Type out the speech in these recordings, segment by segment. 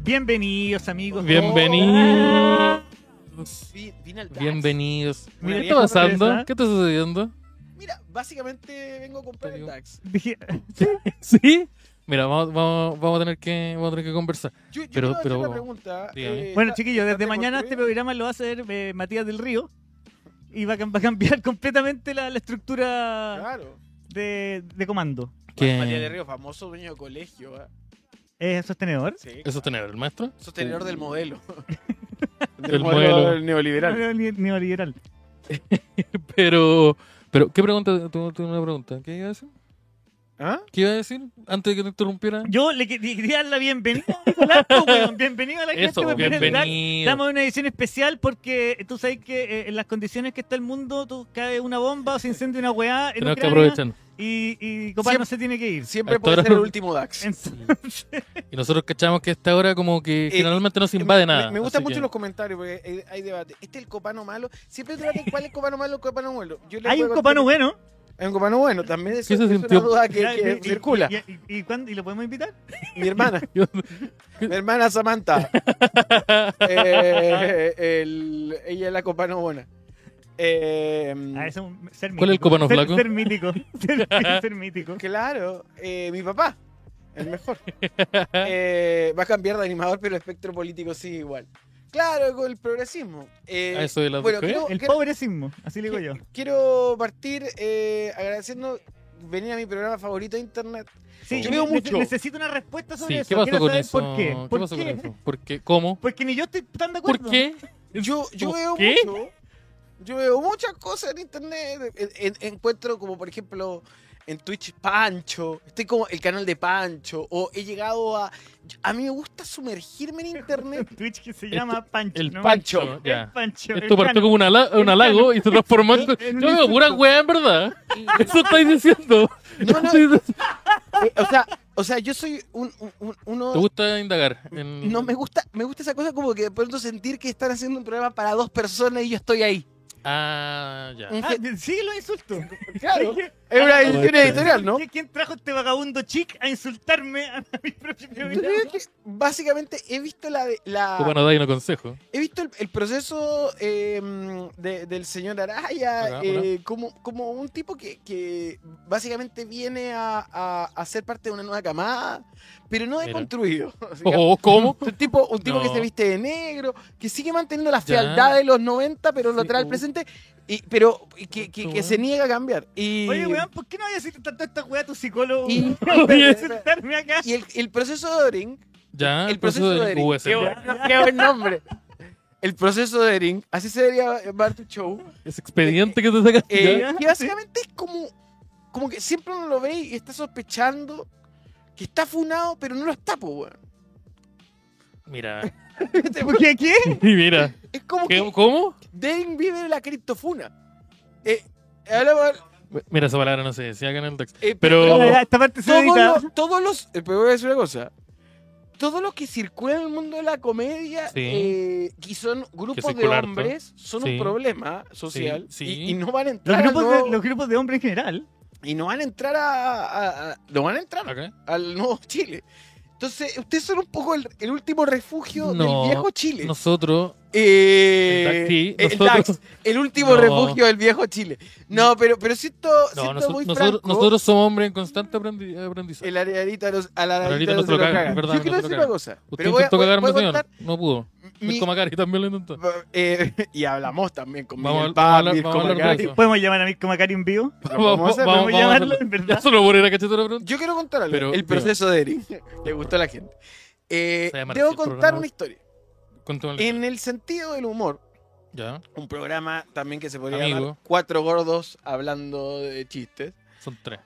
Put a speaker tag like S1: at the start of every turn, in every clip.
S1: Bienvenidos, amigos.
S2: Bienvenidos.
S3: Vi- vine al Dax.
S2: Bienvenidos.
S1: Mira, ah?
S2: ¿Qué
S1: vieja
S2: está pasando?
S1: sorpresa.
S2: ¿Qué está sucediendo?
S3: Mira, básicamente vengo a comprar
S2: Te
S3: el
S2: digo.
S3: DAX.
S1: Dije-
S2: ¿Sí? Mira, vamos, vamos, vamos a tener que, vamos a tener que conversar.
S3: Yo, yo
S2: Pero-
S3: quiero hacer
S2: pero-
S3: una pregunta. eh,
S2: dígame.
S1: Bueno,
S3: ¿está-
S1: chiquillos,
S3: está
S1: desde mañana este
S3: deconstruido?
S1: programa lo va a hacer eh, Matías del Río. Y va a, cam- va a cambiar completamente la, la estructura
S3: Claro.
S1: de, de comando.
S2: Que
S3: María de Río, famoso dueño de colegio. ¿ah?
S1: ¿Es sostenedor?
S3: Sí,
S2: ¿Es sostener el maestro?
S3: Sostenedor del modelo.
S2: Del modelo.
S3: neoliberal.
S1: Neoliberal. Neoliberal.
S2: Pero, pero, ¿qué pregunta? Tú tú una pregunta. ¿Qué iba a decir?
S3: ¿Ah?
S2: ¿Qué iba a decir antes de que te interrumpiera?
S1: Yo le que- le quería dar la bienvenida a Nicolás, po, weón. Bienvenido a la gente.
S2: Eso,
S1: weón.
S2: bienvenido.
S1: Estamos en una edición especial porque tú sabes que eh, en las condiciones que está el mundo, tú cae una bomba o se incendia una weá en
S2: Tenemos que
S1: Ucrania
S2: aprovechar.
S1: y, y Copán no se tiene que ir.
S3: Siempre
S2: Hasta ahora
S3: puede ser el
S2: no-
S3: último DAX.
S1: Entonces,
S2: Y nosotros cachamos que a esta hora como
S1: Eh,
S2: que generalmente no se invade
S3: me,
S2: nada.
S3: Me gustan
S2: así
S3: mucho
S2: que-
S3: los comentarios porque hay, hay debate. ¿Este es el copano malo? Siempre debate cuál es el copano malo el copano bueno. Yo les
S1: hay
S3: voy
S1: un
S3: a
S1: copano
S3: contar-
S1: bueno.
S3: Hay un copano bueno. También es,
S2: ¿Qué se
S3: es
S2: sintió?
S3: una duda que,
S1: Ya,
S3: que
S1: y- y-
S3: circula.
S1: Y, y- y cuándo- ¿y lo podemos invitar?
S3: Mi hermana.
S2: Yo-
S3: Mi hermana Samantha. Eh, el- ella es la copano buena. Eh,
S1: Ah, es un ser
S2: ¿Cuál es el
S1: mítico.
S2: copano
S1: Ser-
S2: flaco?
S1: Ser mítico. Ser, ser mítico.
S3: Claro, eh, mi papá. El mejor. Eh, va a cambiar de animador, pero el espectro político sigue igual. Claro, con el progresismo. Eh,
S2: a eso de las
S3: bueno,
S2: ¿qué?
S3: creo-
S1: El
S3: creo-
S1: pobrecismo, así le digo yo.
S3: Quiero partir eh, agradeciendo venir a mi programa favorito de internet.
S1: Sí,
S3: Yo leo
S1: nece-
S3: mucho.
S1: necesito una respuesta sobre
S2: Sí,
S1: eso.
S2: ¿qué pasó
S1: Quiero
S2: con
S1: saber
S2: eso?
S1: ¿Por qué? ¿Por
S2: pasó
S1: qué?
S2: con eso? ¿Por qué? ¿Cómo?
S1: Porque ni yo estoy tan de
S2: ¿Por
S1: acuerdo.
S2: qué?
S3: Yo, yo
S2: ¿Cómo?
S3: veo
S2: ¿Qué?
S3: mucho. Yo veo muchas cosas en internet. En- en- encuentro como por ejemplo en Twitch Pancho. Estoy como el canal de Pancho. O he llegado a. A mí me gusta sumergirme en internet.
S1: Twitch que se llama Pancho.
S2: El
S1: ¿no?
S2: Pancho.
S1: El
S2: Ya.
S1: Pancho. el
S2: Esto partió
S1: cano.
S2: como una la- un
S1: El
S2: halago y se transformó en.
S1: En-
S2: Yo
S1: en un
S2: veo pura
S1: insulto.
S2: weá, en verdad. Eso estáis diciendo.
S3: No, no,
S2: Estoy-
S3: eh, o sea, o sea, yo soy un, un- un- uno.
S2: ¿Te gusta indagar? en-
S3: No me gusta, me gusta esa cosa como que de pronto sentir que están haciendo un programa para dos personas y yo estoy ahí.
S2: Ah,
S3: Mm.
S2: ya.
S1: Ah, sí, lo insulto.
S3: Claro. Es
S2: Ah,
S3: una edición editorial, ¿no?
S1: ¿Qui- ¿Quién trajo este vagabundo chic a insultarme a mi propio
S3: Yo
S1: programa?
S3: creo que básicamente he visto la, de- la,
S2: ¿Cómo no dais un consejo?
S3: He visto el, el proceso eh, mm, de- del señor Araya
S2: Hola,
S3: eh, Como, como un tipo que, que básicamente viene a, a, a ser parte de una nueva camada, pero no
S2: Mira.
S3: deconstruido. O sea,
S2: Oh, ¿cómo?
S3: Un tipo, un tipo que
S2: No.
S3: se viste de negro, que sigue manteniendo la
S2: Ya.
S3: fealdad de los 90, pero lo
S2: Sí,
S3: trae al
S2: uh.
S3: presente, y, pero y que, que-
S2: Esto,
S3: que se
S2: weón.
S3: niega a cambiar. Y,
S1: Oye, weón, ¿por qué no voy a decir tanto esta weá a tu psicólogo?
S3: y,
S1: Voy a insultarme acá.
S3: y el, el proceso de Oring
S2: Ya,
S3: el proceso de Eric.
S2: USM.
S3: Qué bueno, qué buen nombre. El proceso de Ring, así se debería llamar tu show.
S2: Ese expediente que te sacaste.
S3: Eh,
S2: ya.
S3: que básicamente es como, como que siempre uno lo ve y está sospechando que está funado, pero no lo está, po, weón.
S2: Mira.
S1: ¿Por qué qué?
S2: Y mira.
S3: Es como
S2: ¿Qué-
S3: que
S2: ¿Cómo?
S3: Dering vive la criptofuna. Eh, hablamos-
S2: Mira, esa palabra no se decía acá en el text.
S3: eh,
S2: Pero-
S1: Ya, ya, Esta parte se
S3: todos
S1: edita.
S3: los, todos los- eh, pero voy a decir una cosa. Todo lo que circula en el mundo de la comedia
S2: Sí.
S3: eh, y son grupos de
S2: circula harto.
S3: hombres son
S2: Sí.
S3: un problema social
S2: Sí,
S3: y-
S2: sí.
S3: Y, Ah, no van a
S1: Los
S3: entrar.
S1: grupos,
S3: al
S1: de,
S3: nuevo-
S1: los grupos de hombres en general.
S3: Y no van a entrar a. a- a- no van a entrar
S2: Acá.
S3: al nuevo Chile. Entonces, ustedes son un poco el, el último refugio
S2: No,
S3: del viejo Chile.
S2: Nosotros.
S3: Eh,
S2: el DAX, sí,
S3: el
S2: nosotros-
S3: DAX, el último
S2: No.
S3: refugio del viejo Chile. No, pero, pero siento,
S2: No,
S3: siento
S2: noso-
S3: muy
S2: nosotros,
S3: franco,
S2: nosotros somos hombres en constante aprendi- aprendizaje.
S3: el arearita nos- a la
S2: El
S3: arearita
S2: arearita
S3: no se lo
S2: caga,
S3: caga.
S2: es verdad,
S3: Yo
S2: no
S3: quiero
S2: se lo
S3: decir
S2: caga.
S3: una cosa.
S2: Usted
S3: pero voy a-
S2: intentó
S3: voy-
S2: cagarme,
S3: voy a
S2: señor.
S3: contar
S2: No pudo.
S3: mi-
S2: Mirko Macari también lo intentó.
S3: eh, y hablamos también con
S2: Vamos a- vamos
S3: Miguel
S2: a
S3: Paz,
S2: hablar-
S3: Mirko
S2: vamos a hablar de
S3: Macari.
S2: eso.
S1: Eh, ¿Podemos llamar a Mirko Macari en vivo?
S3: vamos a hacer,
S1: ¿Podemos
S2: vamos a
S1: llamarlo,
S2: hacerlo.
S1: en verdad?
S2: Ya solo por ir a cachete la pregunta.
S3: Yo quiero contar algo.
S2: Pero,
S3: el proceso de Eric. Le gustó a la gente. Eh,
S2: Se llama así
S3: debo
S2: el
S3: contar
S2: programa.
S3: una historia.
S2: Contó el-
S3: En el sentido del humor,
S2: Ya,
S3: un programa también que se podría
S2: Amigo.
S3: llamar Cuatro Gordos hablando de chistes.
S2: son tres.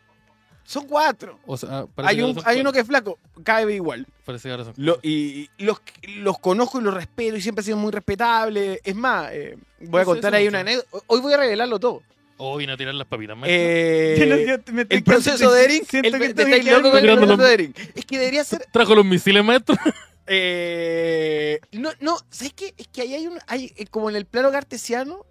S3: Son cuatro.
S2: O sea, ah, parece
S3: Hay,
S2: que
S3: un-
S2: ahora son
S3: hay uno
S2: cuatro.
S3: que es flaco, cae igual.
S2: Parece que ahora son
S3: Lo-
S2: cuatro.
S3: y, y los, los conozco y los respeto y siempre ha sido muy respetable. Es más, eh, voy a
S2: Eso-
S3: contar
S2: eso
S3: ahí
S2: mucho.
S3: una anécdota. Hoy voy a revelarlo todo.
S2: Oh, vino a tirar las papitas. maestro.
S3: Eh,
S1: Yo no- yo me estoy-
S3: el proceso de Eric.
S1: Siento
S3: el-
S1: que Ah,
S3: te
S1: tengo
S3: estáis
S1: que
S3: loco con el
S1: quedarme-
S2: Tirándolo.
S3: proceso de Eric. Es que debería ser
S2: Trajo los misiles, maestro.
S3: Eh, no, no, ¿sabes qué? Es que ahí hay un. Hay, eh, como en el plano cartesiano,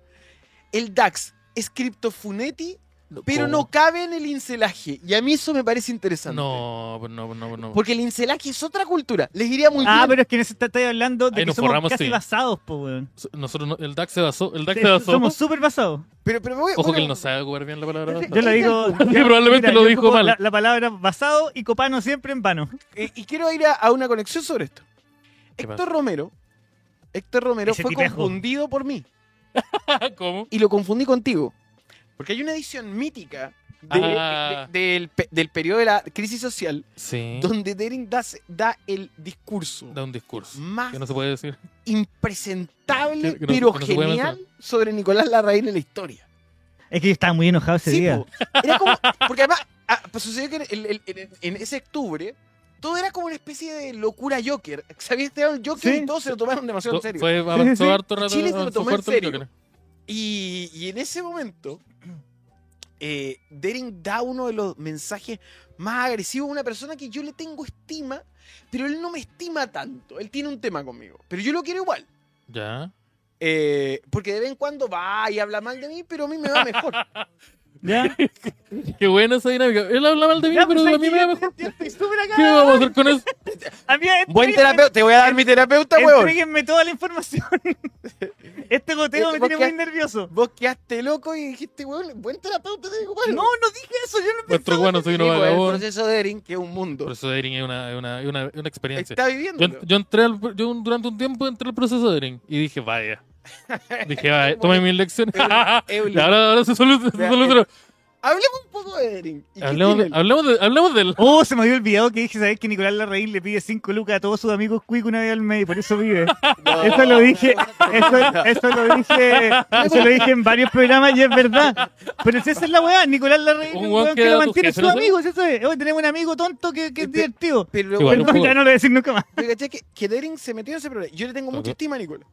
S3: el DAX es criptofuneti pero no cabe en el incelaje. Y a mí eso me parece interesante.
S2: No, pues no, pues no, pues no.
S3: Porque el incelaje es otra cultura. Les iría muy
S1: Ah,
S3: bien.
S1: pero es que en eso está- estáis hablando de
S2: Ahí
S1: que
S2: nos
S1: somos
S2: forramos,
S1: casi
S2: sí.
S1: basados, po, weón.
S2: Nosotros no- el DAX se basó. El DAX
S1: Sí,
S2: se basó.
S1: Somos súper basados.
S3: Pero, pero voy-
S2: Ojo
S3: bueno,
S2: que él no sabe jugar bien la palabra.
S3: Yo
S1: Yo
S2: basado.
S1: lo digo.
S2: Sí, probablemente lo
S1: yo
S2: dijo
S1: ocupo
S2: mal.
S1: La, la palabra basado y copano siempre en vano.
S3: eh, y quiero ir a, a una conexión sobre esto.
S2: ¿Qué
S3: Héctor
S2: pasa?
S3: Romero. Héctor Romero
S1: Ese
S3: fue
S1: tipejo.
S3: confundido por mí.
S2: ¿Cómo?
S3: Y lo confundí contigo. Porque hay una edición mítica de-
S2: Ah.
S3: de- del, pe- del periodo de la crisis social
S2: Sí.
S3: donde Dering das- da, el discurso
S2: Da un discurso.
S3: más
S2: Que no se puede decir.
S3: impresentable
S2: Que- que no-
S3: pero
S2: que no se puede
S3: genial sobre Nicolás Larraín en la historia.
S1: Es que yo estaba muy enojado ese
S3: Sí,
S1: día.
S3: po. Era como- porque además ah, pues sucedió que en, el- el- en- en ese octubre todo era como una especie de locura Joker. Se había estrenado el Joker
S1: Sí.
S3: y todos se lo tomaron demasiado en
S2: Fue-
S3: serio.
S2: Fue
S1: Sí, sí.
S2: avanzó harto rato.
S3: Chile se lo
S2: avanzó
S3: tomó en
S2: fuerte el
S3: serio.
S2: Joker.
S3: Y, y en ese momento, eh, Dering da uno de los mensajes más agresivos a una persona que yo le tengo estima, pero él no me estima tanto. Él tiene un tema conmigo, pero yo lo quiero igual.
S2: Ya.
S3: Eh, porque de vez en cuando va y habla mal de mí, pero a mí me va mejor.
S1: ¿Ya?
S2: Qué buena esa dinámica. Él habla mal de mí,
S1: Ya,
S2: pero
S1: pues,
S2: a
S1: ¿sabes
S2: mí me
S1: qué?
S2: da mejor.
S1: Yo estoy súper acá.
S2: ¿Qué vamos a hacer con eso?
S1: A mí es-
S3: Buen terapeuta, te voy a dar mi terapeuta, huevón.
S1: Entréguenme toda la información. Este goteo me
S3: ¿Vos
S1: tiene
S3: qué-
S1: muy nervioso.
S3: Vos quedaste loco y dijiste, huevón, buen terapeuta, te digo,
S1: No,
S3: bueno.
S1: no dije eso, yo no
S2: Nuestro
S1: pensaba.
S2: guano soy una
S3: el
S2: vagabundo.
S3: proceso de Dering, que es un
S2: Por
S3: mundo,
S2: eso Daring es una, es una, es una, es una experiencia.
S3: está
S2: Yo,
S3: viviendo.
S2: yo entré al, yo durante un tiempo entré al proceso de Daring y dije, vaya. Dije, vaya, tomé mis lecciones. Y ahora, ahora se solu- se
S3: Vea,
S2: solucionó.
S3: Hablemos un poco de Dering. ¿Y qué
S2: Hablemos
S3: tiene
S2: de,
S3: él?
S2: hablemos de, hablemos del.
S1: Oh, se me había olvidado que dije, ¿sabes que Nicolás Larraín le pide 5 lucas a todos sus amigos cuico una vez al mes y por eso vive?
S3: No,
S1: Eso lo dije,
S3: no, no,
S1: eso,
S3: no.
S1: eso lo dije, eso lo dije en varios programas y es verdad. Pero si esa es la weá, Nicolás Larraín,
S2: Un
S1: es un
S2: weón
S1: weón
S2: que
S1: que
S2: da
S1: lo
S2: tu
S1: mantiene
S2: jefe,
S1: sus
S2: ¿no? Este,
S1: amigos, eso es. Hoy tenemos un amigo tonto que, que es
S3: Pe-
S1: divertido.
S3: Pero
S2: Igual,
S1: Perdón,
S2: un poco.
S1: ya no lo voy a decir nunca más.
S3: Pero caché que, que Dering se metió en ese problema. Yo le tengo mucha
S2: Claro.
S3: estima a Nicolás.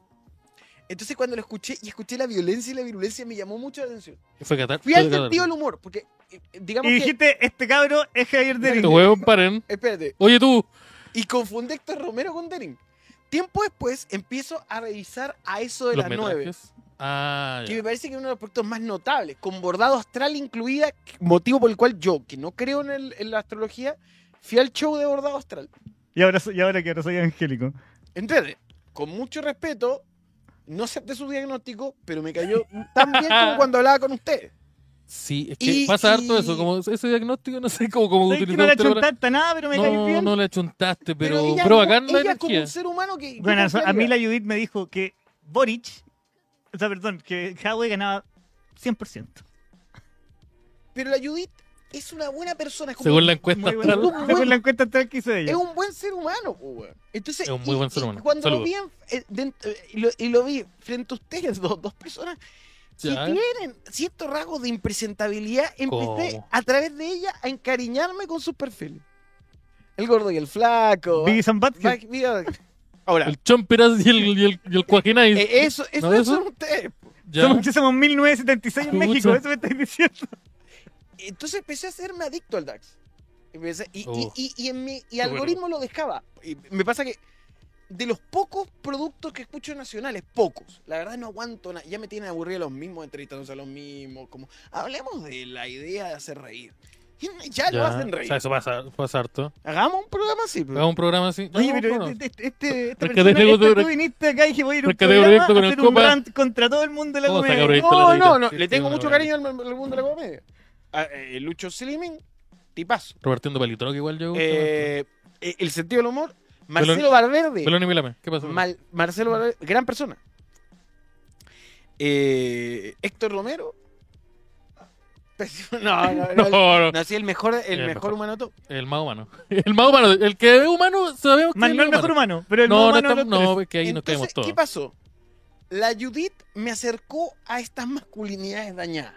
S3: Entonces cuando lo escuché y escuché la violencia y la virulencia me llamó mucho la atención.
S2: Fue Qatar.
S3: Fui
S2: fue
S3: al
S2: Qatar.
S3: sentido del humor, porque eh, eh, digamos
S1: Y
S3: que...
S1: dijiste, este cabro es Javier
S2: Este
S1: Dering.
S2: huevo, paren.
S3: Espérate.
S2: Oye tú,
S3: Y confundí a Héctor Romero con Dering. Tiempo después empiezo a revisar a eso de
S2: los
S3: las 9.
S2: metrajes. Ah,
S3: Que
S2: ya.
S3: me parece que es uno de los proyectos más notables, con bordado astral incluida, motivo por el cual yo, que no creo en, el- en la astrología, fui al show de bordado astral.
S1: Y ahora, soy- y ahora que ahora soy angélico.
S3: Entonces, con mucho respeto, no acepté su diagnóstico, pero me cayó tan bien como cuando hablaba con usted.
S2: Sí, es que
S3: Y-
S2: pasa harto
S3: y-
S2: eso, como ese diagnóstico, no sé cómo, cómo
S1: Sabes que no le
S2: usted la palabra.
S1: achuntaste nada, pero me caí
S2: No,
S1: bien.
S2: no le achuntaste, pero, pero,
S3: ella, como-
S2: bacán la
S3: ella como
S2: energía.
S3: un ser humano que... que
S1: Bueno,
S3: confía
S1: a
S3: en
S1: mí
S3: ella.
S1: la Judith me dijo que Boric, o sea, perdón, que Hadwe ganaba 100%.
S3: Pero la Judith es una buena persona. Es como-
S2: Según la encuesta.
S1: Muy buena.
S2: astral.
S3: buen-
S1: Según la encuesta actual que hizo
S3: Es
S1: ella.
S3: un buen ser humano, po, weón. Entonces,
S2: Es un muy buen ser humano.
S3: Cuando lo
S2: Saludos.
S3: vi, en- eh, dent- eh, y, lo, y lo vi frente a ustedes, dos, dos personas que
S2: Ya.
S3: tienen ciertos rasgos de impresentabilidad, empecé
S2: ¿Cómo?
S3: a través de ella a encariñarme con sus perfiles. El gordo y el flaco.
S1: Biggie and Butt-Head.
S3: Back- Viga- Ahora,
S2: El chomperas y el, y el, y el cuajinais.
S3: eh, eso, eso,
S2: ¿No, eso?
S3: son ustedes.
S2: Ya.
S1: Somos, que somos 1976 en
S2: Chucha.
S1: México, eso me estáis diciendo.
S3: Entonces empecé a hacerme adicto al DAX. Empecé- y, y-
S2: Uf.
S3: y- y en mi y
S2: bueno.
S3: algoritmo lo dejaba. Y me pasa que de los pocos productos que escucho nacionales, pocos, la verdad no aguanto nada. Ya me tienen aburrido los mismos, entrevistándose a los mismos. Como, hablemos de la idea de hacer reír. Y Ya, lo
S2: Ya.
S3: hacen
S2: O
S3: reír.
S2: sea, eso pasa, pasa harto.
S3: Hagamos un programa así. pues.
S2: Hagamos un programa así.
S1: Oye,
S2: Hagamos un
S1: pero
S2: programa.
S1: este, este, este- esta
S2: Rescaté
S1: persona,
S2: directo
S1: este, tú
S2: con-
S1: viniste acá y dije voy a ir a un
S2: rescaté
S1: programa
S2: directo con
S1: a
S2: el
S1: hacer un
S2: Copa.
S1: rant contra todo el mundo de la
S2: Vamos a sacar
S1: comedia.
S2: proyecto de
S3: No,
S2: la
S3: no,
S2: vida.
S3: no.
S2: Sí,
S3: Le
S2: sí,
S3: tengo
S2: una
S3: mucho
S2: maravilla.
S3: cariño al, al mundo de la comedia. A- eh, Lucho Slimming, tipazo.
S2: Robertiendo Palito, ¿no? que igual yo.
S3: Eh, eh, el sentido del humor.
S2: Pelón-
S3: Marcelo Valverde.
S2: Pelón y Este, Milame, ¿qué pasa?
S3: Mal- Marcelo Valverde, gran persona. Eh, Héctor Romero. Pésimo- No, no,
S2: No,
S3: no. no.
S2: no,
S3: sí, el mejor, el
S2: El
S3: mejor,
S2: mejor.
S3: humano de todos.
S2: el más humano. El más humano, el que es humano, sabemos que
S1: Más
S2: es
S1: no el mejor humano, pero el más
S2: No, no,
S1: humano de
S2: estamos-
S1: los
S2: no, es que ahí nos
S3: Entonces,
S2: caemos todos.
S3: ¿qué pasó? La Judith me acercó a estas masculinidades dañadas.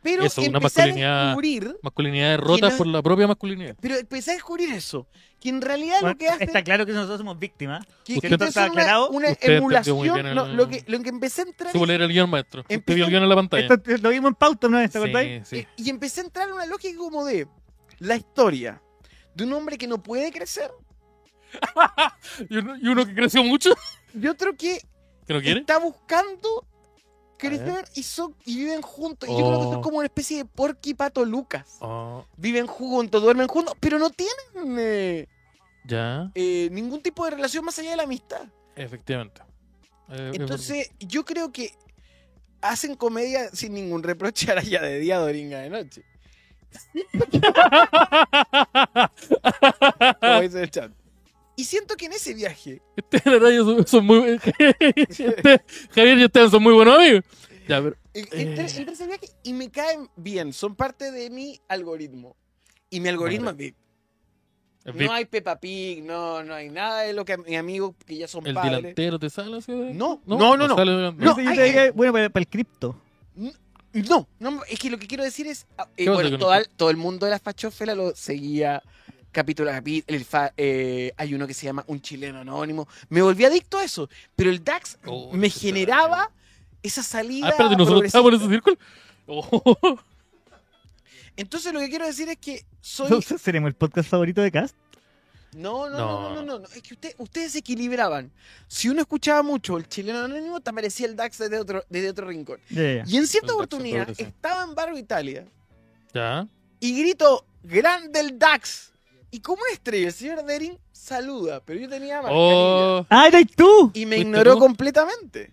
S3: Pero
S2: Eso, una
S3: empecé
S2: masculinidad-
S3: a descubrir,
S2: Masculinidades rotas
S3: no-
S2: por la propia masculinidad.
S3: pero empecé a descubrir eso, que en realidad
S1: tres.
S3: lo que hace
S1: Está claro que nosotros somos víctimas.
S3: que
S2: Usted-
S3: ustedes
S1: ¿Está
S3: son una,
S1: aclarado?
S3: una
S2: Usted entendió muy
S3: emulación,
S2: bien el-
S3: no, lo, que, lo que empecé a entrar
S2: Supo leer el guión, maestro. Usted
S3: Empieza-
S2: vio el guión en la pantalla.
S1: Esto te- lo vimos en pauta una vez, ¿te acordáis?
S2: sí, sí.
S3: Y, y empecé a entrar en una lógica como de la historia de un hombre que no puede crecer
S2: ¿Y, uno, y uno que creció mucho,
S3: y otro que
S2: que no quiere.
S3: está buscando Kirchner y Sok y viven juntos. Y yo creo que son
S2: Oh.
S3: como una especie de Porky y Pato Lucas.
S2: Oh,
S3: Viven juntos, duermen juntos, pero no tienen eh,
S2: ya,
S3: eh, ningún tipo de relación más allá de la amistad.
S2: efectivamente. Eh, es
S3: Entonces, yo creo que hacen comedia sin ningún reproche ahora ya de día, Doringa de noche.
S2: verdad.
S3: Como dice el chat. Y siento que en ese viaje,
S2: Ustedes, Este, la verdad, yo son, son muy. Ustedes- Javier y ustedes son muy buenos amigos. Ya, pero.
S3: en- entre,
S2: Eh.
S3: entre ese viaje, y me caen bien, son parte de mi algoritmo. Y mi algoritmo es VIP.
S2: El,
S3: No hay Peppa Pig, no, no hay nada de lo que a mis amigos que ya son
S2: el
S3: padres.
S2: delantero te sale así. de-
S3: No, no, no, no.
S2: sale delantero.
S3: No,
S1: Entonces yo
S3: ay,
S1: te diría,
S3: ay.
S1: bueno, para, para el cripto.
S3: No, no, es que lo que quiero decir es, ah,
S2: ¿Qué
S3: eh,
S2: pasa
S3: bueno,
S2: con
S3: todo,
S2: esto?
S3: el- todo el mundo de la fachófela lo seguía capítulo a capítulo. el fa- eh, hay uno que se llama Un chileno anónimo. Me volví adicto a eso, pero el DAX
S2: Oh,
S3: me
S2: este
S3: generaba esa salida.
S2: Ah, espérate, nosotros
S3: progresiva.
S2: estábamos en ese círculo. Oh,
S3: Entonces lo que quiero decir es que soy...
S1: Entonces seremos el podcast favorito de Cast.
S3: No, no, no, no,
S2: No.
S3: no, no, no. Es que usted, ustedes se equilibraban. Si uno escuchaba mucho el chileno anónimo, te aparecía el DAX desde otro, desde otro rincón.
S1: Ya, ya, ya.
S3: Y en cierta
S2: El DAX en
S3: oportunidad
S2: progresión.
S3: estaba en Barrio Italia
S2: ya.
S3: y grito grande el DAX. Y como una estrella, el señor Derin saluda, pero yo tenía mascarilla.
S2: Oh,
S1: ¡Ah, eres tú!
S3: Y me
S2: ¿Fuiste
S3: ignoró
S2: tú?
S3: completamente.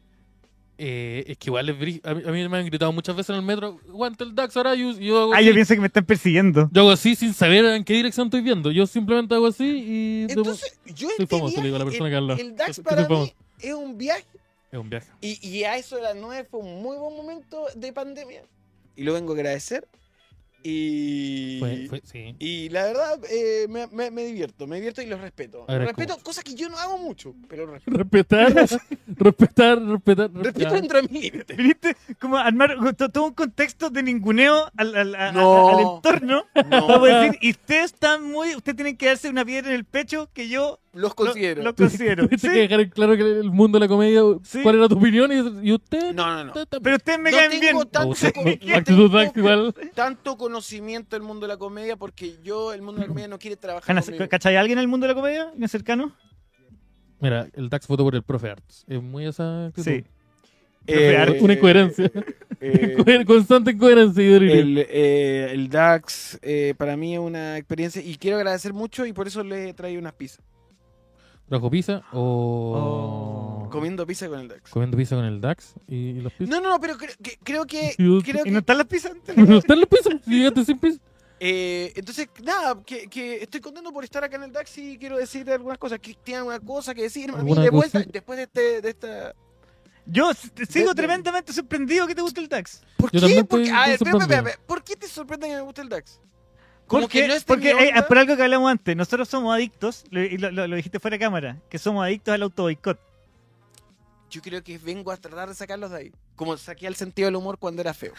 S2: eh, es que igual es brí- a mí, a mí me han gritado muchas veces en el metro: Guante el Dax Arayus. Y yo hago
S1: Ah,
S2: así.
S1: yo pienso que me están persiguiendo.
S2: Yo hago así sin saber en qué dirección estoy viendo. Yo simplemente hago así y.
S3: Entonces, yo
S2: soy famoso,
S3: entendía
S2: le digo a la persona
S3: el,
S2: que habla.
S3: el DAX
S2: Yo soy
S3: para mí
S2: famoso.
S3: es un viaje.
S2: es un viaje.
S3: Y, y a eso de las 9 fue un muy buen momento de pandemia. Y lo vengo a agradecer. Y,
S2: Fue, fue- sí.
S3: y la verdad, eh, me, me- me divierto, me divierto y los respeto. Los
S2: Agradezco
S3: respeto cosas que yo no hago mucho, pero los respeto.
S2: Respetar, respetar, respetar,
S3: Respeto
S2: respetar.
S3: dentro de mi límite.
S1: Viniste como a armar to- todo un contexto de ninguneo al, al- a-
S3: No.
S1: al entorno.
S3: No,
S1: Vamos a decir, y ustedes están muy. Ustedes tienen que darse una piedra en el pecho que yo
S3: los
S1: lo-
S3: considero.
S1: Lo, considero.
S2: Tuviste
S1: Sí,
S2: que dejar en claro que el mundo de la comedia,
S1: Sí.
S2: cuál era tu opinión y, y usted.
S3: No, no, no.
S2: usted también.
S1: Pero ustedes me
S3: no
S1: caen bien.
S3: tengo
S2: Me
S3: tanto,
S2: gusta-
S3: co-
S2: me-
S3: no
S2: la actitud
S3: tengo
S2: Dax igual.
S3: tanto conocimiento del mundo de la comedia porque yo, el mundo de la comedia, no quiere trabajar
S1: Hanna,
S3: conmigo.
S1: Oh, ¿Cachai a alguien en el mundo de la comedia? ¿Bien cercano?
S2: Mira, el Dax votó por el profe Arts. Es muy esa actitud.
S1: Sí.
S2: Profe Arts, una incoherencia.
S3: eh,
S2: Incoher- Constante incoherencia y delirio.
S3: el, eh, el DAX eh, para mí es una experiencia y quiero agradecer mucho y por eso le he traído unas pizzas.
S2: ¿Trajo pizza o.
S1: Oh.
S3: Comiendo pizza con el DAX.
S2: Comiendo pizza con el Dax y, y las pizzas.
S3: No, no, no, pero cre- que- creo que...
S2: Sí,
S3: creo
S1: ¿Y no
S3: que
S1: están las pizzas? antes?
S2: No están las pizzas. Llegaste sin pizza.
S3: eh, entonces, nada, que, que estoy contento por estar acá en el DAX y quiero decirte algunas cosas. que tiene alguna cosa que decirme a mí
S2: ¿Alguna
S3: de vuelta
S2: cosita?
S3: después de, este, de esta...
S1: Yo s- te sigo
S3: De- de-
S1: tremendamente sorprendido que te guste el tax.
S3: ¿Por
S2: Yo
S3: qué?
S2: también
S3: Porque,
S2: estoy-
S3: a ver,
S2: estoy
S3: espera, espera,
S2: sorprendido.
S3: espera, ¿Por qué te sorprende que me guste el DAX? Como
S1: Porque,
S3: que no esté
S1: porque
S3: en mi
S1: eh,
S3: onda.
S1: por algo que hablamos antes, nosotros somos adictos, lo, y lo- lo- lo dijiste fuera de cámara, que somos adictos al auto boicot.
S3: Yo creo que vengo a tratar de sacarlos de ahí. Como saqué el sentido del humor cuando era feo.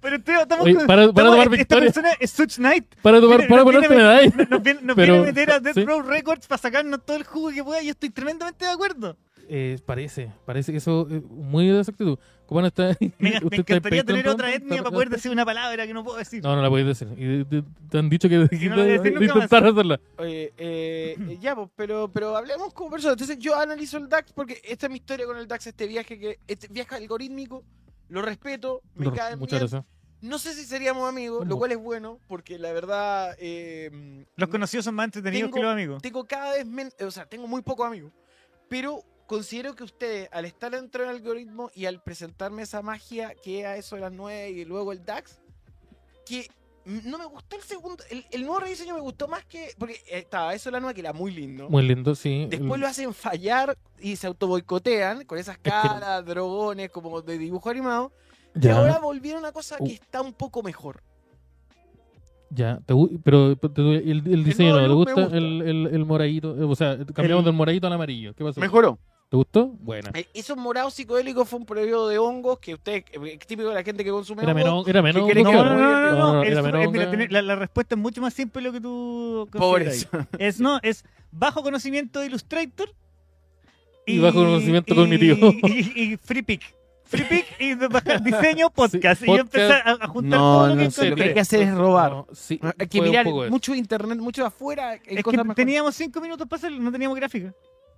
S1: Pero tío, estamos
S2: Oye,
S1: con-
S2: para- para
S1: estamos-
S2: tomar
S1: esta
S2: victoria.
S1: persona es Such Knight.
S2: para tomar,
S1: Mira,
S2: para
S1: no
S2: ponerte
S1: tiene-
S2: medalla.
S1: Nos viene, nos
S2: Pero-
S1: viene a meter a Death
S2: sí.
S1: Row Records para sacarnos todo el jugo que pueda. Yo estoy tremendamente de acuerdo.
S2: Eh, parece, parece que eso eh, muy de esa actitud. Copano está.
S1: Me, me
S2: usted está
S1: encantaría tener
S2: expectante,
S1: otra etnia
S2: está-
S1: para poder decir una palabra que no puedo decir.
S2: No, no la podéis decir. Y de- de- te han dicho que,
S1: no la voy a decir
S2: de-
S1: nunca
S2: intentar hacerla.
S3: Oye, eh, eh, ya, pues, pero, pero hablemos como personas. Entonces yo analizo el DAX porque esta es mi historia con el DAX, este viaje que este viaje algorítmico, lo respeto, me
S2: No,
S3: cae
S2: Muchas gracias.
S3: No sé si seríamos amigos, lo
S2: No.
S3: cual es bueno, porque la verdad eh,
S1: Los conocidos son más entretenidos
S3: Tengo-
S1: que los amigos.
S3: tengo cada vez menos, o sea, tengo muy pocos amigos, pero considero que ustedes, al estar dentro del algoritmo y al presentarme esa magia que era eso de las 9 y luego el DAX, que m- no me gustó el segundo, el, el nuevo rediseño me gustó más que, porque estaba eso de las 9 que era muy lindo.
S2: Muy lindo, sí.
S3: Después
S2: El-
S3: lo hacen fallar y se autoboicotean con esas
S2: que-
S3: caras, drogones, como de dibujo animado. Y
S2: ya,
S3: ahora volvieron a una cosa que
S2: Uh.
S3: está un poco mejor.
S2: ya. Te gu- pero pero te- el, el diseño, ¿no?
S3: nuevo
S2: ¿te
S3: look Eh,
S2: gusta?
S3: me gusta.
S2: El, el, el moradito. eh, O sea, cambiamos
S1: El-
S2: del moradito al amarillo. ¿Qué pasó?
S3: Mejoró.
S2: ¿Te gustó? Buena.
S3: Eh, Esos morados psicodélicos fue un periodo de hongos que usted, eh, típico de la gente que consume
S2: Era
S3: hongos,
S2: menos. Era menos.
S3: quiere
S1: No,
S2: no,
S3: que-
S1: no,
S2: claro.
S1: no, no, no,
S2: No,
S1: es
S2: era
S1: súper-
S2: menos,
S1: eh, mira,
S2: eh.
S1: tener- la, la respuesta es mucho más simple de lo que tú
S3: Por
S1: consideras.
S3: eso.
S1: Es, no, es bajo conocimiento de Illustrator
S2: Y bajo conocimiento cognitivo.
S1: Y, y- y free pick. Free pick y de bajar diseño podcast.
S2: Sí,
S1: y yo
S2: podcast.
S1: empezar a, a juntar
S3: No,
S1: todo lo
S3: no
S1: que
S3: sé, lo que hay
S1: encontré.
S3: que hacer es robar.
S2: No, sí,
S3: Hay que
S2: fue un
S3: mirar
S2: poco eso.
S3: mucho internet, mucho afuera. hay
S1: Es que
S3: cosas mejores.
S1: teníamos cinco minutos para hacerlo, no teníamos gráfica.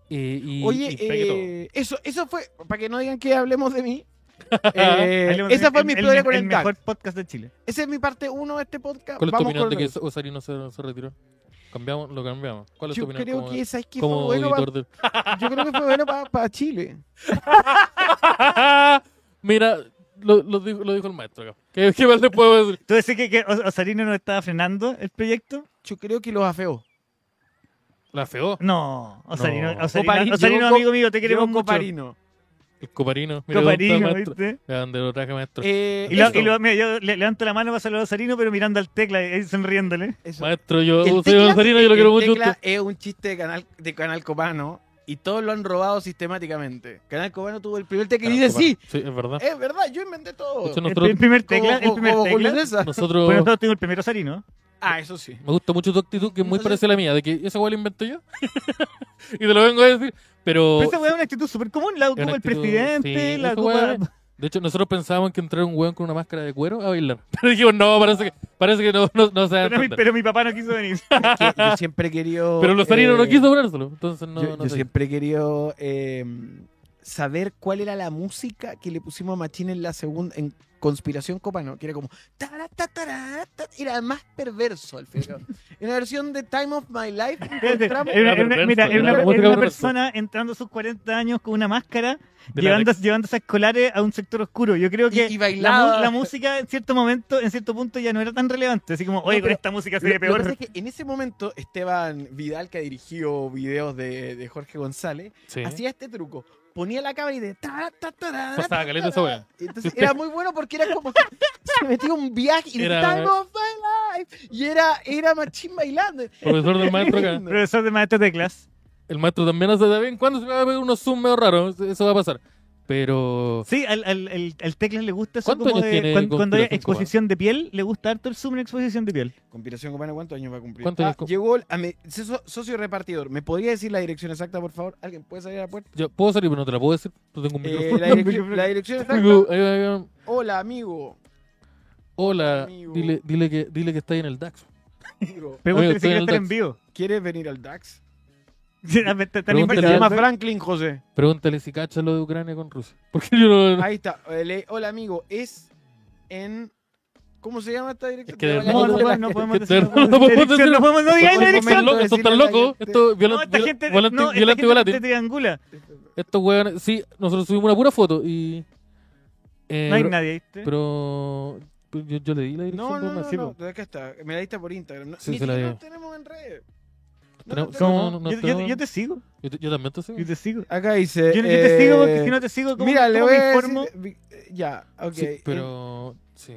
S2: eh, y,
S3: Oye,
S2: y pegue todo.
S3: eh, eso, eso fue, para que no digan que hablemos de mí.
S1: Ahí
S3: eh,
S1: le vamos a
S3: esa
S1: tener
S3: fue mi
S1: el-
S3: historia
S1: el,
S3: con
S1: el
S3: el tag.
S1: mejor podcast de Chile.
S3: Esa es mi parte uno de este podcast.
S2: ¿Cuál es tu
S3: Vamos
S2: opinión
S3: con
S2: de que
S3: el-
S2: Osarino se, se retiró? ¿Cambiamos? ¿Lo cambiamos? ¿Cuál es tu
S3: Yo
S2: opinión
S3: creo
S2: como,
S3: que esa es que fue
S2: como
S3: bueno pa-
S2: editor de-
S3: yo creo que fue bueno para Chile.
S2: Mira, lo, lo dijo, lo dijo el maestro acá. ¿Qué, qué más le puedo decir?
S1: ¿Tú decís que, que Os- Osarino no estaba frenando el proyecto?
S3: Yo creo que los afeó.
S2: La feó.
S1: No, Osarino,
S2: No.
S1: Osarino,
S3: Coparino,
S1: Osarino,
S3: yo
S1: amigo mío, te queremos
S3: Yo,
S1: mucho.
S3: Coparino.
S2: El coparino. Mira dónde está el
S1: Coparino,
S2: maestro.
S1: ¿viste?
S2: Mira dónde lo traje, maestro.
S3: Eh,
S1: Y, lo-
S3: eso,
S1: y lo- mira, yo le- levanto la mano para saludar a Osarino, pero mirando al tecla y sonriéndole.
S3: eso.
S2: Maestro, yo
S3: El
S2: soy
S3: tecla-
S2: Osarino, yo lo
S3: el
S2: quiero mucho. a
S3: tecla
S2: usted.
S3: es un chiste de canal, de canal Copano y todos lo han robado sistemáticamente. Canal Copano tuvo el primer tecla y dice, sí,
S2: Sí, es verdad.
S3: es verdad, yo inventé todo.
S2: De hecho,
S1: El,
S2: nosotros,
S1: el primer tecla,
S3: Como-
S1: el primer
S3: como
S1: tecla.
S3: Julesa.
S2: nosotros
S1: Bueno, nosotros tuvimos el primer Osarino.
S3: Ah, eso sí.
S2: me gusta mucho tu actitud, que es muy
S3: Entonces-
S2: parecida a la mía, de que esa weá la inventé yo. y te lo vengo a decir. Pero,
S1: Pero esa weá es una actitud súper común, la ocupa
S2: una
S1: el
S2: actitud-
S1: presidente,
S2: sí,
S1: la
S2: esa
S1: ocupa...
S2: weá- de hecho, nosotros pensábamos que entrara un weón con una máscara de cuero a bailar. Pero dijimos, no, parece que, parece que no, no, no se va a
S1: Pero mi,
S2: entender.
S1: pero mi papá no quiso venir.
S3: Es que yo siempre he querido...
S2: Pero los salinos no
S3: eh,
S2: quiso ponérselo. Entonces no,
S3: yo,
S2: no
S3: yo
S2: sé.
S3: siempre he querido eh, saber cuál era la música que le pusimos a Machine en la segunda, en Conspiración Copano, que era como "Tara, ta, tara, ta", era más perverso al final. en la versión de Time of My Life
S1: Espérate, era una-
S3: encontramos
S1: Este, era una- Mira,
S2: perverso,
S1: era
S2: era
S1: una-
S2: música
S1: era una
S2: perverso.
S1: persona entrando a sus 40 años con una máscara,
S2: De
S1: llevando,
S2: látex.
S1: llevando esas colares a un sector oscuro. Yo creo que
S3: y, y
S1: la,
S3: bailaba.
S1: mu- la música en cierto momento, en cierto punto ya no era tan relevante. Así como, oye, con
S3: pero
S1: esta música se ve
S3: Lo- lo que pasa
S1: peor.
S3: es que en ese momento Esteban Vidal, que ha dirigido videos de, de Jorge González,
S2: Sí.
S3: hacía este truco. Ponía la cámara y de... "Tara, ta, tara,
S2: Pasaba
S3: ta,
S2: caleta esa
S3: tara".
S2: wea.
S3: Entonces era muy bueno porque era como que se metía un viaje y de
S2: Era-
S3: Time of My Life. Y era, era Machín bailando.
S2: Profesor del maestro acá.
S1: Profesor de maestros de clase.
S2: El maestro también hace de vez en cuando se va a ver unos zoom medio raros. Eso va a pasar. Pero.
S1: Sí, al, al, al, al Teclas le gusta eso
S2: ¿Cuántos
S1: como
S2: años
S1: de,
S2: tiene
S1: cuan- cuando, hay
S2: Conspiración Cubana?
S1: exposición de piel, le gusta harto el zoom en exposición de piel.
S3: Conspiración Copano, ¿cuántos años va a cumplir?
S2: ¿Cuántos años cum-
S3: Ah, llegó el- a mi- so- socio repartidor. ¿Me podría decir la dirección exacta, por favor? ¿Alguien puede salir a la puerta?
S2: Yo puedo salir, pero no te la puedo decir. Yo tengo un
S3: Eh,
S2: micrófono.
S3: la, dirección, la dirección
S2: Amigo,
S3: exacta.
S2: ahí va, ahí va.
S3: Hola, amigo.
S2: Hola,
S3: Amigo.
S2: dile, dile que dile que está ahí en el DAX.
S3: Amigo,
S1: Pregúntale
S2: Oye,
S1: si
S2: estoy
S1: quiere
S2: en
S1: estar
S2: el
S1: en
S2: DAX.
S1: vivo.
S3: ¿Quieres venir al DAX?
S1: Tan
S2: Pregúntale
S3: Se
S2: al
S1: invertido.
S2: DAX.
S3: llama Franklin José.
S2: Pregúntale si cacha lo de Ucrania con Rusia. Porque yo no.
S3: Ahí está. Eh, Le- Hola, amigo. Es en... ¿Cómo se llama esta dirección?
S2: Es que de
S3: Te
S2: verdad
S1: No,
S3: voy a
S1: no, podemos-
S3: mandar-
S1: no podemos
S2: que-
S1: decirlo.
S2: no podemos
S1: Dirección,
S2: decirlo.
S1: No podemos no digáis la
S3: Podemos
S1: dirección.
S3: decirlo.
S2: Estos están tan locos. Esto
S1: No, esta gente,
S2: violento.
S1: no, esta
S2: Violento y
S1: gente
S2: volátil.
S1: te triangula.
S2: Estos weones, sí, nosotros subimos una pura foto y. eh,
S1: No hay
S2: pero-
S1: nadie, ¿viste?
S2: Pero. pero Yo, yo le di la dirección. pues,
S3: No,
S2: pero
S3: no, no,
S2: sí,
S3: no,
S2: po.
S3: no, acá está. Me la diste por Instagram. No,
S2: Sí,
S3: ni
S2: se la
S3: siquiera
S2: dio.
S3: nos tenemos en redes. No
S2: Tenemos-
S3: nos
S2: ¿Cómo?
S3: tenemos-
S1: Como-
S2: no, no,
S1: yo, yo-
S2: no.
S1: yo te sigo,
S2: Yo, te- yo también te sigo.
S1: yo te sigo.
S3: Acá dice.
S1: Yo, yo te
S3: eh,
S1: sigo porque si no te sigo, ¿cómo,
S3: Mira, le
S1: cómo
S3: voy
S1: me
S3: a
S1: informo?
S3: decir- vi- eh, Ya, ok. eh,
S2: Sí, pero. Sí.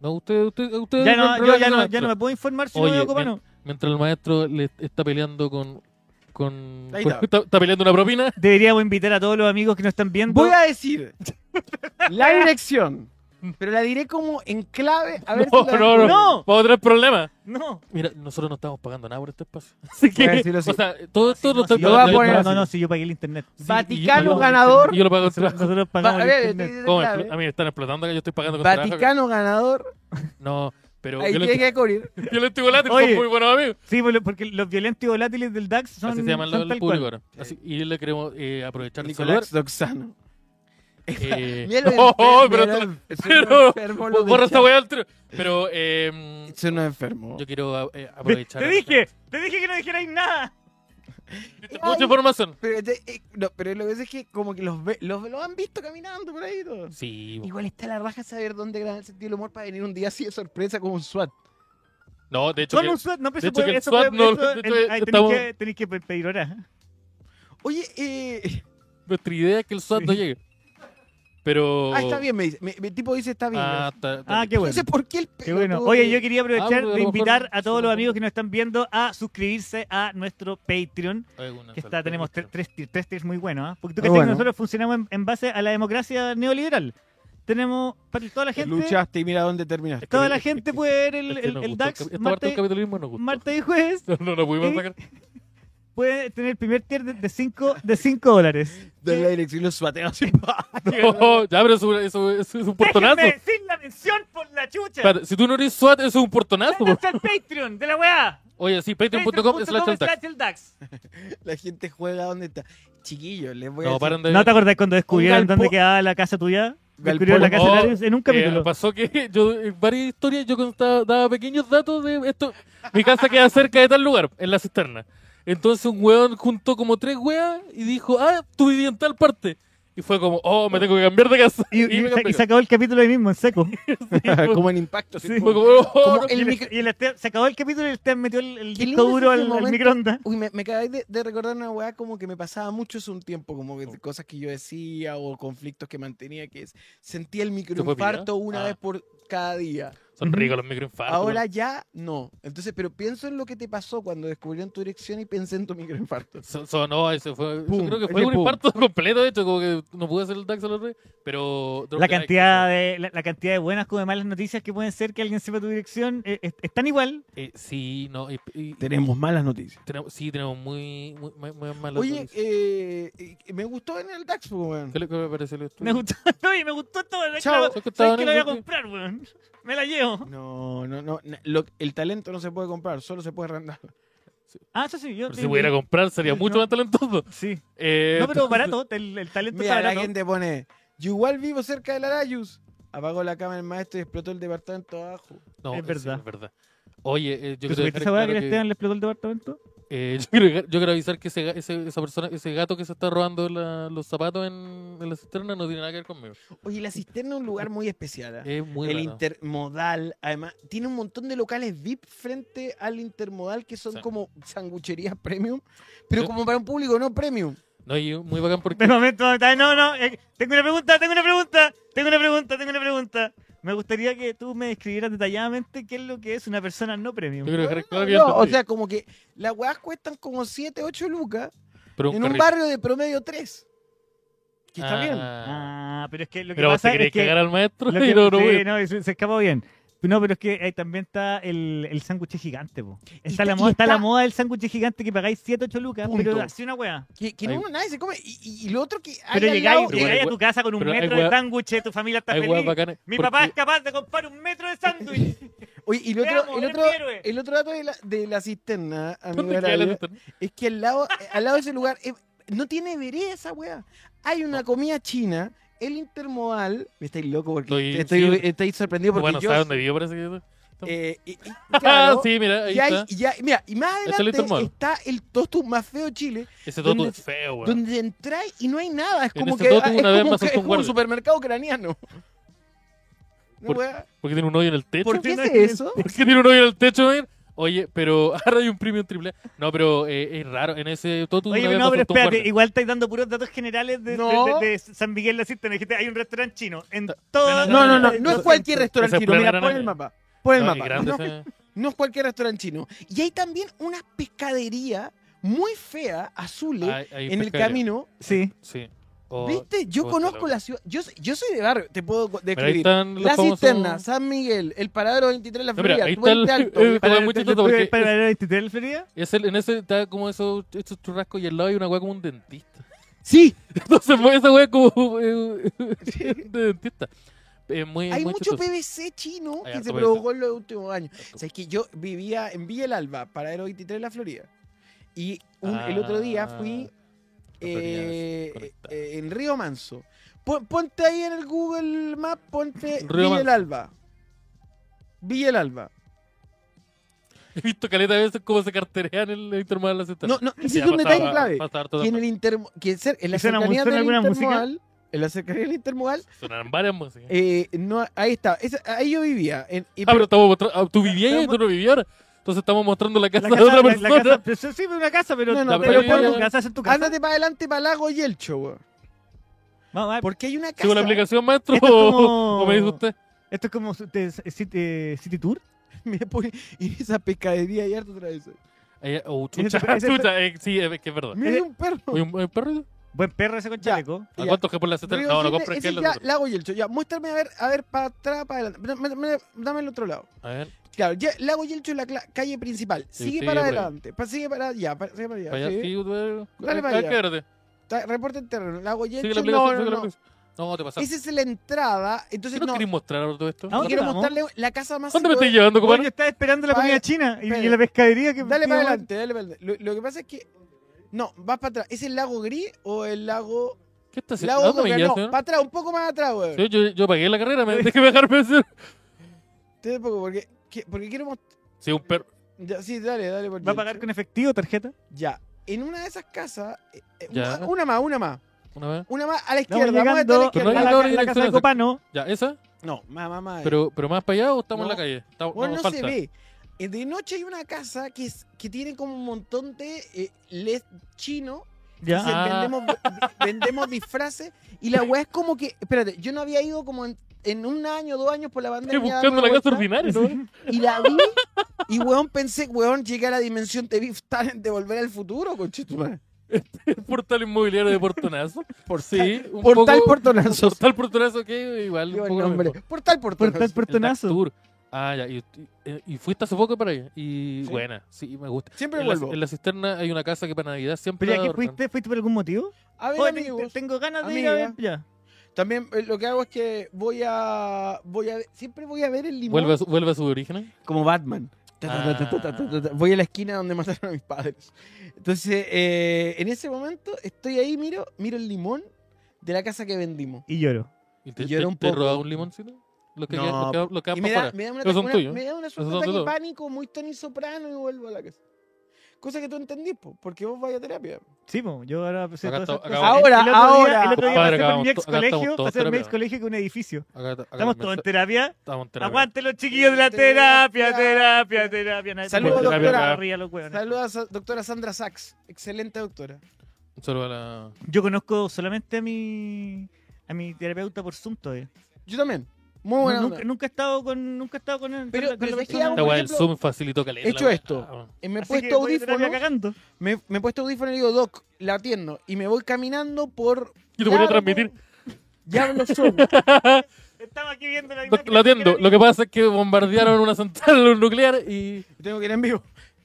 S2: No, usted. usted, usted
S1: Ya no, yo ya no, ya
S2: mientras-
S1: no me puedo informar si
S2: Oye,
S1: no veo Copano.
S2: Mientras el maestro le está peleando con. con,
S3: Ahí
S2: con-
S3: está.
S2: está. está peleando una propina.
S1: Deberíamos invitar a todos los amigos que nos están viendo.
S3: Voy a decir la dirección. Pero la diré como en clave. A ver
S2: No,
S3: si la-
S2: no,
S1: ¡No!
S2: Vamos a tener problemas.
S1: No.
S2: Mira, nosotros no estamos pagando nada por este espacio. Así que.
S3: Voy a decirlo así.
S2: O sea, todo esto lo
S1: no,
S2: está
S1: si
S3: yo voy a poner
S1: no,
S3: así.
S1: no, no, si yo pagué el internet.
S2: Sí,
S3: Vaticano
S2: y yo- yo-
S3: ganador.
S2: y Yo lo pago.
S1: Nosotros, nosotros
S3: Va-
S1: pagamos
S3: a
S1: el
S3: ver,
S1: internet.
S3: dice
S2: ¿Cómo?
S3: la-
S2: A mí me están explotando que yo estoy pagando con trabajo.
S3: Vaticano ganador.
S2: No, pero
S3: Ahí
S2: yo
S3: tiene
S2: le
S3: que cubrir.
S2: yo le estoy volando,
S1: Oye.
S2: son muy buenos amigos.
S1: Sí, por lo- porque los violentos y volátiles del DAX son,
S2: Así se llaman
S1: son
S2: los del
S1: tal
S2: público
S1: cual.
S2: ahora. Así- y le queremos eh, aprovechar el celular.
S3: Nicolás Doxano.
S2: Eh,
S3: Mira lo
S2: no,
S3: enfermo,
S2: pero,
S3: mira lo
S2: tú-
S3: enfermo,
S2: pero-
S3: enfermo lo
S2: borra
S3: de
S2: esta
S3: Chávez.
S2: weá al tiro. Pero eh,
S3: Eso no es enfermo.
S2: yo quiero eh,
S1: Te,
S2: aprovechar.
S1: te dije, te dije que no dijerais nada.
S2: Mucha información.
S3: Pero, te- eh, no, pero lo que pasa es que como que los, ve- los, los han visto caminando por ahí. todo.
S2: Sí.
S3: Igual está la raja saber dónde grabar el sentido del humor para venir un día así de sorpresa como un SWAT.
S2: No, de hecho.
S1: Con
S2: que-
S1: un SWAT, no, pero eso
S2: de hecho que
S1: puede,
S2: el
S1: eso
S2: SWAT
S1: puede,
S2: no-
S1: eso-
S2: de hecho
S1: en- ahí
S2: estamos- Ah,
S1: tenéis que, tenéis que pe- pedir horas.
S3: Oye, eh,
S2: nuestra idea es que el SWAT no
S1: Sí.
S2: llegue. Pero.
S3: ah, está bien, me dice. Me- El tipo dice está bien.
S2: Ah, está- está-
S1: Oh. Ah, qué bueno.
S3: Entonces, ¿por qué el
S1: Qué bueno.
S3: pelotudo
S1: Oye,
S3: de-
S1: yo quería
S2: Ah,
S1: aprovechar
S2: porque a
S1: de
S2: lo mejor-
S1: invitar a todos los
S2: sí.
S1: amigos que nos están viendo a suscribirse a nuestro Patreon,
S2: Ay, una
S1: que está,
S2: falta de
S1: tenemos tre-
S2: respeto.
S1: tres, tier- tres tiers muy buenos, ¿ah? porque tú
S3: Muy
S1: cachai que
S3: bueno.
S1: nosotros funcionamos en, en base a la democracia neoliberal. Tenemos para toda la gente,
S3: Luchaste y mira dónde terminaste.
S1: toda la gente puede ver el,
S2: Es que
S1: el-
S2: nos
S1: el
S2: gustó
S1: DAX
S2: cap- esta parte del
S1: martes,
S2: capitalismo nos gustó.
S1: martes y jueves,
S2: No, no, no pudimos
S1: ¿Sí?
S2: sacar.
S1: puede tener el primer tier de 5 de cinco, de cinco dólares.
S3: De la dirección los suateos. así, pa.
S2: No, Oh, ya, pero eso, eso- eso es un portonazo.
S1: Déjenme decir la mención por la chucha.
S2: Espérate, si tú no eres SWAT, eso es un portonazo. po.
S1: Métanse al Patreon de la weá.
S2: Oye, sí, patreon.com slash el tax.
S1: el DAX.
S3: La gente juega donde está. Chiquillos, les voy a
S2: No,
S3: decir-
S2: paran de...
S1: ¿No te acordás cuando descubrieron
S3: galpo-
S1: dónde quedaba la casa tuya? Descubrieron la
S2: galpón.
S1: casa de Larios en un
S2: Eh,
S1: capítulo.
S2: pasó que yo en varias historias yo contaba, daba pequeños datos de esto. Mi casa queda cerca de tal lugar, en la cisterna. Entonces un weón juntó como tres weas y dijo, ah, tú vivías en tal parte. Y fue como, oh, me tengo que cambiar de casa.
S1: Y, y-
S2: me
S1: y
S2: cambié.
S1: se acabó el capítulo ahí mismo, en seco.
S3: como en impacto.
S1: Sí.
S3: sí,
S2: Fue
S3: como-
S2: como, oh,
S3: como
S2: no.
S1: Y
S3: el
S1: el-
S3: micro-
S1: y el Esteban- se acabó el capítulo y el Esteban metió el, el
S3: Qué
S1: disco
S3: lindo
S1: duro
S3: ese
S1: al, al
S3: momento.
S1: microondas.
S3: Uy, me, me acabáis de, de recordar una weá como que me pasaba mucho hace un tiempo, como que
S2: Oh.
S3: cosas que yo decía o conflictos que mantenía, que es, sentía el microinfarto una
S2: Ah.
S3: vez por cada día.
S2: Son ricos los microinfartos.
S3: Ahora ya no. Entonces, pero pienso en lo que te pasó cuando descubrieron tu dirección y pensé en tu microinfarto.
S2: So- so- no, eso fue. yo
S3: Pum,
S2: creo que
S3: ese
S2: fue un
S3: pum.
S2: impacto completo, de hecho, como que no pude hacer el DAX al otro día, pero. Drop
S1: La
S2: the mic,
S1: cantidad, de, la, la cantidad de buenas como de malas noticias que pueden ser que alguien sepa tu dirección eh, es- están igual.
S2: o sea, eh, sí, no. y- y-
S3: Tenemos malas noticias.
S2: tenemos- sí, tenemos muy, muy, muy, muy malas
S3: Oye,
S2: noticias.
S3: eh, eh, me gustó en el DAX, pues, weón.
S2: ¿Qué le- qué me parece el estudio?
S1: Me gustó, oye, me gustó todo.
S3: Chao.
S1: Claro,
S2: Sé que
S1: ¿Sabes
S2: estaba
S1: que
S2: en
S1: la voy
S2: el
S1: a
S2: grupo.
S1: comprar, weón? Me la llevo.
S3: No, no, no. na- lo- el talento no se puede comprar, solo se puede arrendar.
S1: Ah, eso sí, yo.
S2: Pero si pudiera comprar, sería
S1: Sí,
S2: mucho
S1: no.
S2: más talentoso.
S1: Sí.
S2: Eh,
S1: No, pero barato, el, el talento
S3: Mira,
S1: está
S3: la
S1: barato.
S3: gente pone, yo igual vivo cerca del Arayus. Apagó la cama del maestro y explotó el departamento abajo.
S2: no,
S1: es
S2: sí,
S1: verdad.
S2: es verdad. Oye, eh, yo,
S1: ¿Tú
S2: quiero
S1: supiste
S2: dejar
S1: esa weá
S2: claro
S1: que el
S2: que-
S1: Esteban le explotó el departamento?
S2: eh, yo, quiero, dejar- yo quiero avisar que ese, ga- ese- esa persona, ese gato que se está robando la- los zapatos en, en la cisterna no tiene nada que ver conmigo.
S3: Oye, la cisterna es un lugar muy especial. ¿ah?
S2: Es muy
S3: el
S2: raro.
S3: intermodal, además, tiene un montón de locales VIP frente al intermodal que son
S2: Sí.
S3: como sangucherías premium, pero
S2: Sí.
S3: como para un público no premium.
S2: No, y muy bacán porque.
S1: De momento, ah, no, no, eh, tengo una pregunta, tengo una pregunta, tengo una pregunta, tengo una pregunta. Me gustaría que tú me describieras detalladamente qué es lo que es una persona no
S2: Yo
S1: premium.
S2: quiero dejar claro que
S3: No,
S2: yo
S3: o
S2: entendí,
S3: sea, como que las weas cuestan como 7, 8 lucas
S2: pero
S3: en un
S2: carrito.
S3: barrio de promedio 3. Que está bien.
S2: Ah.
S1: Ah, pero es que lo que
S2: Pero vos
S1: pasa
S2: te
S1: es
S2: querés
S1: que...
S2: cagar al maestro.
S1: Lo que-
S2: y no, no,
S1: sí,
S2: güey.
S1: no, se, se escapa bien. No, pero es que ahí también está el, el sándwich gigante, po. Está,
S3: está-
S1: la moda,
S3: y
S1: está, la
S3: está-
S1: moda del sándwich gigante que pagáis 7, 8 lucas,
S3: Punto.
S1: pero así una weá.
S3: Que, que
S2: Hay-
S3: no, nadie se come. Y, y- y lo otro que hay
S1: Pero
S3: al
S1: llegáis,
S3: lado- eh,
S2: Pero pues,
S1: llegáis
S2: hay
S1: a tu
S2: wea-
S1: casa con un
S2: pero hay
S1: metro de
S2: wea-
S1: sándwiches, tu familia está
S2: Hay weas
S1: feliz.
S2: bacanes.
S1: Mi
S2: porque-
S1: papá es capaz de comprar un metro de sándwich.
S3: Oye, y lo
S1: Te
S3: otro,
S1: amo,
S3: el,
S1: eres
S3: otro, eh,
S1: mi héroe.
S3: el otro dato de la, de la cisterna, amigo
S2: ¿Dónde
S3: de la
S2: queda la
S3: vida,
S2: cisterna?
S3: es que al lado, al lado de ese lugar eh, no tiene vereda esa weá. Hay una comida china, el intermodal. Me estáis loco
S2: Estoy-
S3: porque estoy,
S2: sí.
S3: estáis sorprendido porque
S2: Bueno,
S3: yo.
S2: ¿sabes dónde vivo? Parece que.
S3: eh, y- y-
S2: Ah,
S3: claro,
S2: sí, mira, ahí
S3: y hay-
S2: está.
S3: y hay- mira, y más
S2: el
S3: adelante
S2: intermodal.
S3: está el Totus más feo Chile,
S2: Ese toto
S3: ¿dónde-
S2: es feo, güey.
S3: donde entráis y no hay nada. Es
S2: En
S3: como
S2: ese
S3: que,
S2: Totus
S3: ah, es
S2: una vez me
S3: como, que-
S2: asaltó
S3: es
S2: un
S3: como un
S2: guardia.
S3: supermercado ucraniano. Una
S2: Por-
S3: weá.
S2: Porque tiene un hoyo en el techo.
S3: ¿Por qué
S1: no
S3: es
S1: hay-
S3: eso?
S2: ¿Por qué tiene un hoyo en el techo, güey? Oye, pero ahora hay un premium triple A. No, pero eh, es raro. En ese Totu una
S1: Oye,
S2: vez
S1: no, pero
S2: pasó un
S1: espérate,
S2: guardia.
S1: igual estáis dando puros datos generales de, de-
S3: No.
S1: de- de San Miguel de la Cisterna. Dijiste, hay un restaurante chino en todo...
S3: No, no, no, no es
S2: Entonces,
S3: cualquier restaurante
S2: ese
S3: chino.
S2: plan
S3: Mira,
S2: era
S3: pon
S2: no-
S3: el mapa. Pon el
S2: No, qué
S3: mapa.
S2: grande
S3: No,
S2: ese-
S3: no es cualquier restaurante chino. Y hay también una pescadería muy fea, azul, eh,
S2: Hay- hay
S3: en el
S2: pescadería. Oh,
S3: camino.
S1: Sí.
S2: Sí. O-
S3: ¿Viste? Yo
S2: o
S3: conozco
S2: hasta
S3: la ciudad. Yo, soy- yo soy de barrio, te puedo co-
S2: Pero ahí
S3: describir.
S2: están los
S3: La
S2: famosos-
S3: cisterna, San Miguel, el paradero 23 La
S2: No, mira,
S3: Florida,
S2: ahí está el- eh,
S3: Puente Alto.
S1: Para
S2: el- Pero
S1: el
S2: mucho
S1: para-
S2: dato, porque-
S1: para el 23 de Florida.
S2: Es el- en ese está como esos, estos churrascos y al lado hay una weá como un dentista.
S3: Sí,
S2: Entonces fue esa weá como eh, de dentista. Eh, muy,
S3: hay
S2: muy
S3: mucho
S2: chistoso.
S3: PVC chino
S2: Hay
S3: que
S2: harto
S3: se
S2: PVC.
S3: provocó en los últimos años. O sea, es que yo vivía en Villa El Alba, paradero 23 La Florida. Y un- el otro día
S2: Ah,
S3: fui
S2: La Florida
S3: eh,
S2: desconectada.
S3: eh, en Río Manso. Pon- ponte ahí en el Google Map, ponte
S2: Río
S3: Villa El
S2: Manso.
S3: Alba. Villa El Alba.
S2: He visto caleta de veces cómo se carterean el intermodal de la cisterna.
S3: No, no,
S2: Sí,
S3: ese
S2: ha
S3: es un
S2: pasado-
S3: detalle
S2: ha-
S3: clave.
S2: pasa harto
S3: Que en
S2: también.
S3: el intermo- que cer- en la
S1: ¿Suena mu-
S3: cercanía
S1: suena
S3: del
S1: alguna música?
S3: intermodal, en la cercanía del intermodal,
S2: Sonaron varias músicas.
S3: eh, no, ahí está, Esa- ahí yo vivía. En, y-
S2: ah, pero estamos mostrando. Tú vivías ahí,
S1: Estamos-
S2: tú no vivías ahora. Entonces estamos mostrando la casa,
S1: La casa,
S2: de otra
S1: la- la
S2: persona.
S1: casa- pero sí, sí, una casa, pero...
S3: No, no,
S1: la-
S2: pero
S1: pero
S2: yo-
S1: ¿cuál es tu casa? ¿Esa es tu casa?
S3: ándate para adelante para Lago Yelcho, weón.
S1: Vamos a ver.
S3: Porque hay una casa.
S2: ¿Sigo la aplicación, maestro?
S1: Esto es
S2: o-
S1: como-
S2: o me dice usted?
S1: Esto es como su- te- City, eh, City Tour.
S3: Mira, pone- y esa pescadería y harto otra vez.
S2: Eh, oh,
S1: Ese-
S2: chucha,
S1: ese-
S2: chucha. eh, sí, es que es verdad.
S3: Mira, hay un perro.
S2: ¿Hay un, hay un perro?
S1: Buen perro ese con
S3: Ya.
S1: chaleco.
S2: ¿A
S3: Ya.
S2: cuántos que por la cisterna?
S3: Río
S2: No, no
S3: Cisne,
S2: compren
S3: ese
S2: que es la
S3: ya,
S2: cisterna.
S3: Lago Yelcho. Ya, muéstrame a ver, a ver, para atrás, para adelante. Pero, me- me- dame el otro lado.
S2: A ver,
S3: Claro, ya, Lago Yelcho es la cla- calle principal.
S2: Sí,
S3: Sigue
S2: sigue
S3: para
S2: por ahí.
S3: adelante. pa- sigue para allá. pa- sigue para allá.
S2: para allá,
S3: sí.
S2: sí, tú-
S3: Dale
S2: ah,
S3: para allá.
S2: quédate.
S3: Ta- Reporte en terreno. Lago
S2: Sigue
S3: Yelcho.
S2: la
S3: no,
S2: aplicación,
S3: no,
S2: sigue la
S3: no.
S2: aplicación. No, te pasaste.
S3: Esa es la entrada. Entonces,
S2: ¿Qué nos
S3: no,
S2: queréis mostrar ahora todo esto?
S1: ¿A
S3: yo
S1: dónde
S3: quiero
S1: vamos?
S3: mostrarle la casa más.
S2: ¿Dónde me
S3: psicodélica-
S2: estoy
S1: Bueno,
S2: llevando,
S1: yo
S2: compadre?
S1: estaba esperando la
S3: Vaya,
S1: comida china y,
S3: espera.
S1: y la pescadería que.
S3: Dale
S1: que-
S3: para adelante, dale para adelante. Lo, lo que pasa es que. No, vas para atrás. ¿Es el lago gris o el lago.
S2: ¿Qué estás haciendo? ¿A
S3: Lago
S2: dónde me
S3: Coca?
S2: guías,
S3: No,
S2: señor?
S3: para atrás, un poco más atrás, weón.
S2: Sí, Yo, yo pagué la carrera, me, déjeme dejarme hacer.
S3: Te doy poco, porque, que- porque quiero mostrar.
S2: Sí, un perro.
S3: Sí, dale, dale. por
S1: ¿Va a
S3: dentro.
S1: pagar con efectivo, tarjeta?
S3: Ya. En una de esas casas. eh, eh,
S2: Ya.
S3: Una, una más, una más.
S2: Una vez.
S3: Una más a la
S1: Estamos
S3: izquierda. vamos a estar a la
S1: llegando a
S2: Pero no
S1: la,
S2: hay
S3: izquierda.
S2: lado
S1: la
S2: direccional,
S1: casa de
S2: exacto.
S1: Copano.
S2: Ya, esa.
S3: No, más, más, más.
S2: Pero, pero más para allá o estamos
S3: No.
S2: en la calle. Estamos,
S3: Bueno,
S2: no,
S3: no se
S2: falta.
S3: ve. Eh, De noche hay una casa que, es, que tiene como un montón de eh, LED chino.
S1: Ya.
S3: Dice,
S2: Ah.
S3: vendemos, vendemos disfraces. Y la weá es como que. Espérate, yo no había ido como en, en un año, dos años por la pandemia.
S2: Estoy buscando la
S3: dando
S2: casa
S3: vueltas,
S2: ordinaria, ¿no?
S3: Y la vi. Y weón pensé, weón, llegué a la dimensión de Beef Talent de volver al futuro, conchetumare.
S2: El portal inmobiliario de Portonazo.
S3: Por
S2: Sí, un
S3: Portal
S2: poco,
S3: Portonazo.
S2: Portal Portonazo, que igual. Un
S3: Digo el
S2: poco lo
S3: nombre.
S2: mismo.
S3: Portal Portonazo.
S1: Portal
S2: El
S1: Portonazo.
S2: Nactur. Ah, ya. Y, y- y fuiste hace poco para allá. Y
S3: Sí.
S2: buena, sí, me gusta.
S3: Siempre
S2: En la,
S3: vuelvo.
S2: en la cisterna hay una casa que para Navidad siempre.
S1: ¿Pero ya que
S2: adornan.
S1: fuiste? ¿Fuiste por algún motivo?
S3: A ver,
S1: Oye, te-
S3: amigos.
S1: tengo ganas de ir a ver.
S3: Amiga.
S1: Ya.
S3: También eh, lo que hago es que voy a. voy a Siempre voy a ver el limón.
S2: Vuelve a su, vuelve a su origen.
S3: como Batman. Ta, ta, ta, ta, ta, ta, ta, ta. Voy a la esquina donde mataron a mis padres. Entonces, eh, en ese momento estoy ahí, miro, miro el limón de la casa que vendimos.
S1: Y lloro.
S2: ¿Y te,
S3: Y llora
S2: te-
S3: un
S2: te
S3: poco.
S2: roba un limoncito? Lo que
S3: No,
S2: queda, lo que, lo que
S3: y
S2: va
S3: me
S2: para
S3: da,
S2: afuera.
S3: me da una,
S2: Esos son
S3: una-
S2: tuyos.
S3: me da una
S2: son
S3: suerte de ataque
S2: tuyos.
S3: pánico muy Tony Soprano y vuelvo a la casa. Cosa que tú entendís, po, porque vos vas a terapia.
S1: Sí, po, yo ahora sé
S2: Acá
S1: todas esas
S2: está-
S1: cosas.
S2: acá
S1: El- el
S3: Ahora,
S1: otro día-
S3: ahora.
S1: el otro día
S2: Compadre,
S1: pasé por mi
S2: acabamos
S1: ex
S2: to- acá estamos
S1: colegio,
S2: todos
S1: pasé por mi
S2: terapia.
S1: ex colegio que un edificio.
S2: Acá, acá
S1: Estamos
S2: me-
S1: todos en terapia.
S2: estamos en terapia.
S1: Aguante los chiquillos de la terapia, terapia, terapia. Nadie se
S3: Saludos,
S1: puede tirar
S3: doctora.
S1: la barriga a los hueones.
S3: Saludos a doctora Sandra Sachs. Excelente doctora.
S2: Un saludo a la.
S1: Yo conozco solamente a mi a mi terapeuta por Zoom todavía.
S3: Yo también. Muy
S1: No,
S3: buena.
S1: nunca,
S3: onda.
S1: nunca he estado con nunca he estado con él.
S3: Pero-
S1: con la- con la
S3: pero ¿sabes qué
S1: persona.
S2: Esta
S3: Por
S2: weá del
S3: ejemplo,
S2: Zoom facilitó caleta.
S3: hecho
S2: la weá.
S3: esto.
S2: Ah, bueno.
S3: Eh, Me he
S1: Así que
S3: puesto
S1: voy a terapia
S3: audífonos.
S1: cagando.
S3: Me, me he puesto audífonos y digo, Doc, la atiendo. Y me voy caminando por.
S2: Yo te voy a
S3: largo-
S2: transmitir.
S3: Diablo Zoom.
S1: Estaba aquí viendo la
S2: Doc,
S1: imagen
S2: Lo
S1: de
S2: atiendo.
S1: Gerardo.
S2: Lo que pasa es que bombardearon una central nuclear y.
S3: Tengo que ir en vivo.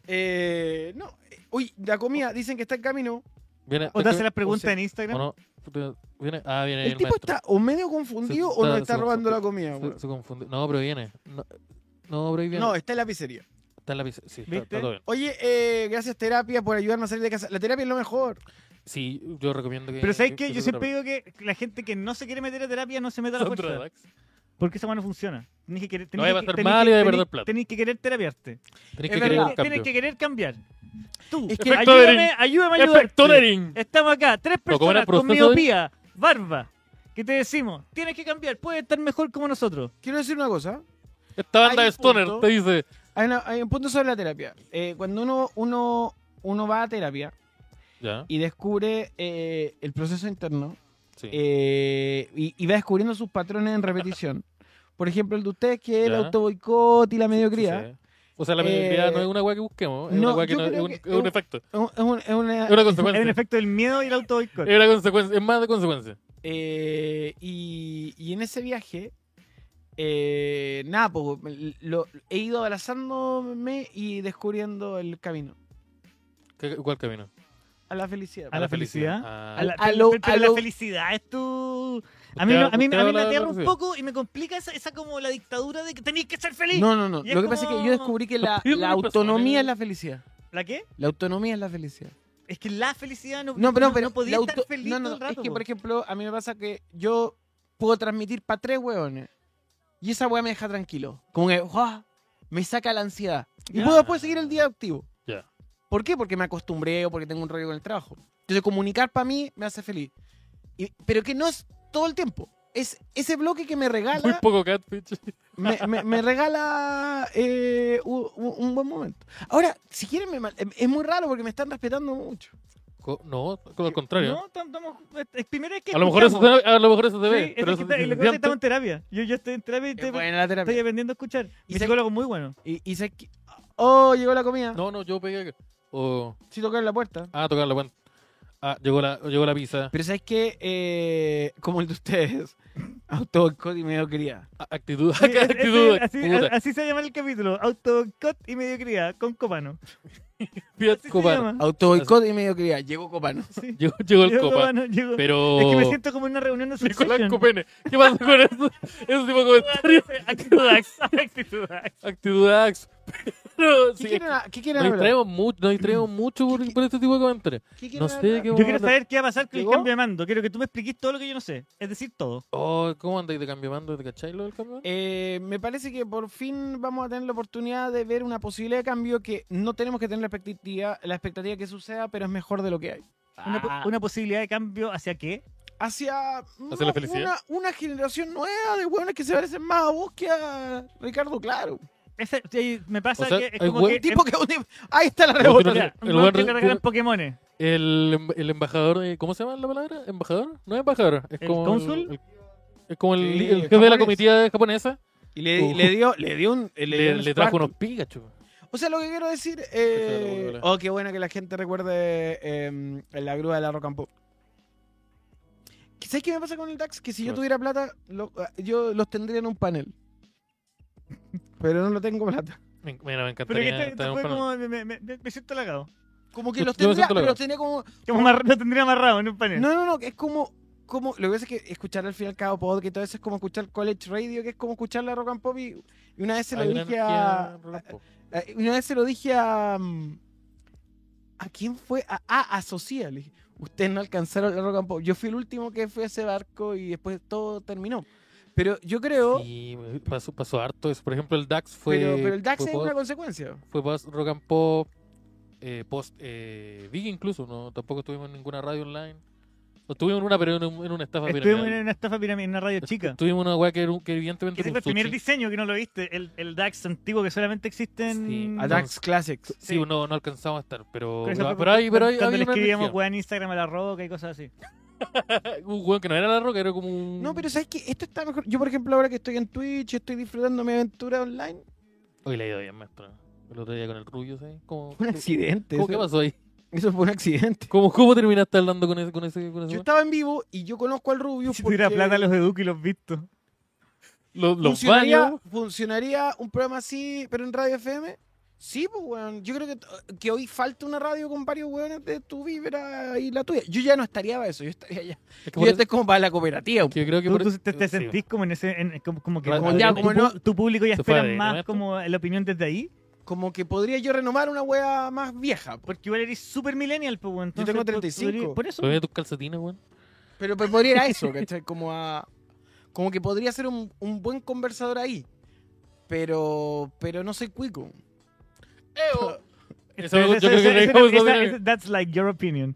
S3: Eh, no. eh, Uy, la comida, dicen que está en camino.
S2: Viene,
S1: O te hace las preguntas en
S2: ¿O
S1: Instagram.
S2: no? Puta, viene- ah, viene
S3: El,
S2: el
S3: tipo
S2: maestro.
S3: está o medio confundido
S2: Se-
S3: o nos
S2: está-
S3: está
S2: se-
S3: robando
S2: se-
S3: la comida.
S2: Se,
S3: weón.
S2: se confunde. No, pero viene. No, no, pero ahí viene.
S3: No, está en la pizzería.
S2: Está en la pizza. Sí, está,
S1: ¿Viste?
S2: está todo bien.
S3: Oye, eh, gracias terapia por ayudarme a salir de casa. La terapia es lo mejor.
S2: Sí, yo recomiendo que.
S1: Pero ¿sabes
S2: eh,
S1: qué?
S2: que- que
S1: Yo
S2: se
S1: siempre
S2: prepare.
S1: digo que la gente que no se quiere meter a terapia no se meta a la
S2: Sandra
S1: fuerza.
S2: Dax.
S1: Porque esa mano no funciona. Tenés que querer, tenés
S2: vaya
S1: que-
S2: a pasar
S1: tenés
S2: mal
S1: que-
S2: y vaya a
S1: tenés-
S2: perder plata.
S1: Tenés que querer terapiarte.
S2: Tenés
S3: Es
S2: que querer
S3: verdad.
S2: un
S1: Tienes
S2: cambio.
S1: que querer cambiar. Tú,
S3: Es
S2: que-
S1: ayúdame, ayúdame a
S2: Efecto
S1: ayudarte.
S2: Nering.
S1: Estamos acá, tres
S2: Pero ¿cómo era
S1: personas con
S2: proceso de-
S1: miopía, barba, que te decimos, tienes que cambiar, puedes estar mejor como nosotros.
S3: Quiero decir una cosa.
S2: Esta banda
S3: Hay
S2: de
S3: un
S2: Stoner
S3: punto.
S2: te dice.
S3: Hay, una- hay un punto sobre la terapia. Eh, cuando uno, uno, uno va a terapia
S2: Ya.
S3: y descubre eh, el proceso interno
S2: Sí.
S3: eh, y, y va descubriendo sus patrones en repetición. Por ejemplo, el de ustedes que es el
S2: Ya.
S3: autoboicot y la mediocridad.
S2: Sí, sí. O sea, la mediocridad
S3: Eh,
S2: no es una weá que busquemos, es
S3: no,
S2: una weá que
S3: yo
S2: no, es,
S3: creo
S2: un,
S3: que-
S2: es un efecto,
S3: Es un- es un- es una-
S2: es una
S1: Es un
S2: consecuencia.
S1: efecto del miedo y el auto
S2: Es una consecuencia, es más de consecuencia.
S3: Eh, y, y en ese viaje, eh, nada, po, lo, he ido abrazándome y descubriendo el camino
S2: ¿Qué- ¿Cuál camino?
S3: a la felicidad.
S1: A la felicidad.
S2: Ah.
S1: A la,
S3: A lo-
S1: pero- pero
S3: a
S1: la
S3: lo-
S1: felicidad es tu... A
S2: Usted
S1: mí, no-
S2: habla-
S1: a mí,
S2: usted
S1: a mí
S2: habla
S1: me
S2: de la
S1: aterra un
S2: felicidad.
S1: poco y me complica esa, esa como la dictadura de que tenéis que ser feliz.
S3: No, no, no.
S1: Y es
S3: Lo que pasa es que
S1: como-
S3: yo descubrí que la,
S2: Yo creo
S3: la
S2: que
S3: autonomía
S2: personalmente-
S3: es la felicidad.
S1: ¿La qué?
S3: La autonomía es la felicidad.
S1: Es que la felicidad no,
S3: No, pero,
S1: no,
S3: pero
S1: podía
S3: la
S1: estar
S3: auto-
S1: feliz
S3: no, no,
S1: todo el rato.
S3: es que,
S1: po.
S3: por ejemplo, a mí me pasa que yo puedo transmitir para tres hueones y esa hueá me deja tranquilo. Como que ¡guau! me saca la ansiedad. Y
S2: Ya.
S3: puedo después seguir el día activo.
S2: Ya.
S3: ¿Por qué? Porque me acostumbré o porque tengo un rollo con el trabajo. Entonces, comunicar para mí me hace feliz. Y- pero que no es todo el tiempo. Es ese bloque que me
S2: Muy
S3: regala,
S2: poco catfish.
S3: me, me- me regala eh, u- u- un, buen momento. Ahora, si quieren, me mal- es muy raro porque me están respetando mucho.
S2: Co- No, todo al contrario.
S1: No, tam- tamo- es- es primera vez que
S2: a, lo mejor eso
S1: escuchamos.
S2: se, a lo mejor eso se
S1: Sí,
S2: ve.
S1: es
S2: pero
S1: que
S2: eso
S1: está- lo que
S2: se
S1: pasa es que
S2: siente.
S1: estamos en terapia. Yo, yo estoy en terapia y estoy,
S3: Es buena la terapia.
S1: estoy aprendiendo a escuchar. Mi
S3: se-
S1: psicólogo es muy bueno.
S3: Y, y sabes que. Oh, llegó la comida.
S2: No, no, yo pegué. acá. O-
S3: Si tocaron la puerta.
S2: ah, tocar la puerta. Ah, llegó la, llegó la pizza.
S3: Pero sabes que, eh, como el de ustedes, autoboicot y mediocridad.
S2: Ah, Actitud,
S1: Sí, es-
S2: actitud.
S1: es- así,
S2: puta.
S1: así se llama el capítulo. Autocot y mediocridad con Copano.
S2: Fiat
S1: Así se
S2: Copano.
S1: llama.
S3: Auto boicot y mediocridad. Llegó Copano.
S1: Sí.
S2: Llegó, llegó el
S1: Llegó
S2: Copano.
S1: Copano, llegó.
S2: Pero.
S1: Es que me siento como en una reunión de
S2: Nicolás
S1: Succession.
S2: Copene. ¿Qué pasa con eso? Ese tipo de comentarios.
S1: Actitud Axe, actitud Axe.
S2: Actitud Axe. Pero.
S3: ¿Qué
S2: sí,
S3: quieren a- qué quieren
S2: nos
S3: hablar?
S2: distraemos mucho, nos distraemos mucho por, por este tipo de comentarios.
S3: ¿Qué quieren
S2: No sé de
S3: hablar?
S2: qué
S1: Yo
S2: vamos a
S1: quiero
S2: hablar.
S1: saber qué va a pasar con el
S3: ¿Llegó?
S1: cambio de mando. Quiero que tú me expliques todo lo que yo no sé. Es decir, todo.
S2: Oh, ¿Cómo andáis de cambio de mando? ¿Te cacháis lo del cambio de mando?
S3: Eh, me parece que por fin vamos a tener la oportunidad de ver una posibilidad de cambio que no tenemos que tener la expectativa, la expectativa que suceda, pero es mejor de lo que hay.
S1: Una, po- una posibilidad de cambio hacia qué.
S3: Hacia,
S2: la felicidad.
S3: Una, una generación nueva de hueones que se parecen más a vos que a Ricardo Claro.
S1: Ese- sí, me pasa
S2: O sea,
S1: que es
S2: hay
S1: como
S2: hue-
S1: que.
S3: Tipo que un tipo- ahí está la
S1: es-
S3: revolución.
S1: mira,
S2: el
S1: no,
S2: buen
S1: que le
S2: re-
S1: regalan Pokémones.
S2: El, em- el embajador. eh, ¿Cómo se llama la palabra? ¿Embajador? No es embajador. Es
S1: ¿El
S2: como.
S1: cónsul?
S2: el- Es como el,
S3: Sí,
S2: el jefe de la
S3: japonés.
S2: comitiva japonesa.
S3: Y le, y le dio, le dio un, le, dio
S2: Le,
S3: un
S2: le trajo
S3: Spark.
S2: unos Pikachu.
S3: O sea, lo que quiero decir,
S2: Claro,
S3: eh,
S2: boludo.
S3: oh, qué bueno que la gente recuerde eh, la grúa de la Rock and Pop. ¿Sabes qué me pasa con el DAX? Que si
S2: ¿Qué
S3: yo
S2: pasa?
S3: tuviera plata, lo- ah, yo los tendría en un panel. Pero no lo tengo plata.
S2: Me, mira,
S1: Pero
S2: me
S1: que
S2: encantaría.
S1: este-
S2: estar
S1: esto
S2: en un
S1: fue
S2: panel.
S1: como. Me, me- me- me siento halagado.
S3: Como que
S2: Yo-
S3: los
S2: yo me
S3: tendría,
S2: siento
S3: pero
S2: halagado.
S3: los tendría como...
S1: Como amarr- Lo tendría amarrado en un panel.
S3: No, no, no, que es como... como lo que pasa es que escuchar al final cada podcast y todo eso es como escuchar College Radio, que es como escuchar la Rock and Pop y, y una vez se lo
S2: Hay una
S3: dije
S2: energía,
S3: a...
S2: Rolando.
S3: Eh, Una vez se lo dije a. mm, ¿A quién fue? A, ah, a, a Socia, le dije, Ustedes no alcanzaron la rock and pop. Yo fui el último que fui a ese barco y después todo terminó. Pero yo creo.
S2: Sí, pasó, pasó harto eso. Por ejemplo, el DAX fue.
S3: pero, pero el DAX
S2: fue
S3: es una
S2: post-
S3: consecuencia.
S2: Fue post rock and pop, eh, post eh, Big incluso. no Tampoco estuvimos en ninguna radio online. O estuvimos en una, pero en, un- en una estafa
S1: Estuvimos
S2: piramidal.
S1: en una estafa pirámide, en una radio chica.
S2: Tuvimos una weá que, era un- que evidentemente
S1: Que ese
S2: era
S1: fue
S2: un
S1: el primer
S2: sushi.
S1: diseño que no lo viste. El, el DAX antiguo que solamente existe en.
S2: Sí.
S3: A
S2: No.
S3: DAX Classics.
S2: Sí, no, no alcanzamos a estar, pero.
S1: Con esa
S2: Pero,
S1: fue
S2: pero ahí, pero ahí.
S1: Cuando
S2: había
S1: le
S2: una
S1: escribíamos
S2: energía.
S1: weá en Instagram a la roca y cosas así.
S2: Un weón que no era la roca, era como un.
S3: No, pero ¿sabes qué? Esto está mejor. Yo, por ejemplo, ahora que estoy en Twitch, estoy disfrutando mi aventura online.
S2: Hoy le ha ido bien, maestro. El otro día con el Rubio, ¿sabes? Como...
S3: Fue un accidente.
S2: ¿Cómo, ¿Qué
S3: Eso,
S2: pasó ahí?
S3: eso fue un accidente.
S2: ¿Cómo, cómo terminaste hablando con ese, con ese, con ese
S3: Yo
S2: weón?
S3: estaba en vivo y yo conozco al Rubio.
S1: Si tuviera
S3: porque-
S1: plata los educo y los visto.
S2: Los, los
S3: ¿Funcionaría,
S2: baños.
S3: funcionaría un programa así, pero en Radio FM? Sí, pues, weón. Yo creo que, t- que hoy falta una radio con varios weones de tu vibra y la tuya. Yo ya no estaría para eso, yo estaría allá.
S2: Es que
S3: Yo
S2: por
S3: ya
S2: eso-
S3: estoy como para la cooperativa.
S2: que yo creo que
S1: este Tú,
S2: por
S1: tú
S2: eso-
S1: te, te
S2: sí.
S1: sentís como en ese. en- como, como que
S2: Ra-
S1: como
S3: eh, ya,
S1: tu,
S3: como
S1: pu-
S3: no-
S1: tu público ya
S2: Se fue
S1: espera
S2: ADN,
S1: más
S2: esto.
S1: como la opinión desde ahí.
S3: Como que podría yo renovar una wea más vieja. po.
S1: Porque igual eres super millennial, pues, weón.
S3: Yo
S1: Entonces,
S3: tengo
S1: pues,
S3: 35.
S1: tú eres- Por eso.
S2: Todavía tus calcetines, weón.
S3: Pero pues podría ir a eso, ¿cachai? Como a. Como que podría ser un, un buen conversador ahí. Pero. Pero no soy cuico.
S2: Eso yo creo que
S1: esa-
S2: lo dejamos
S1: esa-
S2: también.
S1: esa- That's like your opinion.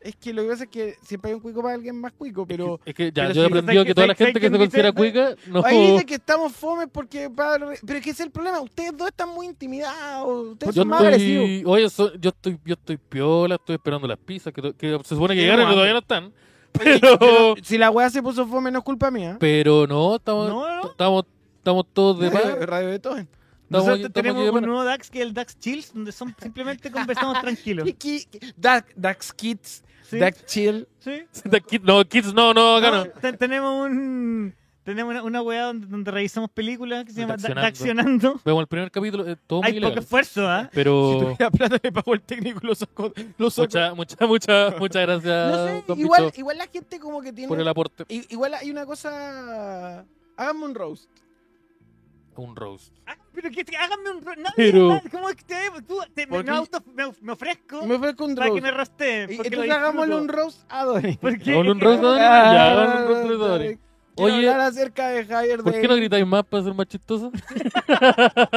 S3: Es que lo que pasa es que siempre hay un cuico para alguien más cuico, pero.
S2: Es que ya,
S1: pero
S2: yo he
S1: sí,
S2: aprendido
S1: ¿sabes
S2: que toda la
S1: qué?
S2: gente que
S1: ¿sabes
S2: se
S1: qué?
S2: considera
S1: ¿sabes qué?
S2: cuica no
S3: Ahí
S2: como-
S3: dice que estamos fomes porque Pablo. Pero es que ese es el problema. Ustedes dos están muy intimidados. Ustedes
S2: Yo
S3: son más agresivos.
S2: estoy, oye, so- yo estoy, yo estoy piola, estoy esperando las pizzas que, to- que se supone que
S3: Tengo
S2: llegaron, pero
S3: hambre.
S2: todavía no están.
S3: Oye, yo-
S2: Pero,
S3: yo- Si la weá se puso fome, no es culpa mía.
S2: pero no, estamos,
S1: No, no.
S2: estamos, estamos todos de paz.
S3: Radio, radio de todo.
S2: Estamos,
S1: Nosotros
S2: estamos
S1: tenemos
S2: de
S1: un
S2: pana.
S1: nuevo DAX que es el DAX Chills, donde son simplemente conversamos tranquilos.
S3: ¿Qué- qué- qué- Dark- Dax Kids,
S1: Sí,
S3: Dax Chill.
S1: sí.
S2: The kid- no, kids, no, no, acá no.
S1: No, te- tenemos un. Tenemos una, una weá donde, donde revisamos películas que se llama Da-
S2: Daccionando.
S1: Daccionando.
S2: Vemos el primer capítulo, eh, todo muy
S1: Hay poco
S2: ilegal.
S1: esfuerzo, ¿ah?
S2: Pero
S3: plata le pagó el técnico los sacó. Los
S2: muchas, muchas, muchas, muchas gracias,
S3: No sé,
S2: Ah, don
S3: igual,
S2: Bicho,
S3: igual la gente como que tiene.
S2: por el aporte.
S3: i- Igual hay una cosa. Háganme un roast.
S2: Un roast.
S1: Ah, Pero que te- háganme un ro- nadie-
S2: Pero-
S1: nadie- ¿Cómo es que te, tú, te- me,
S3: Porque-
S1: me auto- me- me ofrezco
S3: Me ofrezco un
S1: para
S3: roast.
S1: que me roste.
S3: Y entonces hagámosle un roast a Donnie.
S1: Porque
S2: Hagámosle un roast, Donnie. Ya, hagámosle un roast a Donnie.
S3: Quiero
S2: Oye-
S3: hablar acerca de Javier
S2: ¿Por qué no gritáis más para ser más chistoso?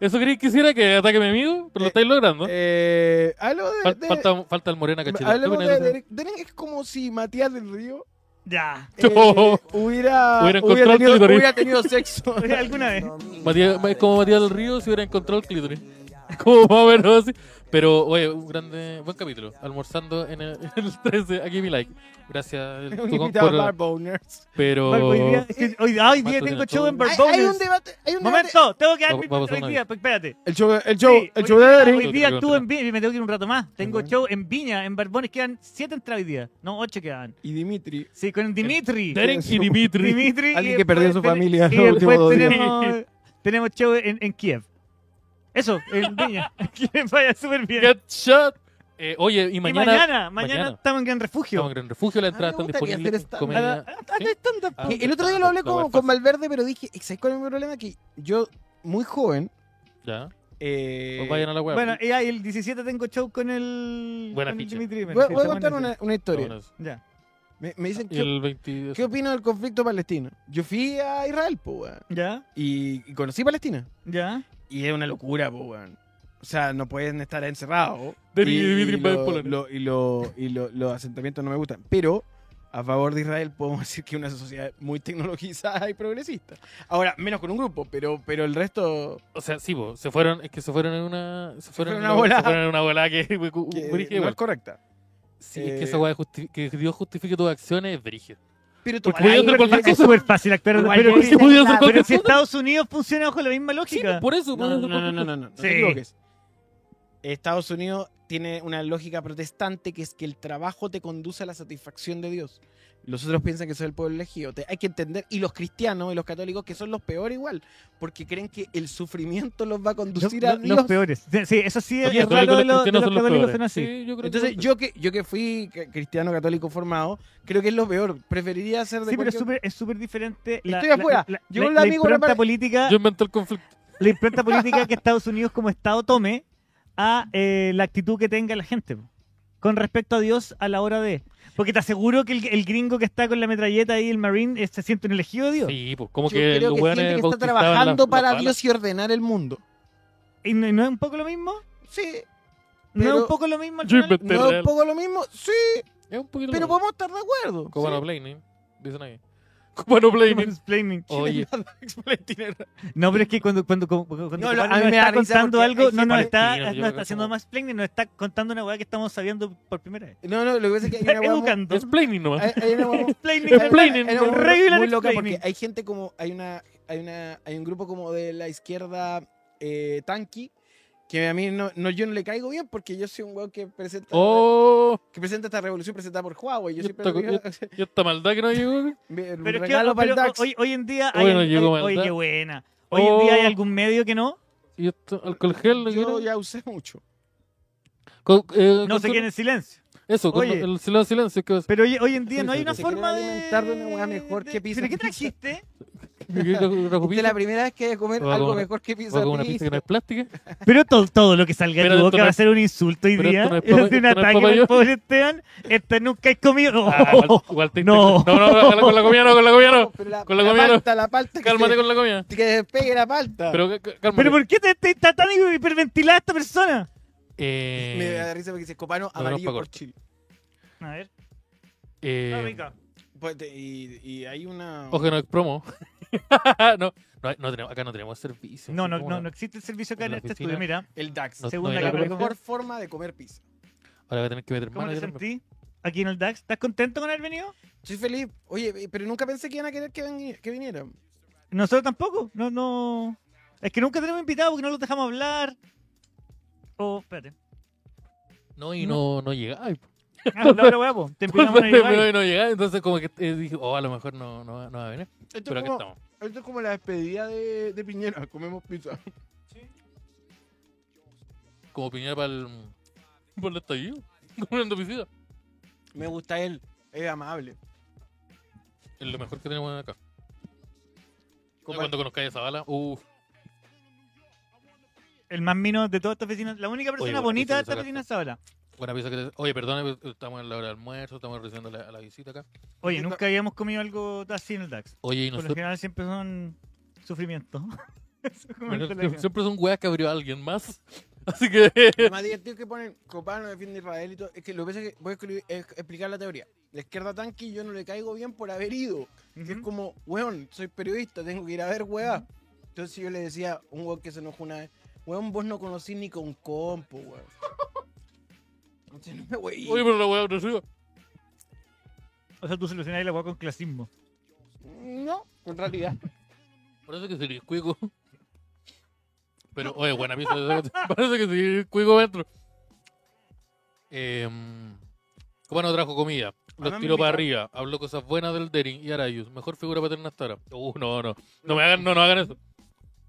S2: Eso queréis que hiciera que ataque a mi amigo, pero lo estáis logrando.
S3: Eh, algo de,
S2: Fal-
S3: de-
S2: falta, falta el Morena Cachete.
S3: hablemos de- de- de- es como si Matías del Río
S1: Ya.
S3: eh,
S2: No.
S3: hubiera,
S2: Hubiera
S3: hubiera,
S2: encontrado el
S3: tenido,
S2: clitoris.
S3: hubiera tenido sexo.
S1: ¿Alguna vez?
S2: Matías- es como Matías del Río si hubiera encontrado el clítoris. Es como más o menos así. Pero, oye, un grande, buen capítulo. Almorzando en el, en el 13, aquí mi like. Gracias,
S3: Un
S2: Tucón,
S3: invitado
S2: por-
S3: a Barboners.
S2: Pero.
S1: Barb, Hoy día, es que hoy, ah, hoy día
S2: Mato
S1: tengo
S2: tiene
S1: show
S2: todo.
S1: en
S3: Hay, hay un
S1: Barbones.
S3: debate. Hay un debate.
S1: Momento, tengo que dar
S2: Va-
S1: mi
S2: va a pasar
S1: hoy
S2: una
S1: día, pues, espérate.
S3: El show, el
S1: Sí,
S3: show,
S1: hoy
S3: el show de
S1: día-
S3: Adri.
S1: Hoy día
S2: Tengo que
S1: tú en
S2: continuar.
S1: Viña, me tengo que ir un rato más. Tengo
S3: Ujú.
S1: show en Viña, en Barbones quedan siete entradas hoy día. No, ocho quedan.
S3: Y Dimitri.
S1: Sí, con Dimitri.
S2: Derek y Dimitri.
S1: Dimitri.
S3: Alguien
S1: y
S3: que perdió
S1: después
S3: su
S1: ten-
S3: familia
S1: Y
S3: los últimos
S1: después
S3: dos días.
S1: tenemos, tenemos show en, en Kiev. Eso, el niña. que les vaya súper bien.
S2: Get shot. Eh, oye, y
S1: Y
S2: mañana,
S1: mañana, mañana,
S2: mañana.
S1: estamos en Gran
S2: estamos en
S1: Refugio.
S2: Gran Refugio, la entrada
S3: Ah, me
S2: está
S3: gustaría
S2: disponible.
S3: hacer stand-up.
S1: A la-
S2: Comedia.
S1: a- a-
S2: ¿Sí?
S1: stand-up.
S2: Ah,
S3: Que el otro día lo hablé
S2: la wea
S3: con,
S2: fácil.
S3: con Valverde, pero dije, ¿sabes cuál es mi problema? Que yo, muy joven,
S2: Ya,
S3: eh,
S2: pues vayan a la web.
S1: Bueno, y ahí el 17 tengo show con el.
S2: Buena
S1: con el
S2: ficha.
S1: Dimitri Imer.
S3: voy,
S1: Sí,
S3: voy a
S1: está
S3: contar
S1: buena
S3: una,
S1: esa.
S3: una historia.
S1: Ya.
S3: Me, me dicen,
S2: Y
S3: ¿qué,
S2: el 20...
S3: ¿qué opino del conflicto palestino? Yo fui a Israel, po, weón,
S1: Ya.
S3: y, y conocí Palestina.
S1: Ya.
S3: Y es una locura, po, weón. O sea, no pueden estar encerrados.
S2: De-
S3: y,
S2: de- de-
S3: y
S2: de-
S3: lo-
S2: bipolar.
S3: lo- y lo- y lo- los asentamientos no me gustan. Pero a favor de Israel podemos decir que es una sociedad muy tecnologizada y progresista. Ahora, menos con un grupo, pero, pero el resto...
S2: O sea, sí, po, se fueron, es que se fueron en una... Se fueron,
S3: fueron
S2: en
S3: una volada.
S2: Se fueron en una volada que...
S3: que
S2: brígida
S3: no
S2: Uh, igual.
S3: es correcta.
S2: Sí, es que
S3: Eh,
S2: esa weá de justi- que Dios justifique tus acciones es brígida.
S3: Pero
S2: Porque podía hacer cualquier
S1: Es
S2: cosa.
S1: súper fácil actuar.
S3: Igual
S1: Pero,
S3: yo
S1: pero,
S2: Porque
S3: hice-
S2: podía hacer
S3: pero
S2: cualquier
S1: si
S2: cosa.
S1: Estados Unidos funciona bajo la misma
S2: Sí, pues,
S1: lógica.
S2: por eso.
S3: No,
S2: podía
S3: no,
S2: hacer
S3: no, no,
S2: cualquier
S3: no,
S2: cosa.
S3: no, no, no
S1: Sí.
S3: te equivoques. Estados Unidos tiene una lógica protestante que es que el trabajo te conduce a la satisfacción de Dios. Los otros piensan que soy el pueblo elegido. Te- hay que entender, y los cristianos y los católicos, que son los peores igual, porque creen que el sufrimiento los va a
S1: Los,
S3: conducir a
S1: los-
S3: Dios.
S1: los peores. Sí, eso sí es,
S2: Los
S1: es raro
S2: católicos
S1: de, los- de
S2: cristianos
S1: los
S2: son los
S1: católicos
S2: peores.
S1: son así.
S2: Sí, yo creo que
S3: Entonces,
S2: son-
S3: yo que, yo que fui c- cristiano católico formado, creo que es lo peor. Preferiría ser de
S1: Sí, pero es
S3: cualquier-
S1: súper, es súper diferente. La,
S3: Estoy de acuerdo.
S1: La,
S3: Llegó
S1: la-
S3: el
S1: la
S3: amigo,
S1: impronta
S3: la-
S1: política,
S2: Yo inventé el conflicto.
S1: la impronta política que Estados Unidos como Estado tome a eh, la actitud que tenga la gente po, con respecto a Dios a la hora de. Porque te aseguro que el, el gringo que está con la metralleta ahí, el Marine, eh, se siente un elegido de Dios.
S2: Sí, pues como
S3: Yo
S2: que
S3: creo
S2: los
S3: que
S2: weones
S3: gente que está
S2: bautizaban las-
S3: trabajando
S2: las
S3: para
S2: balas.
S3: Dios y ordenar el mundo.
S1: ¿Y no, no es un poco lo mismo?
S3: Sí,
S1: ¿No es
S3: Pero-
S1: un poco lo mismo? al
S2: Yo
S1: final?
S2: inventé
S3: no es
S2: real.
S3: un poco lo mismo. Sí,
S2: Es un poquito
S3: pero
S2: como-
S3: podemos estar de acuerdo.
S2: Cubano Planning, dicen ahí. Cubano Planning.
S1: Mansplaining.
S2: Oye,
S1: No, pero es que cuando, cuando, cuando, cuando
S3: No,
S1: tu padre
S3: lo- a
S1: nos
S3: mí me
S1: está
S3: da risa
S1: contando
S3: porque
S1: algo,
S3: hay
S1: no nos está,
S2: palestinos, yo
S1: no
S2: creo
S1: está
S2: que
S1: haciendo
S2: somos-
S1: más planning, nos está contando una weá que estamos sabiendo por primera vez.
S3: No, no, lo que pasa es que hay una hueá muy-
S1: Educando.
S2: es Planning nomás.
S3: hay- hay una hueá muy-
S1: Explaining.
S2: Es
S3: hay una-
S2: planning,
S3: hay una hueá
S1: regular
S3: muy loca
S1: explaining.
S3: porque hay gente como hay una hay una hay un grupo como de la izquierda eh, tanqui que a mí no, no yo no le caigo bien porque yo soy un weón que presenta
S2: Oh,
S3: que presenta esta revolución presentada por Huawei. Yo
S2: Yo
S3: siempre
S2: toco-
S3: digo,
S2: y esta maldad que no llegó.
S3: me- un
S1: Pero es que
S3: regalo para el
S1: pero
S3: DAX.
S1: hoy, hoy en día hay,
S2: Hoy no
S1: hay-
S2: llegó
S1: oye,
S2: maldad.
S1: qué buena. Hoy
S2: Oh.
S1: en día hay algún medio que no.
S2: Y esto, alcohol gel.
S3: yo
S2: ¿no?
S3: ya usé mucho.
S2: Co- eh,
S1: No se
S2: con-
S1: quede en silencio.
S2: Eso, con
S1: Oye.
S2: el silencio, silencio. ¿qué pasa?
S1: Pero hoy, hoy en día no hay una
S2: Se
S3: quieren
S1: forma de
S3: alimentar de una weá mejor que pizza.
S1: ¿Pero qué trajiste?
S3: Esta es la primera vez que voy a comer
S2: Voy a
S3: algo
S2: comer-
S3: mejor que pizza.
S2: ¿O con una pizza que no
S3: pizza.
S2: es plástica?
S1: Pero todo, todo lo que salga de
S2: Pero
S1: tu
S2: esto
S1: boca
S2: no
S1: va a
S2: es-
S1: ser un insulto hoy
S2: pero
S1: día.
S2: esto no es
S1: Es un
S2: papa- esto no es
S1: ataque
S2: papa
S1: al
S2: yo.
S1: pobre Esteban. Este nunca he comido.
S2: Ah, igual- igual te-
S1: No.
S2: No, no, no, con la comida no, con la comida no.
S3: Pero la,
S2: Con la
S3: la
S2: comida no.
S3: palta, la palta. que Ah.
S2: Cálmate
S3: se-
S2: con la comida.
S3: Que despegue la palta.
S2: Pero c- c- cálmate.
S1: ¿Pero por qué te, te, está tan hiperventilada esta persona?
S2: Eh,
S3: Me da risa porque dice Copano
S2: no, no,
S3: amarillo
S2: pa'
S3: por
S2: corto.
S3: Chile.
S1: A ver.
S2: eh,
S1: Está rica.
S3: Pues, te- y, y hay una.
S2: Ojo, que no es promo. no, no, hay- no tenemos, acá no tenemos servicio.
S1: No,
S2: así
S1: no,
S2: como
S1: no,
S2: la-
S1: no existe el servicio acá
S2: en
S1: en
S2: la
S1: este
S2: oficina.
S1: estudio. Mira,
S3: El DAX.
S2: No,
S1: según
S2: no
S1: la
S2: hay
S1: cámara de
S2: la-
S1: comercio.
S3: mejor forma de comer pizza.
S2: Ahora voy a tener que meter
S1: ¿Cómo
S2: mano.
S1: te
S2: yo también.
S1: sentí aquí en el DAX? ¿Estás contento con haber venido?
S3: Soy feliz. Oye, eh, pero nunca pensé que iban a querer que, ven- que vinieran.
S1: Nosotros tampoco. No, no. Es que nunca tenemos invitados porque no los dejamos hablar. Oh, espérate.
S2: No, y no, no llegaba. y-
S1: Ah, la otra hueá, po. Te invitamos a
S2: Entonces,
S1: llegar.
S2: pero no llegaba, entonces como que eh, dije, oh, a lo mejor no, no, va- no va a venir.
S3: Esto,
S2: Pero
S3: es
S2: aquí
S3: como,
S2: estamos.
S3: esto es como la despedida de, de Piñera. Comemos pizza.
S2: Como piñera para el... Para el estallido. Como una piscina.
S3: Me gusta él. Es amable.
S2: Es lo mejor que tenemos acá.
S3: Copa-
S2: Cuando conozcáis esa bala, uff.
S1: El más mino de toda esta oficina. La única persona
S2: bueno,
S1: bonita de
S2: eso
S1: esta
S2: lo
S1: oficina es Zabala.
S2: Buena pieza que te... Oye, perdón, eh, estamos en la hora de almuerzo, estamos recibiendo la, la visita acá.
S1: Oye,
S3: No.
S1: nunca habíamos comido algo así en el DAX.
S2: Oye, y
S1: Por lo
S2: nosotros...
S1: general siempre son sufrimientos. Eso es como el
S2: bueno,
S1: teléfono.
S2: siempre son weas que abrió alguien más. Así que...
S3: Lo más divertido que ponen Copano defiende a Israel y todo. Es que lo que pasa es que voy a escribir- es- explicar la teoría. La izquierda tanque yo no le caigo bien por haber ido.
S1: Ujú.
S3: Que es como, weón, soy periodista, tengo que ir a ver, weá. Entonces yo le decía a un weón que se enojó una vez, weón, vos no conocís ni con compo, weón. Entonces no me weí.
S2: Oye, pero la wea no sirve.
S1: O sea, tú solucionas la hueá con clasismo.
S3: No, en realidad.
S2: Parece que sería cuico. Pero, oye, buena pizza. Parece que sería cuico dentro. Eh, Copano trajo comida.
S3: Además
S2: Los
S3: me
S2: tiró para
S3: invitaron.
S2: arriba. Habló cosas buenas del Derin y Arayus. Mejor figura paterna hasta ahora. Uh, no, no. No me hagan, no, no hagan eso.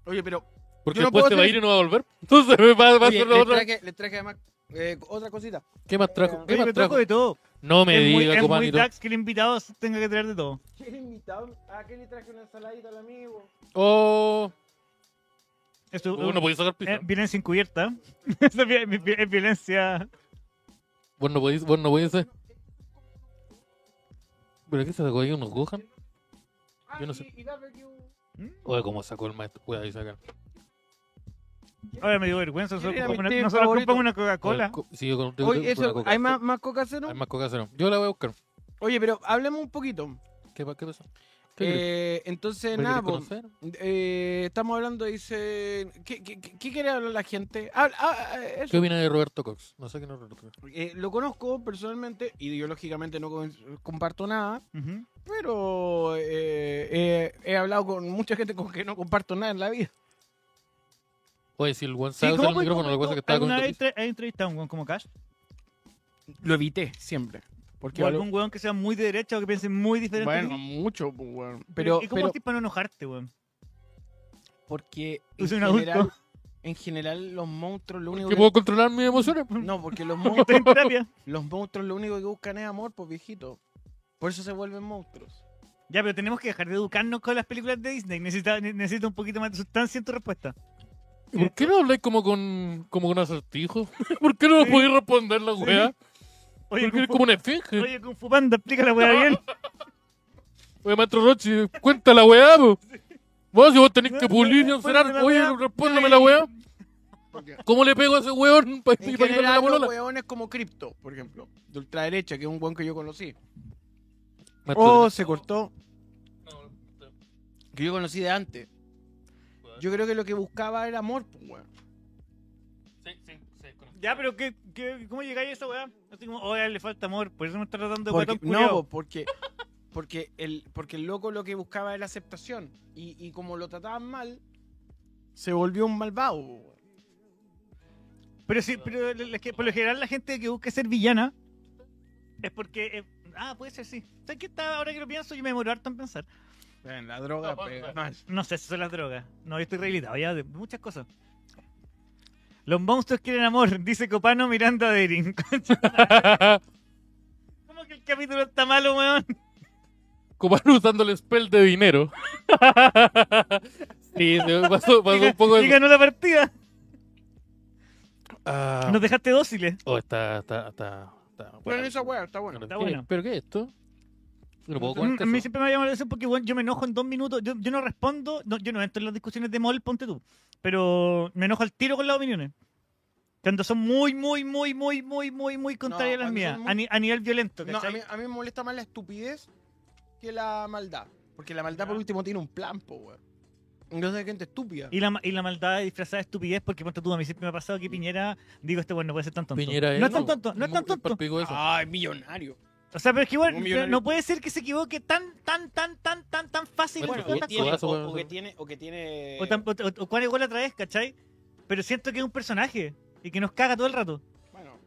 S3: Oye, pero
S2: Porque
S3: Yo no
S2: después
S3: puedo
S2: se va a
S3: hacer-
S2: ir y no va a volver. Entonces va, va a
S3: Oye,
S2: ser
S3: les,
S2: otra.
S3: traje, les traje además eh, otra cosita. Eh,
S2: ¿Qué más trajo? ¿Qué
S1: Oye,
S2: más
S1: me trajo
S2: trajo?
S1: de todo.
S2: No me
S1: es muy,
S2: diga,
S1: es muy
S2: compañero.
S1: tax que el invitado tenga que traer de todo.
S3: ¿Quién invitado? ¿A Ah, qué le traje una ensaladita al amigo?
S2: Oh,
S1: Esto,
S2: oh, no podéis sacar pizza.
S1: eh, violencia encubierta. Esto es, vi- es vi- es violencia.
S2: Vos no podéis, vos no podéis hacer. ¿Pero qué se sacó ahí unos Gohan?
S3: Ah,
S2: Yo no sé.
S3: Y, y barbecue.
S2: Oye, cómo sacó el maestro. Cuidado ahí sacan.
S1: Ahora me dio vergüenza. Nosotros
S3: Mira, mi
S1: compramos una,
S3: té
S1: nosotros
S3: favorito.
S1: compramos una Coca-Cola.
S2: Sí, yo con tengo-
S3: Oye,
S2: tengo una
S3: eso,
S2: coca.
S3: ¿hay más, más coca cero?
S2: Hay más coca cero. Yo la voy a buscar.
S3: Oye, pero hablemos un poquito.
S2: ¿Qué, pa- qué pasó? ¿Qué querés?
S3: Eh, entonces,
S2: ¿Me
S3: nada,
S2: querés
S3: po,
S2: conocer?
S3: eh, estamos hablando, dice... ¿Qué, qué, qué- qué quiere hablar la gente? Habla- ah, ah, eso.
S2: ¿Qué opina de Roberto Cox? No sé qué no es Roberto Cox.
S3: Eh, lo conozco personalmente, ideológicamente no con- comparto nada,
S1: Ujú.
S3: pero eh, eh, he hablado con mucha gente con que no comparto nada en la vida.
S2: Oye, si el Juan
S1: Sí,
S2: sabe usar
S1: ¿cómo
S2: el
S1: puede-
S2: micrófono, lo que pasa es que estaba
S1: ¿Alguna
S2: comiendo
S1: vez
S2: pizza.
S1: tra- has entrevistado a un weón como Cash?
S3: Lo evité siempre. Porque
S1: ¿O algún weón que sea muy de derecha o que piense muy diferente? a ti?
S3: bueno, mucho, pues, weón. Pero,
S1: este? ¿Y cómo
S3: pero
S1: haces para no enojarte, weón?
S3: porque
S1: Tú
S3: en
S1: soy un adulto.
S3: general, en general los monstruos lo único
S2: ¿Que
S3: que...
S2: puedo controlar mis emociones?
S3: No, porque los
S1: ¿Estás en
S3: monstruos,
S1: terapia?
S3: los monstruos lo único que buscan es amor, pues viejito. Por eso se vuelven monstruos.
S1: Ya, pero tenemos que dejar de educarnos con las películas de Disney. Necesita, ne- necesito un poquito más de sustancia en tu respuesta.
S2: ¿Y ¿Por qué no habláis como con, como con acertijo? ¿Por qué no me podéis responder la weá?
S1: Oye,
S2: Porque
S1: Kung
S2: eres
S1: Fu,
S2: como Ah, una esfinge.
S1: oye, Kung Fu Panda, explica la weá bien.
S2: Oye, maestro Rochi, cuenta la weá, po. Vos, si vos tenés que
S1: No,
S2: pulir y
S1: no,
S2: encerar,
S1: respóndeme la
S2: oye,
S1: weá.
S2: respóndeme la weá. ¿Cómo le pego a ese weón para
S3: En
S2: quitarle la
S3: general, los
S2: bolola?
S3: hueones como Crypto, por ejemplo, de ultraderecha, que es un hueón que yo conocí.
S2: Maestro
S3: Oh,
S2: Rochi.
S3: se cortó. Que yo conocí de antes. Yo creo que lo que buscaba era amor, pues, weón.
S1: Ya, pero ¿qué, qué, ¿cómo llegáis a esa weá? Así como, oye, le falta amor, por eso me está tratando de
S3: Porque,
S1: guatón
S3: no,
S1: culiao.
S3: po, porque, porque, el, porque el loco lo que buscaba era aceptación. Y, y como lo trataban mal, se volvió un malvado. pues, po, weón.
S1: Pero sí, pero la- la que- por lo general la gente que busca ser villana es porque... eh, ah, puede ser, sí. ¿Sabes qué? Está, ahora que lo pienso, yo me demoro harto en pensar.
S3: Weón, la droga
S2: No,
S3: pega
S2: no.
S3: mal.
S1: No sé, si son las drogas. No, yo estoy rehabilitado ya de muchas cosas. Los monstruos quieren amor, dice Copano Miranda Derin. ¿Cómo que el capítulo está malo, weón?
S2: Copano usando el spell de dinero. sí, se me pasó, pasó
S1: Y
S2: un poco
S1: ga- Y
S2: de...
S1: ganó la partida.
S2: Ah,
S1: Nos dejaste dóciles.
S2: Oh, está... está, está, está
S3: Bueno,
S2: bueno.
S3: esa weá está buena.
S1: Está
S2: ¿Qué-
S1: bueno.
S2: ¿Pero qué es esto? Yo No puedo
S1: Mm,
S2: comer
S1: A mí
S2: eso.
S1: siempre me llama la atención porque weón, yo me enojo en dos minutos. Yo, yo no respondo, no, yo no entro en las discusiones de mol, ponte tú. Pero me enojo al tiro con las opiniones. Cuando son muy, muy, muy, muy, muy, muy, muy contrarias a las
S3: cuando
S1: mías.
S3: son muy-
S1: A, ni- a nivel violento,
S3: No, a
S1: ¿cachai?
S3: mí, a mí me molesta más la estupidez que la maldad. Porque la maldad,
S1: Ya.
S3: por último, tiene un plan, po, weón. Entonces hay gente estúpida.
S1: Y la, ma- y la maldad disfrazada de estupidez, porque ponte tú, a mí siempre me ha pasado que Piñera, digo, este bueno no puede ser tan tonto.
S2: Piñera
S1: no es tan tonto, no es tan tonto. Ah.
S3: Ay, millonario.
S1: O sea, pero es que igual,
S3: Un millonario.
S1: no puede ser que se equivoque tan, tan, tan, tan, tan, tan fácil.
S2: Bueno,
S1: con
S2: pero
S1: tantas
S2: tiene-
S1: cosas.
S2: Eso, weón,
S3: o, o que
S2: eso.
S3: tiene, o que tiene.
S1: O, tan- o- o- o cuál igual la traes, ¿cachai? Pero siento que es un personaje y que nos caga todo el rato.
S3: Bueno,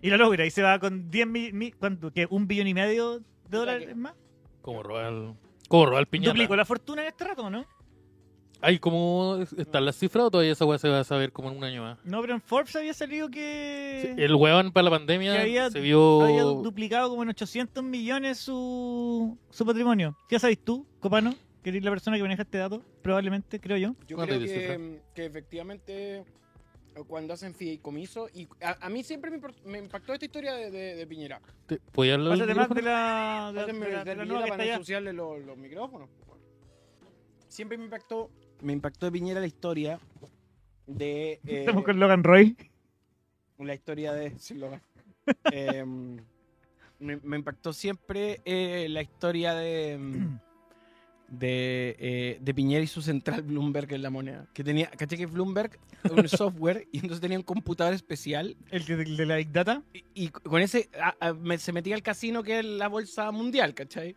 S1: Y lo logra y se va con 10 mil, mil- ¿cuánto? ¿Qué? ¿Un billón y medio de dólares
S3: que-
S1: más?
S2: Como robar, como robar piñata.
S1: Duplicó la fortuna en este rato, ¿no?
S2: Ay, ¿cómo están las cifras o todavía esa weá se va a saber como en un año más?
S1: No, pero en Forbes había salido que...
S2: El weón para la
S1: Que
S2: pandemia
S1: había-
S2: se vio.
S1: había duplicado como en 800 millones su, su patrimonio. ¿Qué sabes tú, Copano? Que eres la persona que maneja este dato, probablemente, creo yo.
S3: yo
S2: ¿Cuánto
S3: creo
S2: hay de
S3: que, que efectivamente eh, cuando hacen fideicomiso. Y a, a mí siempre me, import- me impactó esta historia de, de- de Piñera.
S2: ¿Te- ¿Podía hablar al
S1: Pásate más de
S2: micrófono?
S1: la, de la-
S3: Pásenme
S1: de la- de
S3: el
S1: la
S3: del
S1: nueva que
S3: Piñera
S1: está
S3: para
S1: allá.
S3: ensuciarle los, los micrófonos. po, weón. Siempre me impactó. Me impactó de Piñera la historia de. eh,
S1: Estamos con Logan Roy.
S3: la historia de sin lugar. Em, me, me impactó siempre eh, la historia de em, de, eh, de Piñera y su central Bloomberg en la moneda que tenía caché que Bloomberg era un software y entonces tenía un computador especial
S1: El que- el de la Big Data.
S3: y, y con ese a- a- me- se metía al casino que es la bolsa mundial ¿cachai?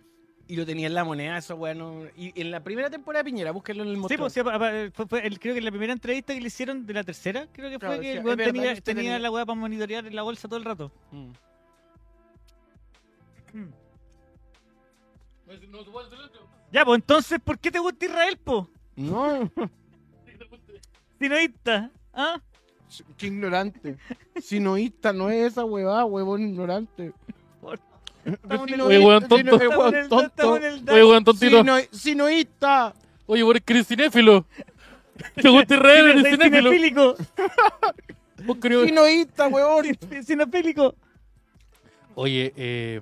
S3: y lo tenía en la moneda eso bueno y en la primera temporada de Piñera búsquenlo en el
S1: Sí,
S3: motor
S1: pues, sí, pa- pa- fue, fue el- creo que la primera entrevista que le hicieron de la tercera, creo que fue
S3: Claro,
S1: que
S3: decía,
S1: el weón
S3: "Es verdad
S1: tenía,
S3: que usted
S1: tenía
S3: tenía-
S1: la weá para monitorear en la bolsa todo el rato.
S3: Mm.
S1: Ya, pues entonces, ¿por qué te gusta Israel, po?
S3: no
S1: Sinoísta. ¿Ah?
S3: Qué ignorante. Sinoísta no es esa huevada, huevón ignorante.
S1: Por-
S3: Sino-
S2: Oye, huevón
S3: sino-
S2: tonto.
S3: eh,
S1: Estamos
S3: huevón
S1: en el-
S3: tonto.
S1: estamos en el
S2: Oye, weón tontito.
S3: Sino- Sinoísta.
S2: Oye, weón, que eres cinéfilo. ¿Te gusta Israel?
S1: Cine-
S2: Eres cinéfilo.
S1: Cinefílico.
S2: Vos querés-
S3: Sinoísta, huevón.
S1: Cinefílico.
S2: Oye, eh,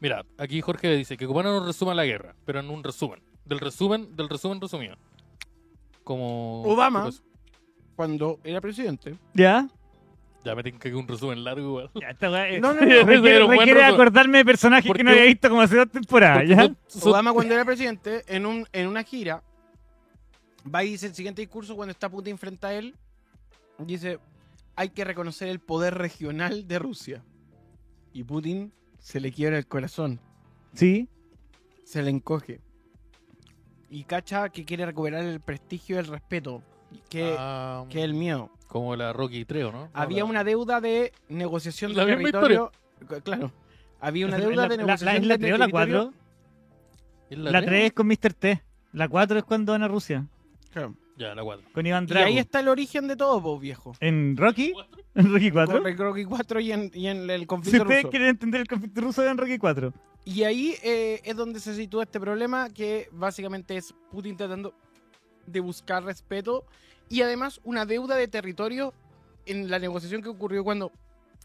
S2: mira, aquí Jorge dice que Cubana nos resuma la guerra, pero en un resumen. Del resumen, del resumen resumido. Como.
S3: Obama.
S2: ¿qué pasó?
S3: Cuando era presidente.
S1: ¿Ya?
S2: Ya me tengo que un resumen largo, igual.
S1: Ya, esta weá, eh,
S3: No, no, no.
S1: Requiere,
S2: Pero buen
S1: requiere
S2: rato.
S1: acordarme de personajes
S2: Porque-
S1: que no había visto como hace dos temporadas.
S2: Porque
S1: Ah, ¿ya?
S2: son- son-
S3: Obama cuando era presidente, en, un, en una gira, va y dice el siguiente discurso cuando está Putin frente a él. Dice, hay que reconocer el poder regional de Rusia. Y Putin se le quiebra el corazón,
S1: Sí.
S3: se le encoge. Y cacha que quiere recuperar el prestigio y el respeto, que,
S2: Ah,
S3: que el miedo.
S2: Como la Rocky 3, ¿o ¿no?
S3: Había
S2: Ahora-
S3: una deuda de negociación
S2: La
S3: de
S2: misma
S3: territorio. Claro. Había una deuda
S1: la, la-
S3: de
S1: la-
S3: negociación
S1: es la
S3: de
S1: 3 o la
S3: territorio.
S1: 4?
S2: ¿Es
S1: La 3 es con Mr. T. La 4 es cuando van a Rusia.
S3: Claro.
S2: Ya, la 4.
S1: Con Iván
S3: Y
S1: Drago.
S3: ahí está el origen de todo, pues, viejo.
S1: ¿En Rocky? ¿En Rocky 4?
S3: Con el Rocky 4 y en, y en el
S1: Si
S3: conflicto
S1: ustedes
S3: ruso.
S1: quieren entender el conflicto ruso, vean Rocky 4.
S3: Y ahí eh, es donde se sitúa este problema que básicamente es Putin tratando de buscar respeto y además una deuda de territorio en la negociación que ocurrió cuando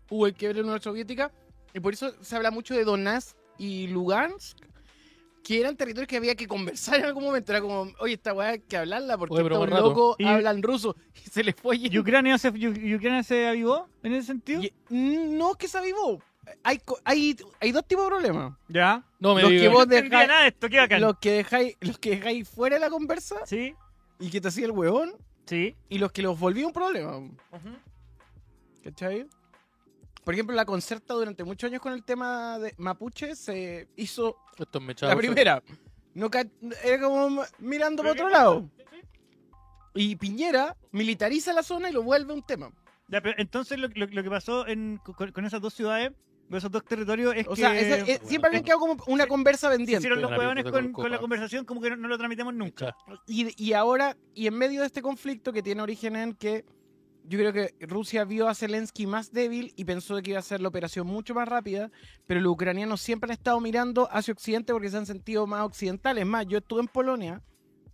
S3: hubo el quiebre de la Unión Soviética. Y por eso se habla mucho de Donetsk y Lugansk, que eran territorios que había que conversar en algún momento. Era como, oye, esta weá hay que hablarla porque
S2: Oye, pero
S3: estos
S2: más rato.
S3: locos
S1: Y-
S3: hablan ruso y se les fue.
S1: ¿Y Ucrania se, y- y Ucrania se avivó en ese sentido?
S3: Y- mm, No, que se avivó. Hay, co- hay, hay dos tipos de problemas.
S1: Ya.
S2: No, me
S3: Los que
S2: digas.
S3: vos-
S1: No entendía
S3: dejáis-
S1: nada de esto, qué bacán.
S3: Los que dejáis los que dejáis fuera de la conversa
S1: Sí,
S3: y que te hacía el huevón
S1: sí.
S3: y los que los volví un problema. ¿Cachai? Por ejemplo, la concerta durante muchos años con el tema de mapuche se hizo
S2: Esto es mechado.
S3: la primera. No ca- era como mirando para otro lado. Y Piñera militariza la zona y lo vuelve un tema.
S1: Ya, pero entonces lo, lo- lo que pasó en- con, con esas dos ciudades, con esos dos territorios, es
S3: O
S1: que
S3: sea, esa- eh,
S2: bueno,
S3: siempre
S2: bueno.
S3: habían quedado como una conversa pendiente.
S1: hicieron los
S2: Una
S1: huevones
S2: pintura
S1: con,
S2: con
S1: con la
S2: copa.
S1: conversación como que no, no lo transmitimos nunca.
S2: Mechado.
S3: Y, y ahora, y en medio de este conflicto que tiene origen en que yo creo que Rusia vio a Zelensky más débil y pensó que iba a ser la operación mucho más rápida, pero los ucranianos siempre han estado mirando hacia Occidente porque se han sentido más occidentales. Más, yo estuve en Polonia,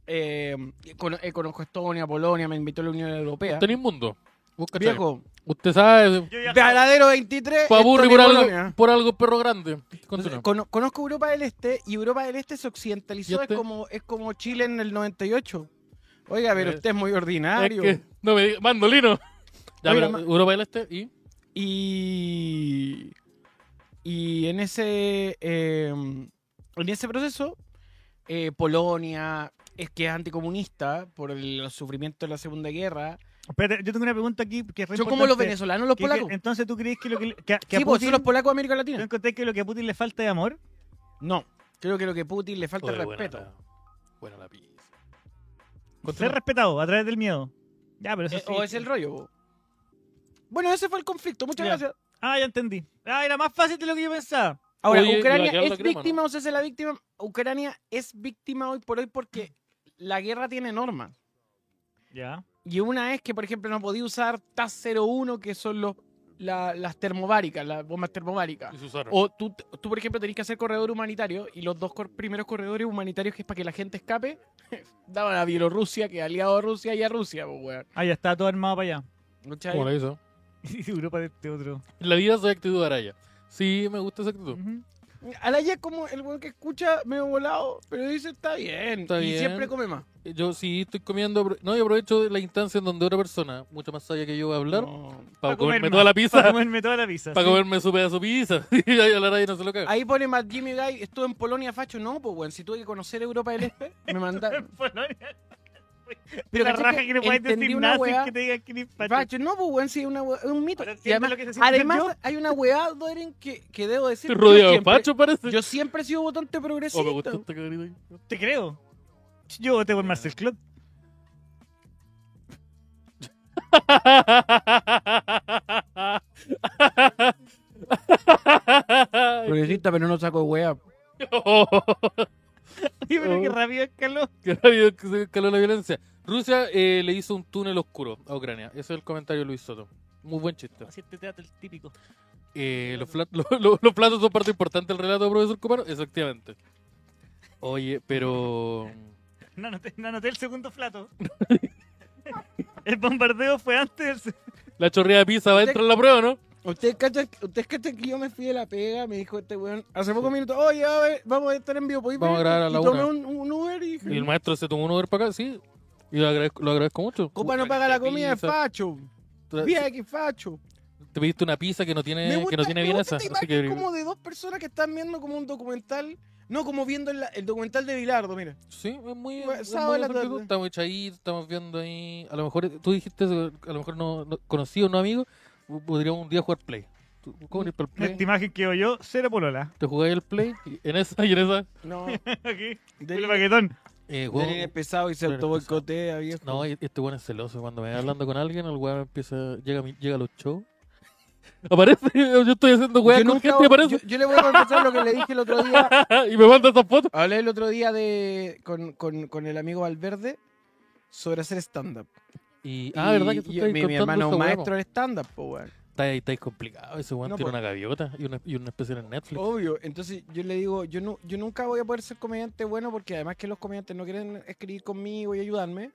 S3: eh, cono- eh, conozco Estonia, Polonia, me invitó a la Unión Europea.
S2: Usted ni mundo. Vos cachai.
S3: Viejo,
S2: Usted sabe.
S1: Yo viajaba-
S3: Varadero 23,
S2: Fue aburre por
S3: Estonia,
S2: algo,
S3: Polonia.
S2: por algo perro grande. Continúa.
S3: Cono- conozco Europa del Este y Europa del Este se
S2: ¿Y
S3: occidentalizó, es
S2: este?
S3: como, es como Chile en el 98. Oiga, pero
S2: Eh,
S3: usted es muy
S2: Es
S3: ordinario.
S2: que- no me digas. Mandolino. Ya,
S3: Oiga,
S2: pero
S3: ma-
S2: Europa del Este y.
S3: Y, y en ese eh, en ese proceso, eh, Polonia es que es anticomunista por el sufrimiento de la Segunda Guerra.
S1: Espérate, yo tengo una pregunta aquí que es re
S3: Son como los
S1: importante.
S3: venezolanos, los
S1: Que- que-
S3: polacos.
S1: entonces tú crees que lo que, que, que
S3: Sí,
S1: a
S3: pues,
S1: Putin, ¿Eh?
S3: son los polacos de América
S1: ¿tú
S3: Latina.
S1: encontrás que lo que a Putin le falta de amor?
S3: No, creo que lo que Putin le falta
S2: Oye,
S3: es
S2: buena
S3: respeto.
S2: la- Buena la pizza.
S1: Ser
S2: Continúa.
S1: respetado a través del miedo. Ya, pero eso
S3: Eh,
S1: sí.
S3: O es el rollo. po. Bueno, ese fue el conflicto. Muchas
S1: Ya.
S3: gracias.
S1: Ah, ya entendí. Ah, era más fácil de lo que yo pensaba.
S3: Ahora,
S2: Oye,
S3: Ucrania
S2: y la que
S3: es
S2: habla crema,
S3: víctima o se hace la víctima. Ucrania es víctima hoy por hoy porque la guerra tiene normas.
S1: Ya.
S3: Y una es que, por ejemplo, no podía usar TAS-01, que son los, la- las termobáricas, las bombas termobáricas.
S2: Y Susana.
S3: O tú, tú, por ejemplo, tenés que hacer corredor humanitario y los dos cor- primeros corredores humanitarios que es para que la gente escape, daban a Bielorrusia, que es aliado a Rusia y a Rusia, pues, weón.
S1: Ah, ya está todo armado para allá.
S3: ¿Cachai?
S2: ¿Cómo la hizo?
S1: Y Europa de este otro.
S2: La vida soy actitud Araya. Sí, me gusta esa actitud.
S1: Ujú.
S3: Alaya es como el weón que escucha medio volado, pero dice, está bien.
S2: Está
S3: y
S2: bien.
S3: siempre come más.
S2: Yo sí estoy comiendo. apro- No, yo aprovecho la instancia en donde otra persona, mucho más sabia que yo, va a hablar.
S3: No.
S2: Para
S1: Pa' comer
S2: comerme
S1: más,
S2: toda la pizza.
S1: Para comerme toda la pizza.
S2: Para
S1: sí.
S2: comerme su pedazo de pizza. y ahí hablar ahí no se lo caga.
S3: Ahí pone más Jimmy Guy, estuve en Polonia, facho. No, pues, weón, si tuve que conocer Europa del Este, me mandaron.
S1: Polonia.
S3: Pero
S1: la
S3: cachai
S1: raja que no puedes
S3: entendí
S1: decir
S3: una
S1: nada sin
S3: weá.
S1: que te digan que eres facho.
S3: Facho, no, pues, weón, sí, es una we- es un mito.
S1: Ahora
S3: Y
S1: entiendo
S3: además,
S1: lo que se siente
S3: además
S1: yo.
S3: hay una weá, Doren, que, que debo decir.
S2: Estoy
S3: yo
S2: rodeado de
S3: siempre-
S2: pacho, parece.
S3: Yo siempre he sido votante
S2: oh, me
S3: progresista.
S2: gustó esta cabrita ahí.
S1: Te creo. Yo voté por Marcel Clot.
S3: progresista, pero no saco weá.
S1: Y pero qué rápido escaló.
S3: Oh.
S2: Qué rápido que se escaló la violencia. Rusia eh, le hizo un túnel oscuro a Ucrania. Ese es el comentario de Luis Soto. Muy buen chiste.
S1: Así te trata el típico.
S2: Eh, los, fla- lo- lo- los platos son parte importante del relato de profesor Copano, efectivamente. Oye, pero.
S1: No anoté, no anoté el segundo plato. el bombardeo fue antes. del se-
S2: La chorreada de pizza va dentro de la prueba, ¿no?
S3: Ustedes cachan, ustedes cachan que yo me fui de la pega, me dijo este weón. Hace pocos minutos, oye, a ver, vamos a estar en vivo, ¿podéis
S2: Vamos a
S3: venir?"
S2: grabar a
S3: Y
S2: la
S3: tomé
S2: una.
S3: un, un Uber y
S2: Y
S3: dije,
S2: el maestro se tomó un Uber para acá, sí. Y lo agradezco, lo agradezco mucho.
S3: Copa no
S2: Ucrania,
S3: paga la
S2: pizza.
S3: comida, es facho.
S2: Tra-
S3: Mira que facho.
S2: Te pediste una pizza Eh, que no tiene,
S3: Me gusta,
S2: que no tiene
S3: me
S2: bien
S3: gusta
S2: esa.
S3: esta
S2: así
S3: imagen
S2: que-
S3: como de dos personas que están viendo como un documental, no como viendo el, el documental de Bilardo, mira.
S2: Sí, es muy.
S3: Bueno,
S2: es
S3: sábado
S2: muy
S3: en la
S2: esa actitud.
S3: tarde.
S2: Estamos echaditos, estamos viendo ahí. A lo mejor, tú dijiste, a lo mejor no, no conocido, no amigo, podríamos un día jugar play. ¿Tú- ¿Cómo ir para el play?
S1: Esta imagen que doy yo, cero polola.
S2: Te jugáis el play y en esa y en esa.
S3: No,
S1: Aquí, el
S3: Denis
S1: paquetón.
S2: Eh, weón,
S3: Denis es pesado y se
S2: Denis es
S3: auto boicotea, viejo.
S2: no, y- este weón es celoso. Cuando me va hablando con alguien, el weón empieza, llega, a mi- llega a los shows. Aparece, yo estoy haciendo weón
S3: Yo
S2: con
S3: nunca-
S2: gente y aparece.
S3: yo- yo le voy a confesar lo que le dije el otro día
S2: y me manda esas fotos.
S3: Hablé el otro día de, con, con- con el amigo Valverde sobre hacer stand-up.
S2: Y, ah, verdad que tú
S3: Y- y
S2: estás
S3: mi, mi
S2: contando
S3: hermano es
S2: esa
S3: un
S2: weá,
S3: maestro en stand-up, po, weón.
S2: po. Está ahí, está ahí complicado. Ese weón
S3: No,
S2: tiene
S3: po. Oh,
S2: una gaviota y una, y una especial en Netflix.
S3: Obvio. Entonces yo le digo, yo, no, yo nunca voy a poder ser comediante bueno porque además que los comediantes no quieren escribir conmigo y ayudarme.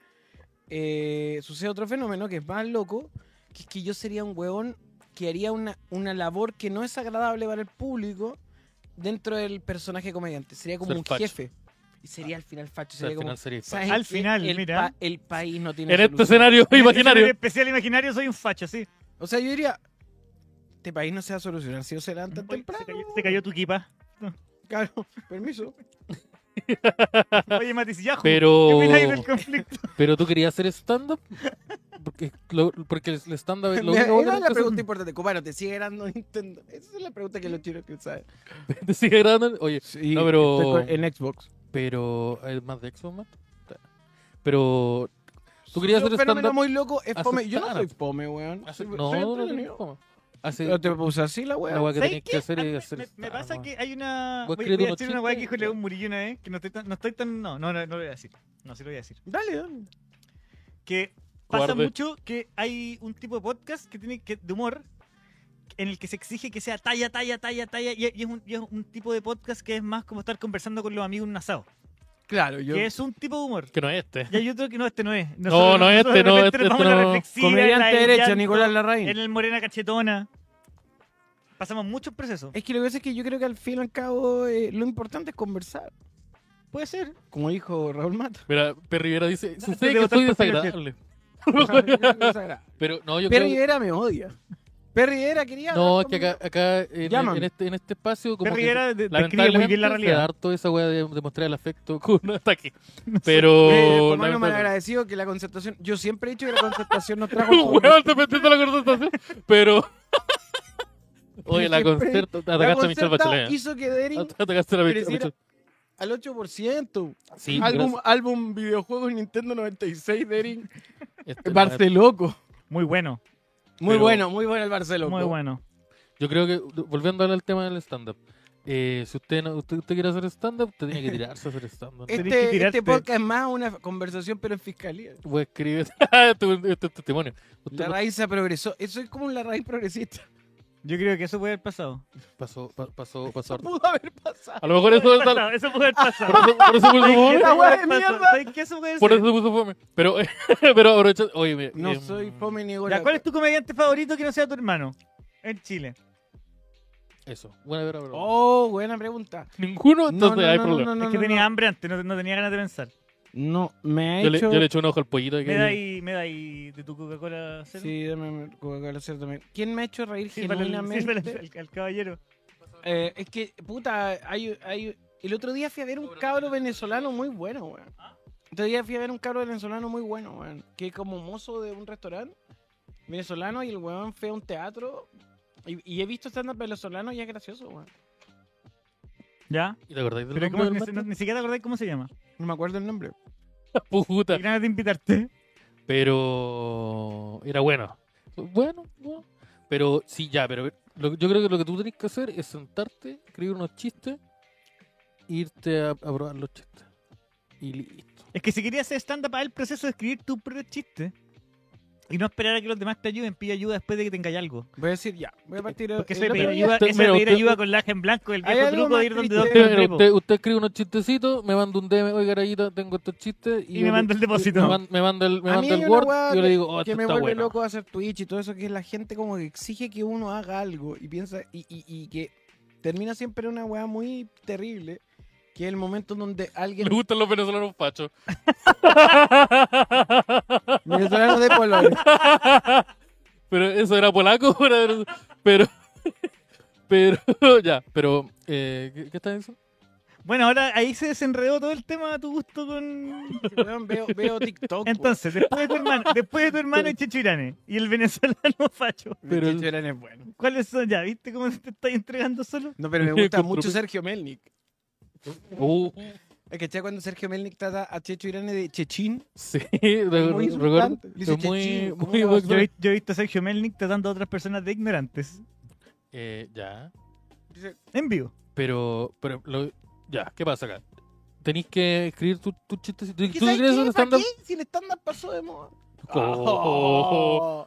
S3: eh, sucede otro fenómeno que es más loco, que es que yo sería un huevón que haría una, una labor que no es agradable para el público dentro del personaje comediante. Sería como
S2: Ser
S3: un
S2: facho.
S3: jefe. Y sería al final facho.
S2: O sea,
S3: Sería
S2: al
S3: como,
S2: final sería
S3: ¿Sabes
S1: Al
S3: qué?
S1: final,
S3: el
S1: mira.
S3: pa- el país no tiene
S2: En este
S3: solución.
S2: escenario
S1: En
S2: imaginario.
S1: especial imaginario soy un facho, sí.
S3: O sea, yo diría, este país no se va a solucionar si no se levanta
S1: Oye,
S3: temprano.
S1: se, cayó, este- se cayó tu kipa.
S3: Claro, permiso. Ah.
S1: Oye, Matis, ya ¿Qué
S2: Pero,
S1: opináis del conflicto?
S2: pero tú querías hacer stand-up. Porque, lo- porque el stand-up es Pues, lo único
S3: Mira,
S2: que
S3: esa es
S2: tenés
S3: la
S2: que hacer.
S3: pregunta importante. Cubano, ¿te sigue ganando Nintendo? Esa es la pregunta que los chinos quieren saber.
S2: Te sigue grabando. Oye,
S3: Sí,
S2: No, pero- estoy con-
S3: en Xbox.
S2: pero. ¿Es más de Xbox, Matt? Pero. ¿Tú querías hacer stand-up?
S3: muy loco. Es fome. Yo no soy
S2: Aceptar.
S3: fome, weón.
S2: Hace-
S3: Ah, Soy- Ah,
S2: no,
S3: soy
S2: no, no,
S3: entretenido.
S2: no. Hace
S3: Pero te puse así la
S2: la
S3: weón.
S2: weá que
S1: ¿Sabes
S2: tenías
S1: qué?
S2: que hacer
S1: A mí
S2: es
S1: me-
S2: hacer ah,
S1: me, me
S2: stand-up,
S1: pasa
S2: ¿no?
S1: que hay una.
S2: Voy a
S1: Voy,
S2: escribir
S1: voy a
S2: unos
S1: decir una weá que dijo
S2: chistes.
S1: León Murillo una vez, que no estoy tan. No, estoy tan, no, no, no, no lo voy a decir. No, sí lo voy a decir.
S3: Dale, dale.
S1: que pasa
S2: Cobarde.
S1: mucho que hay un tipo de podcast que tiene que de humor en el que se exige que sea talla, talla, talla, talla, y, y es un, y es un tipo de podcast que es más como estar conversando con los amigos en un asado,
S3: Claro, yo.
S1: que es un tipo de humor.
S2: Que no es este.
S1: Y hay otro que no, este no es.
S2: No, no, este
S1: de
S2: no,
S1: repente nos
S2: este-
S1: vamos
S2: este
S1: a la
S2: no.
S1: reflexiva, en la
S3: Comediante
S1: del
S3: derecha,
S1: llanto,
S3: Nicolás Larraín.
S1: En el Morena Cachetona. Pasamos muchos procesos.
S3: Es que lo que pasa es que yo creo que al fin y al cabo eh, lo importante es conversar.
S1: Puede ser.
S3: Como dijo Raúl Mato.
S2: Mira, Perry Rivera dice:
S1: No,
S2: Sucede
S1: te
S2: que
S1: votan
S2: soy
S1: por Pinochet.
S2: desagradable.
S3: Perry
S2: Pero no, yo creo.
S3: Rivera me odia. Perry Rivera quería.
S2: No, es
S3: hablar
S2: que acá, acá en,
S3: Llámame.
S2: en este, en este espacio, como
S1: Perry
S2: que
S1: Rivera de- describe muy
S2: lamentablemente
S1: bien la
S2: se da
S1: realidad.
S2: pues, harto esa wea de demostrar el afecto con un ataque.
S3: Eh,
S2: Pero.
S3: Comano
S2: lamentablemente-
S3: malagradecido que la concertación. Yo siempre he dicho que la concertación nos trajo.
S2: Un weón te metiste a la concertación. Pero. Oye, la
S3: Siempre-
S2: concerta.
S3: la
S2: Atacaste a Michelle
S3: concerta
S2: Bachelet. ¿eh? Ah,
S3: hizo que Derin
S2: Atacaste a la Mich- a
S3: creciera
S2: Michelle.
S3: al 8%.
S2: Sí,
S3: álbum,
S2: gracias.
S3: álbum videojuegos Nintendo 96, Derin.
S2: Este,
S3: Barceloco.
S1: Muy bueno,
S3: Muy
S2: Pero-
S3: bueno, muy bueno el Barceloco.
S1: muy bueno.
S2: Yo creo que, volviendo al tema del stand-up, eh, si usted, no, usted, usted quiere hacer stand-up, usted tiene que tirarse a hacer stand-up. ¿no?
S1: Eh. Tenés que
S3: Este,
S1: tirarte.
S3: este podcast es más una conversación, pero en fiscalía.
S2: O escribe tu, tu- tu testimonio. Usted
S3: La raíz se progresó. Eso es como la raíz progresista.
S1: Yo creo que eso puede haber pasado.
S2: pasó, pa- pasó, pasó. harto.
S3: Pudo haber pasado.
S2: A lo mejor eso es al-
S1: Eso puede haber pasado.
S2: por eso- por eso puso fome.
S3: Esa weá de
S1: Pasó.
S3: mierda.
S1: ¿Sabes qué? Eso puede
S2: Por
S1: ser.
S2: eso puso fome. Pero, pero aprovecha- Oye, mira,
S3: No
S2: em,
S3: soy fome ni
S1: Ya, ¿Cuál es tu comediante favorito que no sea tu hermano? En Chile.
S2: Eso. Buena pero, pero-
S3: Oh, buena pregunta.
S2: Ninguno,
S3: No,
S2: entonces
S3: no,
S2: hay
S3: no,
S2: problema.
S3: no, no,
S1: es que
S3: no,
S1: tenía
S3: no.
S1: hambre antes, no, no tenía ganas de pensar.
S3: No, me ha
S2: yo,
S3: hecho.
S2: le, yo le echo un ojo al pollito. que-
S1: Me da ahí, me da ahí de tu Coca-Cola cero.
S3: Sí, dame Coca-Cola cero también. ¿Quién me ha hecho reír
S1: Sírvale al,
S3: genuinamente?
S1: sírvale al- al caballero.
S3: Eh, es que, puta, hay, hay- el otro día fui a ver un cabro venezolano muy bueno, weón. El otro día fui a ver un cabro venezolano muy bueno, weón. Que es como mozo de un restaurante venezolano y el weón fue a un teatro. Y, y he visto stand-up venezolano y es gracioso, weón.
S1: ¿Ya?
S2: ¿Y te acordáis del
S1: Pero
S2: nombre
S1: ¿cómo-
S2: del
S1: ni, no-
S2: maestro?
S1: ni siquiera te acordás cómo se llama.
S3: No me acuerdo el nombre.
S2: Puta.
S1: Qué ganas de invitarte.
S2: Pero era bueno. Bueno, bueno. Pero sí, ya, pero lo- yo creo que lo que tú tenés que hacer es sentarte, escribir unos chistes, irte a, a probar los chistes. Y listo.
S1: Es que si querías hacer stand-up, haz el proceso de escribir tu propio chiste. Y no esperar a que los demás te ayuden, pide ayuda después de que tengáis algo.
S3: Voy a decir ya, voy a partir.
S1: Porque
S3: eh,
S1: eso de
S3: no,
S1: pedir
S3: pero
S1: ayuda,
S2: usted-
S1: eso de
S2: mira,
S1: pedir
S2: usted-
S1: ayuda con laje en blanco, el
S3: Hay
S1: viejo
S3: algo
S1: truco de
S3: más
S1: ir donde
S3: triste.
S1: dos
S2: Mira,
S1: tres tres, po.
S2: usted, usted escribe unos chistecitos, me manda un DM, oiga, Rayita, tengo estos chistes.
S1: Y
S2: yo
S1: me
S2: le-
S1: manda el depósito.
S2: Me Pues man- me manda el, me
S3: a mí
S2: manda
S3: hay
S2: el
S3: una
S2: Word
S3: weá
S2: y yo
S3: que-
S2: le digo, oh,
S3: que
S2: esto
S3: me
S2: está
S3: vuelve
S2: bueno.
S3: loco hacer Twitch y todo eso, que es la gente como que exige que uno haga algo y piensa, y, y- y que termina siempre en una weá muy terrible, que es el momento en donde alguien
S2: Me gustan los venezolanos fachos.
S3: venezolano de Polonia.
S2: pero eso era polaco, pero. Pero, pero ya, pero. Eh, ¿Qué, qué estás diciendo?
S1: Bueno, ahora ahí se desenredó todo el tema a tu gusto con...
S3: Weón, veo, veo TikTok.
S1: Entonces, después de tu hermano, después de tu hermano y Chechirane, y el venezolano facho,
S2: pero-
S3: pero es bueno.
S1: ¿cuáles son ya? ¿Viste cómo te estás entregando solo?
S3: No, pero me gusta
S2: Con
S3: mucho
S2: trupe-
S3: Sergio Melnik.
S2: Uh,
S3: Es que cuando Sergio Melnik trata a Checho Irane de Chechín.
S2: sí, de-
S3: Muy
S2: recuerdo.
S3: insultante. Le dice,
S2: es muy-
S3: "Chechín, ¿cómo
S2: muy
S3: la vas a
S1: Yo, he- yo he visto a Sergio Melnik tratando a otras personas de ignorantes.
S2: Eh, ya.
S1: En vivo.
S2: Pero, pero, lo- ya, ¿qué pasa acá? Tenéis que escribir tu, tu chistecito. ¿Tú
S3: ¿Qué sabes
S2: crees
S3: qué?
S2: un
S3: ¿Para
S2: stand-up?
S3: qué? Si el stand-up pasó de moda.
S2: Oh.
S3: Oh,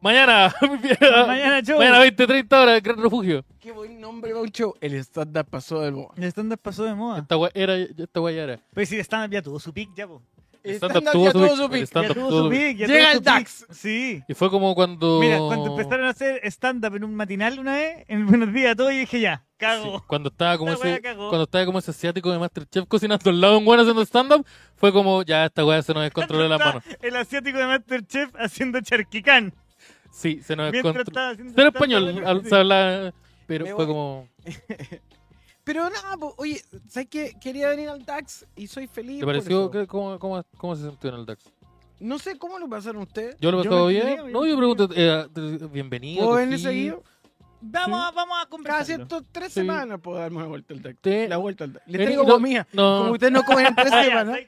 S2: Mañana.
S3: Ah,
S1: Mañana, show.
S2: Mañana 20, 30 horas, Gran Refugio.
S3: Qué buen nombre va un show. El stand-up pasó de moda.
S1: El stand-up pasó de
S3: Ah.
S1: moda.
S2: Esta guay era, esta guay era.
S1: Pues si el stand-up ya tuvo su pick, ya, po.
S3: El
S2: Stand-up
S3: stand-up
S2: tuvo
S3: ya
S2: su-
S3: tuvo su
S2: el
S3: pic.
S1: Ya
S2: stand-up
S1: tuvo
S2: tuvo-
S1: su pick. ya
S3: Llega
S1: tuvo
S3: el
S1: su pick.
S3: DAX.
S1: Sí.
S2: Y fue como cuando.
S1: Mira, cuando empezaron a hacer stand-up en un matinal una vez, en Buenos Días a todos, y dije ya, cago.
S2: Sí, cuando estaba como
S1: Esta weá
S2: ese.
S1: cagó.
S2: Cuando estaba como ese asiático de Masterchef cocinando al lado de un weón haciendo stand-up, fue como, ya, esta weá se nos descontroló de las
S1: Está
S2: manos.
S1: El asiático de Masterchef haciendo charquicán.
S2: Sí, se
S1: Mientras
S2: nos descontroló.
S1: estaba haciendo. stand-up,
S2: Era Ah, español,
S1: sí.
S2: al- se hablaba. Pero
S3: Me
S2: fue
S3: voy.
S2: como.
S3: Pero nada, po, oye, ¿sabes qué? Quería venir al DAX y soy feliz.
S2: ¿Te
S3: por
S2: pareció?
S3: eso.
S2: ¿Qué- cómo, cómo, ¿Cómo se sintió en el DAX?
S3: No sé cómo lo pasaron ustedes.
S2: ¿Yo lo he
S1: Yo
S2: pasado
S1: me
S2: bien?
S1: enteré, oye,
S2: no,
S1: me
S2: yo
S1: enteré.
S2: pregunto, eh, te- bienvenido.
S3: ¿Puedo
S2: te
S3: venir
S2: fui.
S3: seguido?
S1: Vamos, a- vamos a
S3: Cada
S1: conversar.
S3: ciertas tres
S2: Sí.
S3: semanas puedo darme una vuelta al DAX.
S2: Te-
S3: La vuelta al DAX. Les
S2: Eres-
S3: traigo
S2: no-
S3: comida.
S2: no.
S3: Como ustedes no comen en tres
S1: Ah,
S3: semanas.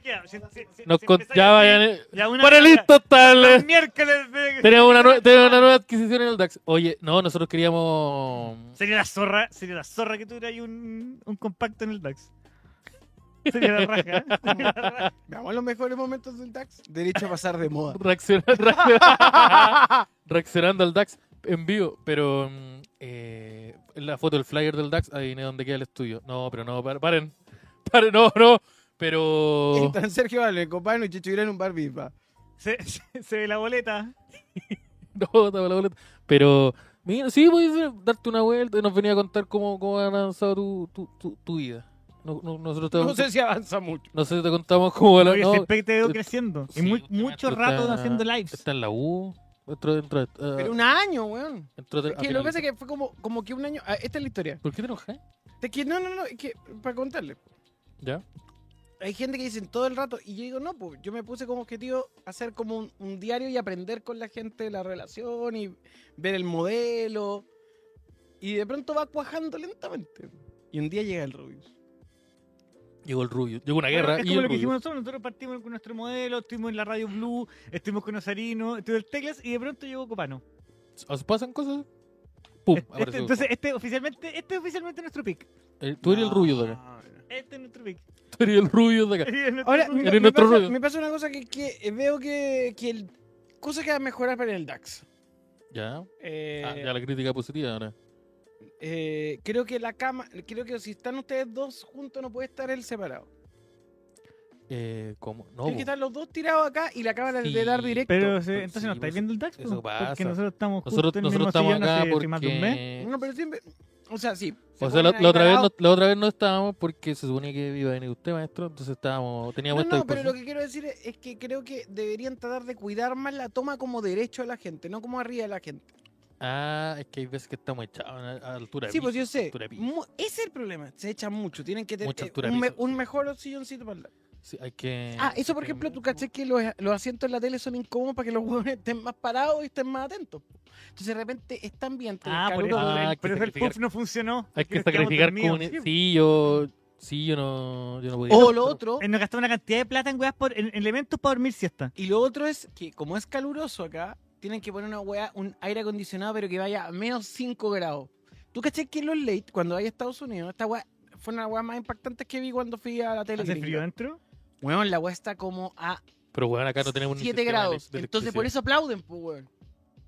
S2: Nos con- ya vayan. eh,
S1: Ya una
S2: ¡Panelistas
S1: Los
S2: tales!
S1: miércoles de-
S2: Tenemos una, nue- tenemos una nueva adquisición en el DAX. Oye, no, nosotros queríamos.
S1: Sería la zorra, sería la zorra que tuviera ahí un, un compacto en el DAX. Sería la raja. sería la raja.
S3: Veamos los mejores momentos del DAX. Derecho a pasar de moda.
S2: Reaccionar, reaccionar- reaccionando al DAX en vivo, pero mm, eh, la foto del flyer del DAX, adiviné dónde queda el estudio. No, pero no, par- paren, paren, no, no, pero
S3: Entran Sergio Vale, Copano y Chicho Irán en un bar bipa.
S1: Se, se- se ve la boleta.
S2: no, estaba la boleta. Pero, mira, sí, puedes ir, darte una vuelta y nos venía a contar cómo, cómo ha avanzado tu, tu, tu, tu vida. No, no, nosotros te,
S3: No sé si avanza mucho.
S2: no sé si te contamos cómo
S1: Oye,
S2: la-
S1: ese
S2: no,
S1: espectro te veo
S2: eh,
S1: creciendo.
S2: sí,
S1: y muy,
S2: este
S1: mucho
S2: maestro
S1: rato
S2: está-
S1: haciendo lives.
S2: está en la U, otro dentro, de- ah,
S3: Pero un año, weón.
S2: entró de-
S3: Es
S2: a
S3: que
S2: finales.
S3: lo que pasa es que fue como, como que un año. ah, esta es la historia.
S2: ¿Por qué te enojas?
S3: Es que no, no, no. Es que, para contarle.
S2: ¿Ya?
S3: Hay gente que dicen todo el rato. Y yo digo, no, pues yo me puse como objetivo hacer como un, un diario y aprender con la gente de la relación y ver el modelo. Y de pronto va cuajando lentamente. Y un día llega el Rubius.
S2: Llegó el rubio, llegó una
S3: Ah,
S1: Bueno,
S2: guerra
S1: es
S2: y
S1: como
S2: el
S1: lo que
S2: rubio.
S1: hicimos nosotros. Nosotros partimos con nuestro modelo, estuvimos en la radio Blue, estuvimos con Osarino, estuvimos en Teclas y de pronto llegó Copano.
S2: ¿Os pasan cosas? ¡Pum!
S1: Este-
S2: apareció.
S1: entonces, este oficialmente, este es oficialmente nuestro pick.
S2: Eh, tú eres el rubio de acá.
S1: Este es nuestro pick.
S2: Tú eres el rubio de acá.
S1: Este es nuestro
S3: Ahora,
S1: pick.
S3: me,
S2: Ah, Eres
S3: me
S2: nuestro
S3: pasa,
S2: Rubius.
S3: me pasa una cosa que, que veo que, que el, cosa que va a mejorar para el DAX.
S2: Ya.
S3: Eh,
S2: Ah, ya la crítica positiva ahora.
S3: Eh, creo que la cama, creo que si están ustedes dos juntos no puede estar él separado.
S2: Eh, ¿Cómo? No.
S3: Tienen que
S2: po.
S3: estar los dos tirados acá y la cámara
S2: Sí,
S3: le dar directo.
S1: Pero se-
S2: pero
S1: entonces
S2: sí,
S1: no estáis
S2: pues,
S1: viendo el DAX,
S2: eso
S1: po,
S2: pasa.
S1: porque nosotros estamos justo
S2: Nosotros,
S1: en el
S2: nosotros
S1: mismo
S2: estamos
S1: sillón hace-
S2: acá
S1: hace más de un mes.
S2: porque.
S3: No, pero siempre, o sea, sí. se
S2: Eh, O sea, la,
S3: ponen ahí
S2: la otra vez no,
S3: parados.
S2: la otra vez no estábamos porque se suponía que iba a venir usted, maestro. Entonces estábamos, teníamos
S3: No,
S2: esta
S3: no, pero lo
S2: disposición.
S3: que quiero decir es, es que creo que deberían tratar de cuidar más la toma como derecho a la gente, no como arriba de la gente.
S2: Ah, es que hay veces que estamos echados a, a altura. de
S3: Sí, pues
S2: piso,
S3: yo sé.
S2: altura de piso.
S3: mu- ese es el problema. Se echan mucho. Tienen que tener
S2: Mucha Eh,
S3: eh,
S2: altura de
S3: un, me-
S2: piso,
S3: un
S2: sí.
S3: mejor silloncito para el lado.
S2: Sí, hay que.
S3: Ah, eso por ejemplo, tú caché que los, los asientos en la tele son incómodos para que los huevones estén más parados y estén más atentos. Entonces de repente están bien.
S1: Ah, por eso,
S2: Ah,
S1: el-
S2: hay que
S1: por eso el
S2: sacrificar.
S1: puff no funcionó.
S2: Hay que
S1: Nos quedamos
S2: sacrificar
S1: dormidos.
S2: con Sí, yo. Sí, yo no, yo no podía.
S3: pues. O lo otro,
S1: Eh, Nos gastamos una cantidad de plata en weas por en- en elementos para dormir siesta.
S3: y lo otro es que como es caluroso acá, tienen que poner una hueá, un aire acondicionado, pero que vaya a menos 5 grados. ¿Tú caché que en los late, cuando vaya a Estados Unidos, esta hueá fue una hueá más impactante que vi cuando fui a la tele.
S1: ¿Hace
S3: gringa.
S1: frío eh? dentro?
S3: Weón, la weá está como a
S2: Pero, weón, acá no tenemos ni
S3: 7
S2: sistema de
S3: grados.
S2: de
S3: Entonces por
S2: electricidad.
S3: eso aplauden, pues, weón.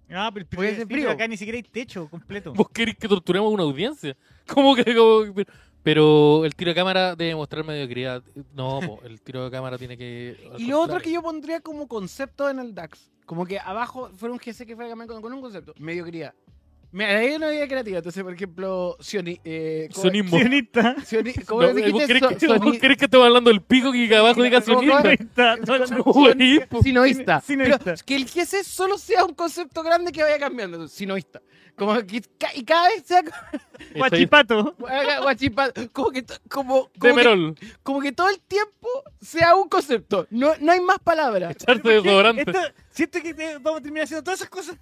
S1: Ah, pero, pero-
S3: Porque hace
S1: sí, pero
S3: Pues frío.
S1: acá ni siquiera hay techo completo.
S2: ¿Vos querés que torturemos a una audiencia? ¿Cómo que.? cómo que- Pero el tiro de cámara debe mostrar mediocridad. No, po, el tiro de cámara tiene que. al
S3: Y lo otro
S2: contrario.
S3: que yo pondría como concepto en el DAX. Como que abajo fuera un GC que fuera con, con un concepto. Mediocridad. Me hay una idea creativa. Entonces, por ejemplo, Sioni. Eh, ¿cómo-
S2: Sonismo.
S1: Sionista.
S3: Sioni- ¿Cómo
S2: No, eh,
S3: le
S2: ¿Vos
S3: dijiste?
S2: querés que,
S3: So-
S2: vos
S3: soni-
S2: querés que estemos hablando del pico que abajo diga
S3: ¿Cómo- cómo
S2: sonido?
S1: Sionista.
S3: era? Sonido.
S2: No, weón, po.
S3: Sinoísta.
S1: Sinoísta.
S3: Pero que el GC solo sea un concepto grande que vaya cambiando. Sinoísta. Como que ca- y cada vez sea
S1: Guachipato.
S3: haga guachipa- Como que, to- como, como, que,
S2: Demerol.
S3: como que todo el tiempo sea un concepto. No, no hay más palabras.
S2: Echarte desodorante.
S1: Esto- siento que te- vamos a terminar haciendo todas esas cosas.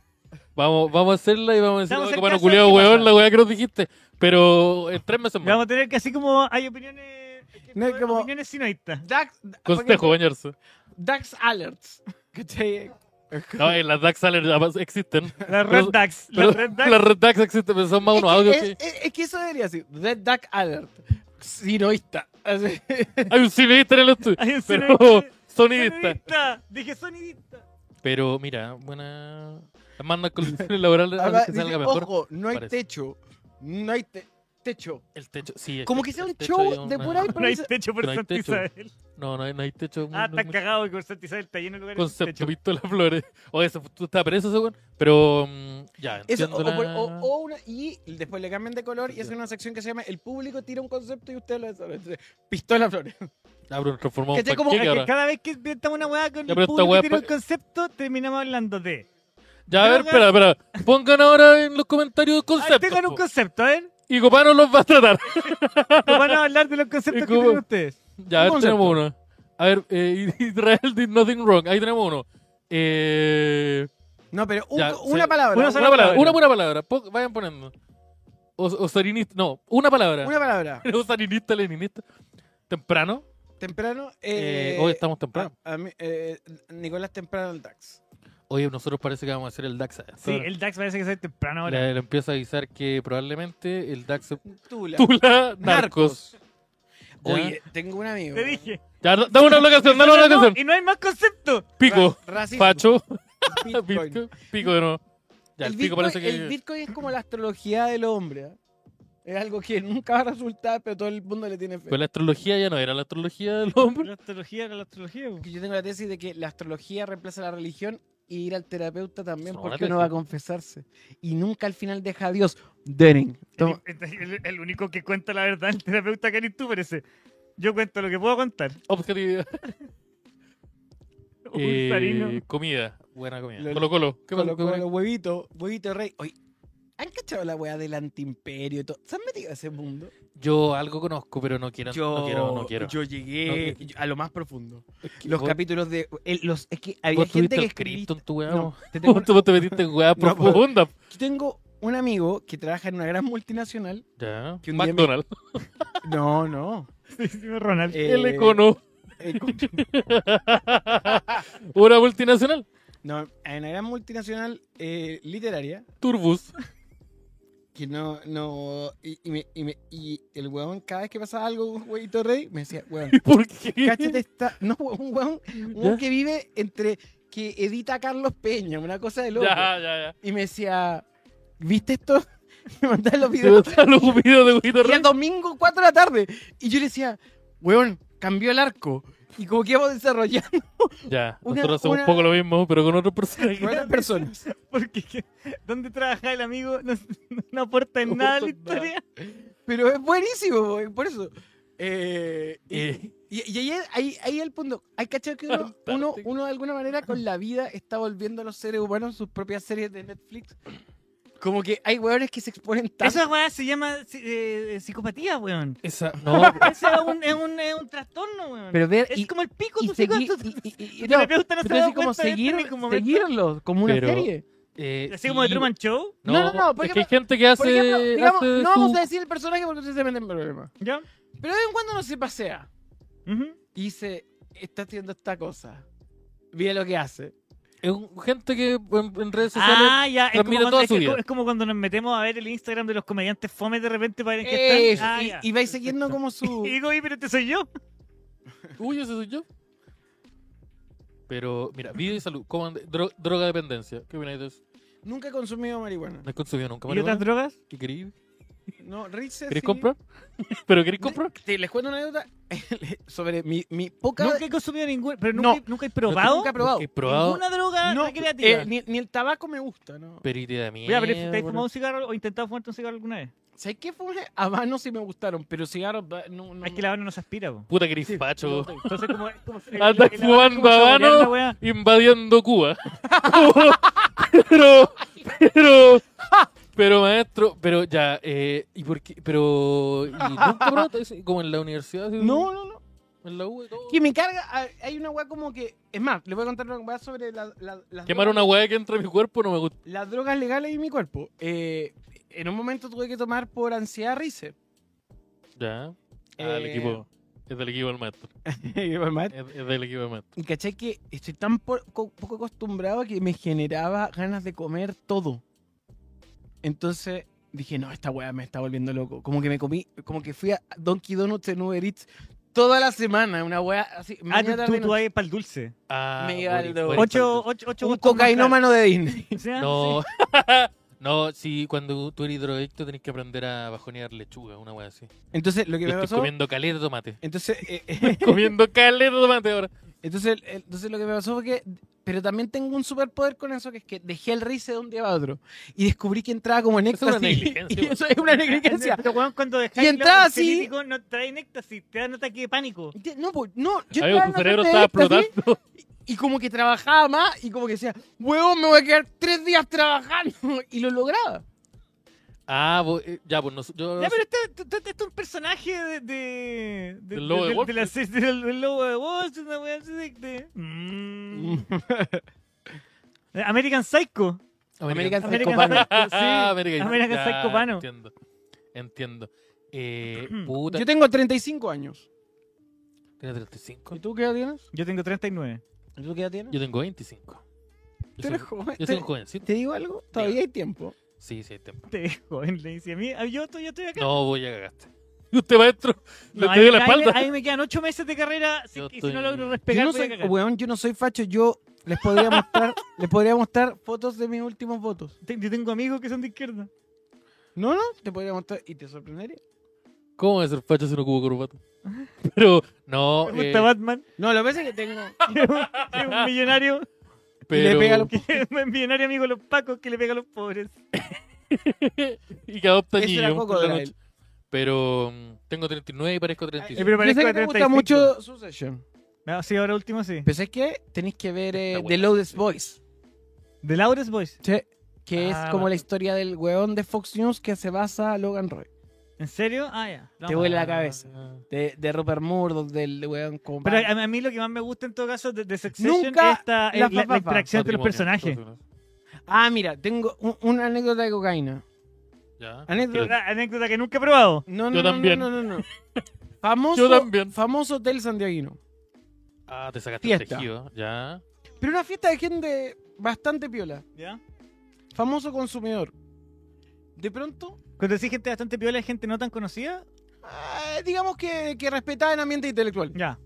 S2: Vamos, vamos a hacerla y vamos a decir,
S1: Vamos a
S2: "Oh,
S1: hacer
S2: qué mano
S1: caso
S2: culiao,
S1: a ti,
S2: weón,
S1: pasa".
S2: la weá que nos dijiste. Pero en tres meses
S1: Vamos
S2: más.
S1: a tener que así como hay opiniones.
S3: No, es como-
S1: Opiniones sinoístas.
S3: Dax,
S2: Consejo, eh. bañarse.
S3: Dax Alerts. ¿Cachai?
S2: No, eh, las Dax Alert además existen.
S1: Las
S2: Pero-
S1: Red Dax.
S2: Pero
S1: Las Red Dax.
S2: las Red Dax existen, pero son más unos audios
S3: Es,
S2: que.
S3: es- es que eso debería ser. Red Duck Alert. Sinoísta. Así.
S2: Hay un cineasta en el estudio.
S1: Hay un
S2: Pero.
S1: sinoísta.
S2: Sonidista.
S1: Dije sonidista.
S2: Pero mira, buena. Manda condiciones laborales a
S3: Ahora,
S2: que
S3: dice,
S2: salga mejor.
S3: Ojo, no hay
S2: parece.
S3: techo. No hay te- techo.
S2: El techo, sí. el
S3: Como que
S2: techo-
S3: sea un
S2: el techo
S3: show
S2: ahí es
S3: de
S2: una-
S3: pura
S1: No hay
S3: improvisación.
S1: techo por
S2: No hay
S1: Santa
S2: techo.
S1: Isabel.
S2: No, no hay, no hay techo.
S1: Ah,
S2: no- no-
S1: están cagados que por Santa Isabel está lleno de lugares con
S2: Concepto,
S1: techo.
S2: pistola, flores. O eso, tú estás preso, ese weón. Pero. mm, ya,
S3: Eso,
S2: entiendo
S3: o- o por-
S2: la-
S3: o- o una- y después le cambian de color y hacen una sección que se llama El público tira un concepto y ustedes lo desarrollan. Pistola Flores.
S2: Ah, pero nos transformamos en
S3: ¿Cachai? Como
S2: panqueque
S1: Es que
S2: ahora.
S1: cada vez que inventamos una weá con
S2: Ya,
S1: el
S2: pero esta
S1: público
S2: weá
S1: tiene
S2: es
S1: un concepto, terminamos hablando de.
S2: Ya, a ver,
S1: Pero,
S2: espera, espera. Pongan ahora en los comentarios
S1: Ah,
S2: conceptos.
S1: tengan un
S2: po.
S1: concepto, a ver.
S2: Y Copano los va a tratar.
S1: Nos van a hablar de los conceptos
S2: Es
S1: que
S2: como-
S1: tienen ustedes.
S2: Ya, a ver,
S3: Un
S2: tenemos uno. A ver, eh, Israel did nothing wrong. Ahí tenemos uno. Eh,
S3: No, pero un-
S2: Ya,
S3: una
S2: se-
S3: palabra.
S1: una
S3: un-
S1: sola
S2: una palabra,
S1: palabra.
S2: una pura palabra. Po- vayan poniendo. Os- Osarinista, no, una palabra.
S3: Una palabra.
S2: Osarinista, leninista. Temprano.
S3: Temprano.
S2: Eh,
S3: eh,
S2: hoy estamos temprano.
S3: a- a mí, eh, Nicolás Temprano el DAX.
S2: Hoy nosotros parece que vamos a hacer el DAX. a esta
S1: Sí,
S2: hora.
S1: el DAX parece que sale temprano ahora.
S2: Le, le empiezo a avisar que probablemente el DAX se
S3: Tula.
S2: titula Narcos. Ya.
S3: Oye, tengo un amigo.
S1: Te dije.
S2: Ya, da- dame una locación, dame una
S1: No, no,
S2: locación.
S1: y no hay más concepto.
S2: Pico.
S3: Ra- racismo,
S2: Facho.
S3: Bitcoin.
S2: Bitcoin. Pico de nuevo. Ya, el,
S3: el,
S2: pico
S3: Bitcoin,
S2: parece que.
S3: el Bitcoin es como la astrología del hombre. ¿eh? Es algo que nunca va a resultar, pero todo el mundo le tiene fe.
S2: Pues la astrología ya no era la astrología del hombre.
S1: La astrología era la astrología. po.
S3: Porque Yo tengo la tesis de que la astrología reemplaza la religión y ir al terapeuta también
S2: No, la
S3: porque
S2: tesis.
S3: uno va a confesarse. Y nunca al final deja a Dios. Denning. Toma.
S1: El, el- el único que cuenta la verdad, el terapeuta que ni tú parece. Yo cuento lo que puedo contar.
S2: Objetividad.
S1: Un
S2: Eh,
S1: sarino.
S2: comida. Buena comida.
S3: Lo-
S2: Colo Colo. ¿Qué
S3: Con
S2: pasó?
S3: los con los huevitos, huevito rey. Oye, ¿han cachado la weá del antiimperio y todo? ¿Se han metido a ese mundo?
S2: Yo algo conozco, pero no quiero. no quiero, no quiero.
S3: yo llegué
S2: No
S3: a lo más profundo.
S2: Es que
S3: Los
S2: vos-
S3: capítulos de. el- los, es que había
S2: Vos
S3: gente
S2: tuviste
S3: que
S2: el
S3: escribía.
S2: cripto en tu weá.
S3: No,
S2: vos.
S3: te tengo,
S2: Vos te metiste en weá
S3: No, pues.
S2: profunda.
S3: yo tengo un amigo que trabaja en una gran multinacional.
S2: Ya.
S3: Que un día me-
S2: McDonald's.
S3: No, no.
S1: Ronald.
S3: Eh,
S2: El Econo.
S3: eh, con-
S2: Una multinacional.
S3: no, en una gran multinacional eh, literaria.
S2: Turbus.
S3: Que no, no. Y, y me- y me- y el weón, cada vez que pasaba algo, un huevito rey, me decía, weón,
S2: ¿Por qué?
S3: cáchate esta. No, un weón, un weón que vive entre. que edita a Carlos Peña, una cosa de loco.
S2: Ya, ya, ya.
S3: Y me decía, ¿viste esto? Me mandaba los
S2: Se
S3: videos.
S2: botaron los videos de Huguito
S3: Y
S2: Rey.
S3: era domingo 4 de la tarde. Y yo le decía, weón, cambió el arco. Y como que íbamos desarrollando
S2: Ya,
S3: Una-
S2: nosotros hacemos
S3: una-
S2: un poco lo mismo, pero con otro personaje.
S3: con otras personas.
S1: Porque ¿dónde trabaja el amigo? No, no aporta en
S3: No
S1: nada a la
S3: aporta en nada.
S1: historia.
S3: Pero es buenísimo, weón, por eso. Eh, y,
S2: Eh.
S3: y- y ahí, es- ahí, ahí es el punto. Hay cachado que uno, uno,
S2: Fantástico.
S3: uno de alguna manera con la vida está volviendo a los seres humanos sus propias series de Netflix. Como que hay weones que se exponen tanto.
S1: Esa weá se llama eh, eh, psicopatía, weón.
S2: Esa, no,
S1: Ese es un, es un, es un trastorno, weón.
S3: Pero ver
S1: es
S3: y,
S1: como el pico,
S3: y
S1: tu psico.
S3: seguir-
S1: tu-
S3: y- y- y-
S1: tu
S3: y- no,
S1: terapeuta no se
S3: pero
S1: da
S3: así como
S1: cuenta de esto en
S3: seguir,
S1: ningún momento.
S3: seguirlos como una
S2: Pero-
S3: serie.
S2: eh,
S1: Así como de
S2: sí,
S1: Truman Show,
S2: No,
S3: No, no, no, por
S2: es que
S3: ejemplo-
S2: hay gente que hace.
S3: Por ejemplo, digamos,
S2: hace
S3: no vamos
S2: su-
S3: a decir el personaje porque ustedes se meten en problemas.
S1: ¿ya?
S3: Pero de vez en cuando no se pasea.
S1: Ujú.
S3: Y dice, está haciendo esta cosa. Mira lo que hace.
S2: es un- gente que en, en redes sociales.
S1: Ah, ya. Es como,
S2: transmite
S1: cuando,
S2: toda
S1: es
S2: su
S1: que-
S2: vida.
S1: es como cuando nos metemos a ver el Instagram de los comediantes fome de repente para ver en qué
S3: Eso,
S1: están. Ah,
S3: Eh, y,
S1: ya.
S3: y vais siguiendo como
S1: Y
S3: su...
S1: digo, oye, pero este soy yo.
S2: Uy, ese soy yo. Pero, mira, vida y salud, ¿cómo ande- dro- droga dependencia. ¿Qué opináis de eso?
S3: Nunca he consumido marihuana.
S2: ¿No has consumido nunca
S1: ¿Y otras
S2: marihuana?
S1: drogas?
S2: ¿Qué queréis?
S3: No, Ritz
S2: ¿Queréis comprar? ¿Pero queréis comprar?
S3: Te, les cuento una anécdota sobre mi, mi poca.
S1: Nunca he consumido ninguna, pero nunca,
S3: No.
S1: he- nunca he probado Ah,
S3: Nunca he probado.
S2: ¿He probado
S1: ninguna droga
S3: No,
S1: recreativa.
S3: eh, ni, ni el tabaco me gusta, ¿no?
S2: perite de mierda?
S1: Mira, pero
S3: este
S1: ¿te has fumado
S2: bro.
S1: un cigarro o intentado fumarte un cigarro alguna vez?
S3: ¿Sabes qué fumé? Habanos sí me gustaron, pero cigarros ba- no. no
S1: Es que la habana no se aspira, po.
S2: Puta que
S3: sí,
S2: facho.
S3: no,
S1: Entonces, como. es como el-
S2: Anda
S1: el- el habano es como
S2: fumando
S1: saborear
S2: habano.
S1: la weá.
S2: invadiendo Cuba. pero, pero, pero maestro, pero ya, eh, ¿y por qué? Pero, ¿y nunca probaste así, como en la universidad? así,
S3: No, no, no.
S2: En la U y todo.
S3: Que me carga. ah, Hay una weá como que. Es más, les voy a contar una weá sobre la, la- las,
S2: Quemar
S3: drogas,
S2: una weá que entra en mi cuerpo no me gusta.
S3: las drogas legales y mi cuerpo. Eh, en un momento tuve que tomar por ansiedad Rice.
S2: Ya. Ah, el
S3: Eh.
S2: equipo. Es del equipo del maestro. Es, es del equipo del maestro.
S3: Y caché que estoy tan po- co- poco acostumbrado que me generaba ganas de comer todo. Entonces dije, no, esta weá me está volviendo loco. Como que me comí, como que fui a Donkey Donuts en Uber Eats toda la semana. Una weá así.
S1: Ah, tú,
S3: mañana, tarde,
S1: tú, tú
S3: noche.
S1: ahí para el dulce.
S2: Ah,
S3: Me iba al
S2: Boris,
S3: de-
S2: Boris,
S1: Ocho,
S2: Boris.
S1: ocho, ocho
S3: un
S1: gustos más
S3: cocainómano de Disney.
S1: caros. O sea,
S2: No. No, sí, cuando tú eres drogadicto tenés que aprender a bajonear lechuga, una weá así.
S3: Entonces lo que
S2: Yo
S3: me
S2: estoy
S3: pasó...
S2: comiendo caleta de tomate.
S3: Entonces, eh, eh,
S2: comiendo caleta de tomate ahora.
S3: entonces, eh, entonces lo que me pasó fue que... Pero también tengo un superpoder con eso, que es que dejé el rice de un día a otro. Y descubrí que entraba como en
S2: Eso es una
S3: éxtasis.
S2: negligencia,
S3: Y
S2: weón.
S3: eso es una
S1: sí.
S3: negligencia.
S1: Pero, Este weón, cuando dejáis
S3: Y
S1: el
S3: entraba
S1: ojo
S3: así.
S1: científico, no trae éxtasis, te dan ataque de pánico.
S3: Ente- No, po, no, yo
S2: Amigo,
S3: entraba
S2: tu
S3: en la
S2: cerebro
S3: parte
S2: estaba
S3: de éxtasis
S2: explotando.
S3: Y como que trabajaba más y como que decía, huevón, me voy a quedar tres días trabajando. Y lo lograba.
S2: Ah, vos, eh, ya, pues nos- yo-
S1: Ya, pero este, este- este- este es un personaje de. de, de
S2: Del lobo de Wall
S1: la se- del, del lobo de Wall Street, una wea así de- de- Mm. American Psycho.
S3: American
S1: American
S3: Psycho Panos.
S1: Psycho, sí.
S2: Ah, American,
S1: American
S2: ya,
S1: Psycho Panos.
S2: Entiendo. Entiendo. Eh,
S1: Ujú.
S2: puta.
S3: Yo tengo 35 años.
S2: ¿Tienes
S3: ¿Y
S2: 35?
S3: tú qué edad tienes?
S1: Yo tengo 39.
S3: ¿Y tú qué edad tienes?
S2: Yo tengo 25. Yo
S3: Tú eres
S2: soy,
S3: joven.
S2: yo soy un jovencito.
S3: ¿Te digo algo? Todavía hay tiempo.
S2: Sí, sí, hay tiempo.
S1: Te ves Este joven, le dice a mí. ah, Yo, estoy- yo estoy acá.
S2: No, vos ya cagaste. Y usted, maestro, le
S1: No,
S2: te dio la
S1: ahí-
S2: espalda.
S1: Ahí, ahí me quedan 8 meses de carrera si-
S2: Yo
S1: y si no
S2: estoy-
S1: logro
S3: yo
S1: respetar.
S3: no soy, weón, yo no soy facho. Yo les podría mostrar, les podría mostrar fotos de mis últimos votos.
S1: Yo tengo amigos que son de izquierda.
S3: No, no, te podría mostrar y te sorprendería.
S2: ¿Cómo va a ser facho si no cubo corbata? Pero, no.
S1: Me
S2: eh,
S1: gusta Batman.
S3: No, lo que pasa es que tengo.
S1: que es un- que es un millonario.
S2: eh, pero,
S3: le pega los-
S1: que es un millonario amigo de los pacos que le pega a los pobres.
S2: Y que adopta
S3: Eso era
S2: niños.
S3: poco de él.
S2: Pero mm, tengo 39 y parezco 35.
S1: Eh, pero
S3: Yo
S1: parezco
S3: sé
S1: de
S3: que te gusta
S1: 35.
S3: mucho Succession.
S1: No, sí, ahora último sí.
S3: Pero es que tenéis que ver eh,
S2: Está bueno.
S3: The Loudest Voice,
S1: The Loudest Voice.
S3: que
S1: Ah,
S3: es como
S1: vale.
S3: la historia del weón de Fox News que se basa a Logan Roy.
S1: ¿En serio? Ah, ya. No,
S3: Te
S1: no.
S3: vuela la cabeza.
S2: Ah.
S3: De, de Rupert Murdoch, del weón con...
S1: Pero a, a mí lo que más me gusta en todo caso de, de Succession
S3: Nunca
S1: es esta- es
S3: la
S1: la, la
S3: fafafa.
S1: interacción entre los
S2: Matrimonio,
S1: personajes.
S2: todo eso, ¿no?
S3: Ah, mira, tengo un- una anécdota de cocaína.
S2: Ya.
S3: Anécdota.
S1: Una anécdota que nunca he probado.
S3: No, no,
S2: Yo
S3: no,
S2: también.
S3: no, no, no, no. Famoso,
S2: Yo también.
S3: famoso hotel santiaguino.
S2: Ah, te sacaste el
S3: Fiesta.
S2: tejido. Ya.
S3: Pero una fiesta de gente bastante piola.
S1: ¿Ya?
S3: Famoso consumidor. De pronto,
S1: Cuando decís gente bastante piola, gente no tan conocida.
S3: ah, digamos que, que respetada en ambiente intelectual.
S1: Ya.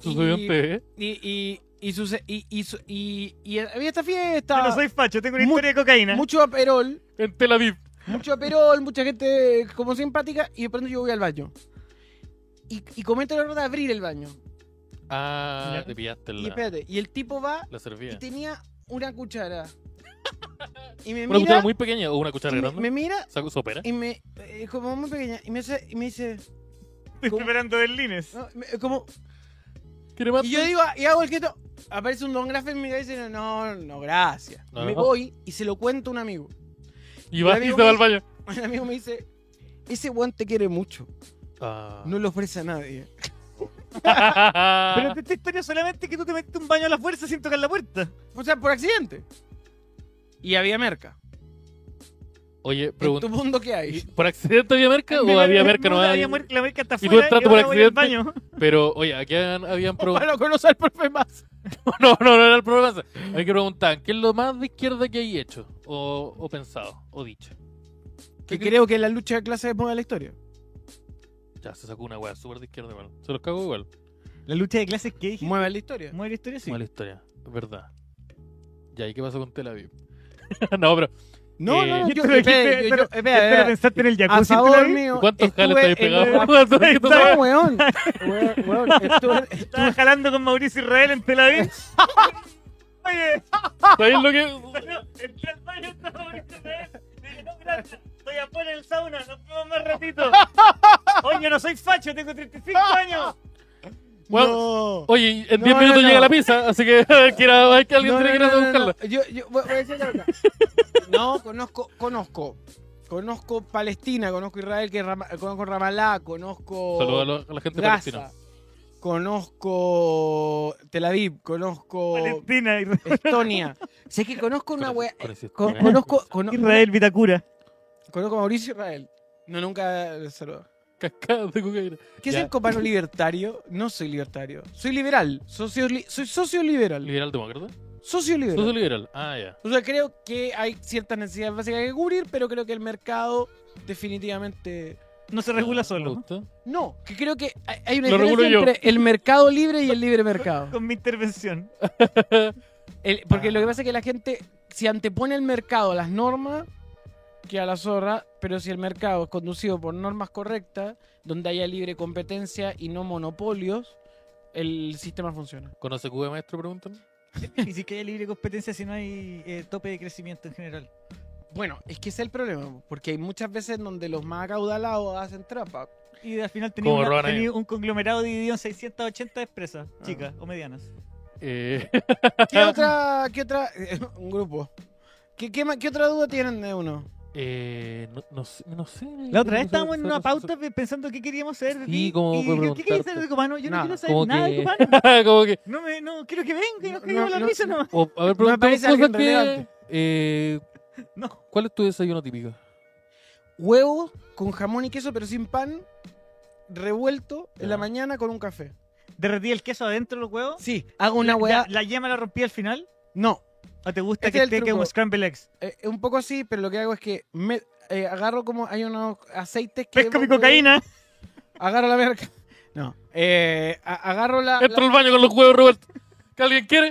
S2: Sucedió en TV.
S3: Y, y, y, suce- y, y, su- y, y había esta fiesta.
S1: Yo no soy facho, tengo una
S3: Mu-
S1: historia de cocaína.
S3: mucho aperol,
S2: En Tel Aviv.
S3: mucho aperol, mucha gente como simpática. Y de pronto yo voy al baño. Y, y cometo el error de abrir el baño.
S2: Ah,
S1: Ya.
S2: te pillaste
S3: Y
S2: la,
S3: espérate, y el tipo va
S2: la
S3: y
S2: servilla.
S3: tenía una cuchara. Y me
S2: Una cuchara
S3: mira.
S2: muy pequeña o una cuchara
S3: y me,
S2: grande.
S3: me mira
S2: Saco sopera.
S3: y me. eh, como muy pequeña. Y me, hace- y me dice.
S1: Estoy
S3: ¿Cómo?
S1: preparando del Lines.
S3: no, me- como,
S2: ¿Quiere más?
S3: y yo digo, y hago el gesto. Aparece un don Graff en mi cabeza y dice, no, no, gracias.
S2: No,
S3: me
S2: no.
S3: voy y se lo cuento a un amigo.
S2: Y vas y
S3: amigo
S2: se va
S3: me-
S2: al baño.
S3: El amigo me dice, ese weón te quiere mucho,
S2: Ah.
S3: no lo ofrece a nadie.
S1: Pero de esta historia solamente que tú te metiste un baño a la fuerza sin tocar la puerta.
S3: O sea, por accidente. Y había merca.
S2: Oye,
S3: ¿En
S2: pregunta.
S3: tu mundo qué hay?
S2: ¿Por accidente había merca
S1: Me-
S2: o
S1: me-
S2: había
S1: me-
S2: merca
S1: me-
S2: no
S1: había muer- La merca está
S2: tú
S1: afuera.
S2: entraste
S1: y
S2: por
S1: ahora voy al
S2: accidente.
S1: baño.
S2: Pero, oye, aquí habían, habían preguntado.
S3: Para conocer al profe más.
S2: No, no, no era el problema. Hay que preguntar, ¿qué es lo más de izquierda que hay hecho? O, o pensado, o dicho.
S3: Que creo que la lucha de clases es moda la historia.
S2: Ya, se sacó una wea súper de izquierda igual. Se los cago igual.
S1: La lucha de clases que dije.
S3: Mueve la historia.
S1: Mueve la historia, sí.
S2: Mala historia. Verdad. Ya, ¿y qué pasó con Tel Aviv? no, pero
S3: No,
S2: Eh,
S3: no, no,
S1: Yo
S3: yo,
S1: te lo
S3: espera,
S1: dijiste,
S3: yo- yo-
S1: pero-
S3: espera,
S1: espera,
S3: espera.
S1: ¿pensaste en el
S3: A
S1: jacuzzi en Tel
S3: favor
S1: Avis?
S3: mío,
S2: ¿cuántos jales
S3: estuve
S2: estáis
S3: en la-
S2: pegados? ¿Cuántos jales estáis-
S3: No, weón. Weón, weón, estuve-
S1: Estaba jalando con Mauricio Israel en Tel Aviv. Oye,
S2: ¿Sabéis lo que.?
S1: bueno, entré al baño, estaba Mauricio Israel. Le dije, no, gracias, estoy afuera del sauna, nos vemos más ratito. Oye, no soy facho, tengo 35 años.
S2: Bueno, Oye, en
S3: No,
S2: 10 minutos
S3: no, no.
S2: llega la pizza, así que, quiera, hay que alguien
S3: No,
S2: tiene que ir
S3: no,
S2: a
S3: no, no,
S2: buscarla.
S3: no. Yo, yo voy voy a decir la verdad. No, conozco, conozco. Conozco Palestina, conozco Israel, que es Rama- conozco Ramallah, conozco
S2: Saludos a, lo- a la gente palestina.
S3: Gaza, conozco Tel Aviv, conozco
S1: Valentina, Israel.
S3: Estonia. sé que conozco una
S2: Con-
S3: wea.
S2: con ese-
S3: con- conozco, cono-
S1: Israel Vitacura.
S3: conozco a Mauricio Israel. No, nunca le saludo.
S2: Cascadas de cocaína.
S3: ¿Qué es
S2: Ya.
S3: el copano libertario? No soy libertario. Soy liberal. Socio, li- soy socio liberal.
S2: ¿Liberal demócrata?
S3: Socio
S2: ¿Sos
S3: liberal.
S2: liberal? Ah, ya.
S3: O sea, creo que hay ciertas necesidades básicas que cubrir, pero creo que el mercado definitivamente
S1: No se regula
S2: ¿Me
S1: solo.
S2: gusta?
S3: no. Que creo que hay- hay una
S2: Lo
S3: diferencia
S2: regulo yo.
S3: entre el mercado libre y el libre mercado.
S1: Con mi intervención.
S3: El- porque lo que pasa es que la gente se antepone el mercado a las normas que a la zorra, pero si el mercado es conducido por normas correctas, donde haya libre competencia y no monopolios, el sistema funciona.
S2: ¿Conoce Cuba Maestro? Preguntan.
S1: Y si que hay libre competencia si no hay eh, tope de crecimiento en general.
S3: Bueno, es que ese es el problema, porque hay muchas veces en donde los más acaudalados hacen trapa.
S1: Y al final
S2: Como
S1: tenía
S2: roban ahí.
S1: un conglomerado dividido en 680 empresas, chicas o medianas.
S2: Eh,
S3: ¿Qué otra, qué otra, un grupo? ¿Qué, qué, ma- qué otra duda tienen de uno?
S2: eh, no, no sé, no sé.
S1: La otra vez estábamos en una pauta pe- pensando qué queríamos ser de
S2: Sí,
S1: ti.
S2: como
S1: y
S2: por
S1: yo, ¿Qué querías ser
S2: preguntarte.
S1: de Copano? Yo no
S3: Nada,
S1: quiero
S2: como
S1: saber nada
S2: que-
S1: de Copano.
S2: Como que.
S1: No, me, no, quiero que venga y nos
S3: No,
S1: caigamos
S3: no,
S1: la
S3: no,
S1: risa nomás.
S2: o, a ver, preguntamos
S3: parece
S2: cosas
S3: alguien
S2: que.
S3: relevante.
S2: Eh,
S1: No.
S2: ¿Cuál es tu desayuno típico?
S3: Huevo con jamón y queso, pero sin pan, revuelto en
S2: Ya.
S3: la mañana con un café.
S1: ¿Derretí el queso adentro de los huevos?
S3: Sí, hago una
S1: La-
S3: weá.
S1: La, la yema la rompí al final?
S3: No,
S1: ¿O te gusta
S3: Este
S1: que
S3: es el
S1: esté
S3: truco.
S1: como scramble eggs?
S3: eh, es un poco así, pero lo que hago es que me, eh, agarro como hay unos aceites que.
S1: Pesco mi cocaína.
S3: Agarro la verga. No, eh, a- agarro la. la-
S2: Entro al baño con los huevos, Roberto. ¿Que alguien quiere?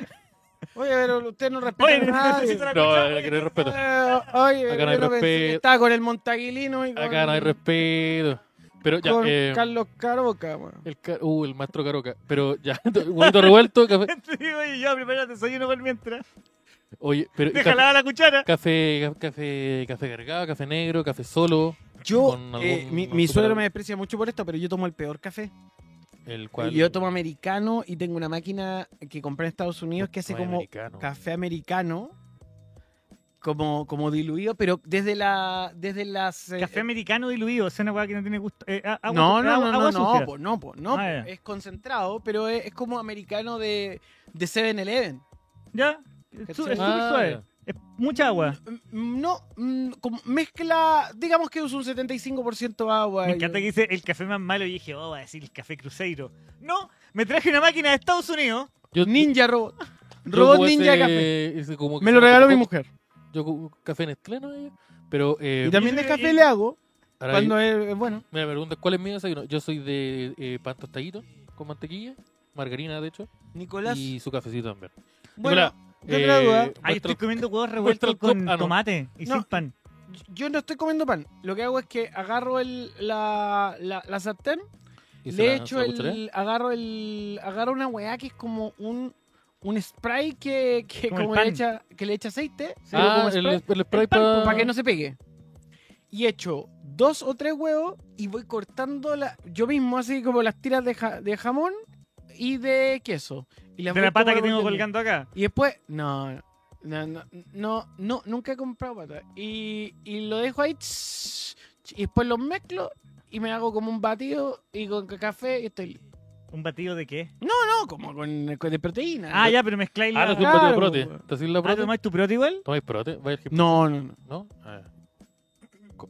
S3: Oye, pero usted no respeta
S1: Oye,
S3: a nadie.
S1: necesito la
S2: No,
S1: cuchara.
S2: aquí no hay respeto.
S3: Eh,
S2: Acá
S3: oye,
S2: no hay
S3: yo no pensé que
S2: respeto.
S3: estaba con el Montaguilino y con,
S2: Acá no hay respeto. Pero ya.
S3: con
S2: eh,
S3: Carlos Caroca, weón.
S2: El ca- uh, el maestro Caroca. Pero ya, huevito revuelto, café.
S1: Te digo, oye, yo a preparar desayuno por mientras.
S2: Oye, pero.
S1: Te
S2: café-
S1: jalaba la cuchara.
S2: Café, ca- café, café cargado, café negro, café solo.
S3: Yo,
S2: con
S3: eh,
S2: algún
S3: mi, mi
S2: superhéroe.
S3: suegro me desprecia mucho por esto, pero yo tomo el peor café.
S2: El cual.
S3: Yo tomo americano y tengo una máquina que compré en Estados Unidos que hace
S2: Café
S3: como
S2: americano.
S3: café americano, como, como diluido, pero desde la desde las eh,
S1: Café americano diluido, es una weá que no tiene gusto. eh, a- agua
S3: no,
S1: su-
S3: no,
S1: agua-
S3: no, no,
S1: agua
S3: no,
S1: sucia.
S3: po, no, po, no,
S1: Ah,
S3: po,
S1: ya.
S3: es concentrado, pero es, es como americano de, de 7-Eleven.
S1: Ya, es su- es súper
S2: Ah,
S1: suave.
S2: ya.
S1: Es mucha agua.
S3: Mm, No, mm, como mezcla, digamos que es un 75% agua.
S1: Me
S3: y-
S1: encanta que dice el café más malo y dije, oh, va a decir el café cruceiro. No, me traje una máquina de Estados Unidos.
S2: Yo-
S3: Ninja Robot.
S2: yo
S3: Robot
S2: ocupo
S3: Ninja
S2: ese-
S3: Café.
S2: ese como que
S3: Me
S2: se
S3: lo
S2: llama
S3: regaló mi
S2: café-
S3: mujer.
S2: Yo ocupo café Nestlé, ¿no? Pero. Eh,
S3: Y también de
S1: y-
S3: café le hago
S2: ahora
S3: cuando es es bueno.
S2: Mira, me preguntan cuál es mi desayuno. Yo soy de eh, pan tostadito con mantequilla, margarina de hecho,
S3: Nicolás.
S2: y su cafecito también.
S3: Bueno, yo
S2: eh,
S3: otra duda.
S1: Ahí
S2: nuestro-
S1: estoy comiendo huevos
S2: nuestro
S1: revueltos
S2: club-
S1: con
S2: ah, no.
S1: tomate y
S3: No.
S1: sin pan.
S3: Yo no estoy comiendo pan. Lo que hago es que agarro el, la, la, la sartén,
S2: y se
S3: le
S2: la-
S3: echo
S2: se la cucharé.
S3: el. Agarro el. Agarro una weá que es como un. Un spray que, que
S1: Como el
S3: como le
S1: pan.
S3: echa, que le echa aceite. pero
S2: Ah,
S3: como
S2: el,
S3: spray, pues,
S2: el ah, spray
S1: El pan,
S2: para...
S3: para que no se pegue. Y echo dos o tres huevos y voy cortando la, yo mismo así como las tiras de, ja- de jamón y de queso. Y las
S1: De
S3: voy
S1: la pata
S3: como
S1: que tengo colgando
S3: revolviendo.
S1: acá.
S3: Y después, no, no, no, no, no, nunca he comprado pata. Y, y lo dejo ahí, tss, y después los mezclo y me hago como un batido y con ca- café y estoy... li-
S1: ¿Un batido de qué?
S3: No, como con, con- de proteína.
S1: Ah, ya, pero mezcláis
S2: Ah, no,
S1: la...
S2: es un
S3: Claro,
S2: plato de prote.
S3: weón.
S2: ¿Te haces la
S1: Ah,
S2: prote?
S1: ¿tomáis tu prote igual?
S2: ¿Tomáis prote? ¿Vais al gimnasio?
S3: No, no, no.
S2: ¿No? Ah, ya. Co-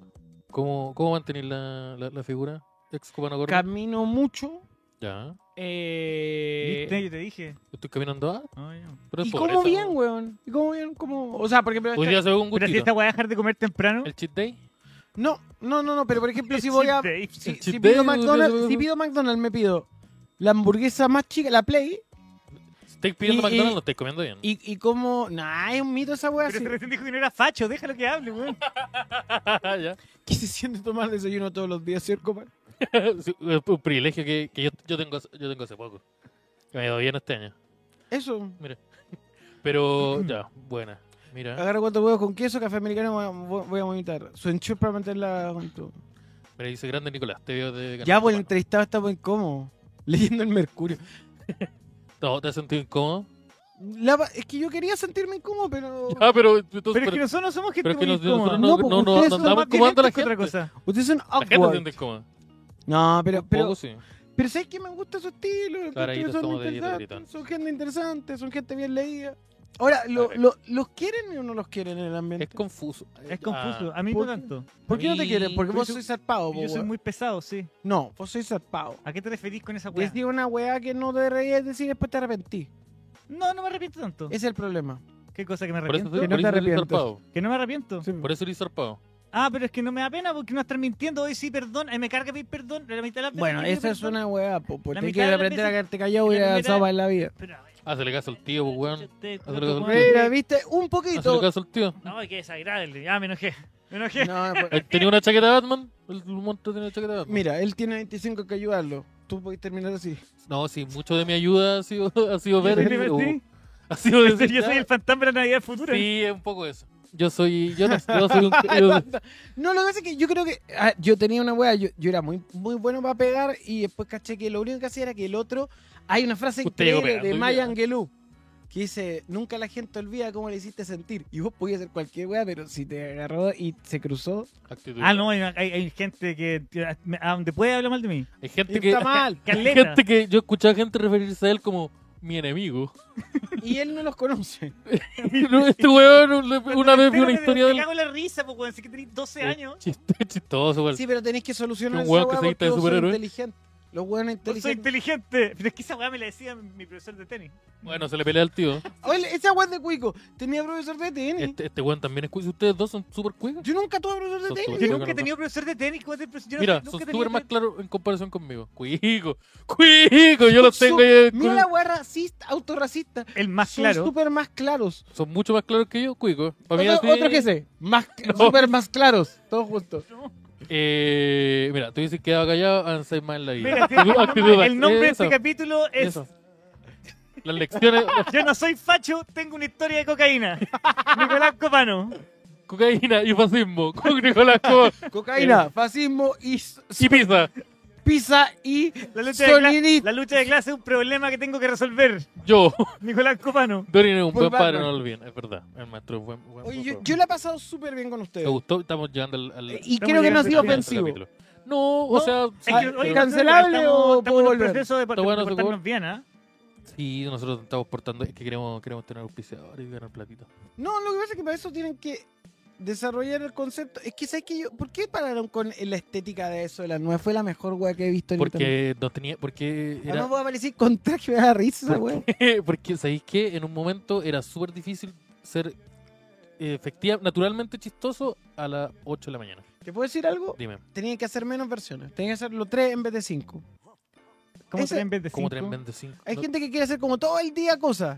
S2: ¿Cómo, ¿Cómo mantener la, la, la figura? Ex cubano gordo.
S3: Camino mucho.
S2: ya.
S3: Eh,
S1: ¿Viste? Yo te dije.
S2: Estoy caminando ah,
S1: Ay, no.
S2: pero es
S3: Y
S2: pobreza,
S3: como bien,
S2: weón.
S3: weón. Y como bien, como. O sea, por ejemplo.
S2: Hoy
S3: esta-
S2: día se ve
S1: Pero
S2: un
S1: si
S2: gustito.
S1: esta weá dejar de comer temprano...
S2: El cheat day.
S3: este, No, no, no, no, pero por ejemplo, si
S1: Cheat
S3: voy a.
S1: day.
S3: Si,
S2: El cheat
S3: si
S2: day, no,
S3: pido
S2: no, no, no.
S3: McDonald's, si pido McDonald's, me pido la hamburguesa más chica, la Play,
S2: estáis pidiendo
S3: Y- y-
S2: McDonald's, lo estáis comiendo bien.
S3: Y, y cómo. Nah, es un mito esa wea.
S1: Pero
S3: sí.
S1: si recién dijo que no era facho, déjalo que hable, weón.
S2: Ah, Ya.
S3: ¿Qué se siente tomar desayuno todos los días, cierto, compadre?
S2: Sí, es un privilegio que, que yo, yo tengo, hace- yo tengo hace poco. Que Me ha ido bien este año.
S3: Eso.
S2: Pero ya, buena.
S1: Ah.
S2: Mira,
S3: Agarra cuatro huevos con queso, café americano, voy a, voy- voy a vomitar. Su enchufe para mantenerla junto.
S2: me dice grande Nicolás, te veo de...
S3: Ya, pues
S2: bueno
S3: el entrevistado está muy incómodo. Leyendo el Mercurio.
S2: No, ¿Te has sentido incómodo?
S3: La va- es que yo quería sentirme incómodo, pero.
S2: Ah, pero entonces...
S1: Pero es
S2: pero-
S1: que nosotros no somos gente
S2: pero es que
S1: muy
S2: nosotros
S1: incómoda.
S2: no-
S3: No,
S2: no-
S3: pues,
S2: no- no
S3: ustedes son
S2: andamos
S1: más
S2: incomodando a la
S1: directos que
S2: gente.
S1: otra cosa.
S3: Ustedes son
S2: La gente se siente
S3: awkward.
S2: incómoda.
S3: No, pero,
S2: Un
S3: pero,
S2: poco sí.
S3: pero ¿sabes que me gusta su estilo? Encuentro
S2: Claro, ahí
S3: que
S2: nos
S3: son,
S2: somos de Diego
S3: interesantes,
S2: Tritón.
S3: son gente interesante, son gente bien leída. Ahora, lo,
S2: Correcto.
S3: lo- ¿los quieren o no los quieren en el ambiente?
S2: Es confuso.
S1: Es confuso. A mí no
S3: ¿por qué?
S1: tanto.
S3: ¿Por qué no
S2: Y-
S3: te quieren? Porque
S1: pero
S3: vos
S1: yo-
S3: sois zarpado, po,
S1: Yo soy
S3: weón.
S1: muy pesado, sí.
S3: No, vos sois zarpado.
S1: ¿A qué te referís con esa weá?
S3: Les digo una weá que no te reías decir y después te arrepentí.
S1: No, no me arrepiento tanto.
S3: Ese es el problema.
S1: ¿Qué cosa que me
S2: Por eso,
S1: arrepiento?
S2: por
S3: Que no
S2: eso
S3: te
S2: eres
S3: arrepientas.
S2: zarpado.
S1: Que no me arrepiento.
S2: Por eso eres zarpado.
S1: Ah, pero es que no me da pena porque no estar mintiendo. Hoy sí, perdón. Ahí me carga pedir perdón. La mitad de las veces
S3: Bueno,
S1: que pido
S3: esa es
S1: perdón.
S3: una weá, po,
S1: La
S3: porque te
S1: mitad
S3: quieren
S1: de las
S3: aprender a
S1: veces-
S3: quedarte callado
S1: la
S3: y a
S1: primera-
S3: avanzar en la vida.
S1: Pero, a ver,
S2: Hazle caso al tío, pues, weón.
S1: te-
S2: Hazle caso al tío.
S3: Mira, viste, un
S2: Hazle
S3: poquito.
S2: caso al tío.
S1: No, qué desagradable. Ya me enojé. Me enojé.
S3: No, pues,
S2: Eh, ¿Tenía una chaqueta Batman? ¿El monstruo tenía una chaqueta Batman?
S3: mira, él tiene 25 que ayudarlo. Tú podés terminar así.
S2: No, sí, mucho de mi ayuda ha sido, ha sido ver.
S1: ¿Sí?
S2: uh, ha sido decir,
S1: Yo soy
S2: ya.
S1: el fantasma de la Navidad futura.
S2: Sí, es un poco eso. Yo soy. Yo no, yo soy un. yo-
S3: No, lo que pasa es que yo creo que ah, yo tenía una wea, yo, yo era muy, muy bueno para pegar y después caché que lo único que hacía era que el otro. Hay una frase
S2: Usted llegó
S3: increíble de
S2: pegando,
S3: Maya
S2: ya.
S3: Angelou que dice: Nunca la gente olvida cómo le hiciste sentir. Y vos podías hacer cualquier wea, pero si te agarró y se cruzó,
S2: actitud.
S1: Ah, no, hay, hay- hay gente que que me- a donde puede hablar mal de mí.
S2: Hay gente que.
S3: está mal.
S2: hay
S1: Caleta.
S2: gente que. Yo escuchaba gente referirse a él como mi enemigo.
S3: Y él no los conoce.
S2: No, este weón un- una vez vi una historia
S1: del.
S2: del.
S1: Me cago en la risa, porque si que tenés 12 años.
S2: Chiste, chistoso, weón.
S3: Sí, pero tenés que solucionar
S2: Un
S3: esa
S2: Pues, weón
S3: wea
S2: que se viste
S3: porque
S2: de
S3: vos sos
S2: superhéroe.
S3: inteligente. Los weones
S1: Yo soy
S3: inteligentes.
S1: inteligente. Pero es que esa weá me la decía mi profesor de tenis.
S2: Bueno, se le pelea al tío.
S3: Oye, esa wea es de Cuico. Tenía profesor de tenis.
S2: Este, este weón también es cuico. Ustedes dos son súper cuicos.
S3: Yo nunca tuve profesor de
S2: Son
S3: tenis.
S2: súper
S1: Yo
S2: creo
S1: nunca
S2: que
S1: he
S2: no.
S1: tenido profesor de tenis. ¿cómo te- profesor? Yo no-
S2: Pues Mira,
S1: nunca
S2: son
S1: he tenido
S2: súper más
S1: profe-
S2: claros en comparación conmigo. Cuico, cuico, yo los tengo. ahí-
S3: Mira la wea racista, autorracista.
S1: El más
S3: Son
S1: claro.
S3: súper más claros.
S2: Son mucho más claros que yo, cuico. Para mí
S3: Otro,
S2: así-
S3: otro que sé. Más, Súper más claros. Todos juntos.
S2: Eh, mira, tú dices quedado callado, avanzáis más en la vida.
S1: Mira,
S2: Actitud- actitud
S1: el nombre de
S2: esa,
S1: este capítulo es
S2: eso. Las lecciones.
S1: Yo no soy facho, tengo una historia de cocaína. Nicolás Copano.
S2: cocaína y fascismo. Con Nicolás Cobos
S3: Cocaína, fascismo y s-
S2: y pizza.
S3: pizza y
S1: La lucha, de cla- la
S3: sonidita.
S1: lucha de clase es un problema que tengo que resolver.
S2: Yo.
S1: Nicolás Copano.
S2: Dorin es un
S3: Por
S2: buen padre, no
S3: Batman.
S2: lo olviden. Es verdad. El maestro es buen, buen,
S3: Oye,
S2: buen
S3: yo,
S2: profe.
S3: yo la he pasado súper bien con ustedes.
S2: ¿Te gustó? Estamos llegando al. al-
S3: Y
S1: Estamos
S3: creo que no ha
S1: llegando
S3: sido
S1: al final del
S3: ofensivo.
S2: capítulo. No, o
S3: No,
S2: sea.
S1: Es que,
S3: Ah,
S1: oye,
S2: pero-
S3: ¿cancelable
S1: estamos,
S3: o
S1: estamos en
S3: puedo
S1: un
S3: volver?
S1: proceso de por-
S2: Está bueno,
S1: de portarnos
S2: seguro.
S1: bien, ¿ah?
S2: Sí, nosotros estamos portando. Es que queremos, queremos tener auspiciadores y ganar platito.
S3: No, lo que pasa es que para eso tienen que desarrollar el concepto. Es que, ¿sabes que yo? ¿Por qué pararon con la estética de eso? La nueva fue la mejor wea que he visto en internet.
S2: Porque no tenía. Porque
S3: Ahora
S2: era.
S3: voy a aparecer con traje, me da risa esa wea.
S2: Porque, ¿sabéis qué? En un momento era súper difícil ser efectiva, naturalmente chistoso a las 8 de la mañana.
S3: ¿Te puedo decir algo?
S2: Dime,
S3: Tenían que hacer menos versiones. Tenían que hacerlo tres en vez de cinco.
S1: ¿Cómo
S3: Ese-
S1: tres en vez de
S2: ¿cómo
S1: cinco?
S2: tienen 25?
S3: Hay
S2: No,
S3: gente que quiere hacer como todo el día cosas.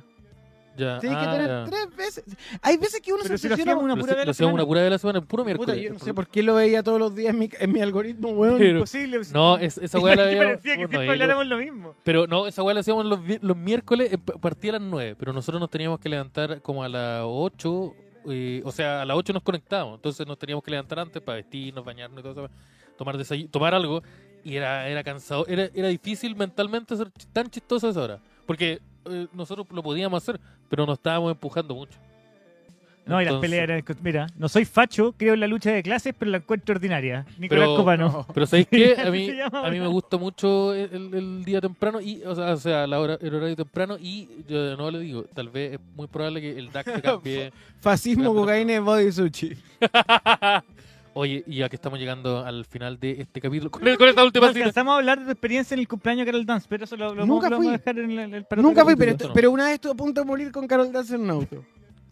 S2: ya.
S3: Tienes
S2: ah,
S3: que tener
S2: ya.
S3: tres veces. Hay veces que uno
S1: Pero
S3: se
S1: si lo hacíamos
S3: obsesiona.
S1: una
S2: Lo
S1: pura
S2: hacía-
S1: vez
S2: lo
S1: a la
S2: hacíamos una
S1: semana.
S2: pura de la semana, puro
S3: Puta,
S2: miércoles.
S3: yo no sé por qué lo veía todos los días en mi, en mi algoritmo, weón.
S2: Pero-
S1: Imposible.
S2: No, es- esa weá la
S1: Yo
S2: veíamos-
S1: parecía que
S2: bueno,
S1: siempre
S2: ahí pues. lo-
S1: habláramos lo mismo.
S2: Pero no, esa weá la hacíamos los, vi- los miércoles, eh, pa- partía a las 9, pero nosotros nos teníamos que levantar como a las 8, eh, o sea, a las 8 nos conectábamos, entonces nos teníamos que levantar antes para vestirnos, bañarnos y todo eso, tomar, desay- tomar algo, y era, era cansado, era, era difícil mentalmente ser chi- tan chistoso a esa hora, porque eh, nosotros lo podíamos hacer, pero nos estábamos empujando mucho.
S1: No, y las
S2: Entonces-
S1: peleas eran... Mira, no soy facho, creo en la lucha de clases, pero la encuentro ordinaria. Nicolás
S2: Pero-
S1: Copano.
S2: Pero ¿sabéis qué? A
S1: Así
S2: mí,
S1: se llama
S2: a mí me
S1: ahora.
S2: gusta mucho el, el día temprano, y o sea, o sea, la hora, el horario temprano, y yo de nuevo le digo, tal vez es muy probable que el DAC se cambie.
S3: Fascismo, cocaína y body sushi.
S2: Oye, y ya que estamos llegando al final de este capítulo, con, con esta última
S1: No
S2: cita.
S1: alcanzamos a hablar de tu experiencia en el cumpleaños de Carol Dance, pero eso lo, lo-
S3: Nunca
S1: lo
S3: fui.
S1: vamos a dejar en el, el- para otro
S3: Nunca fui, pero,
S1: capítulo.
S3: esto- pero una vez estuve a punto de morir con Carol Dance en un auto.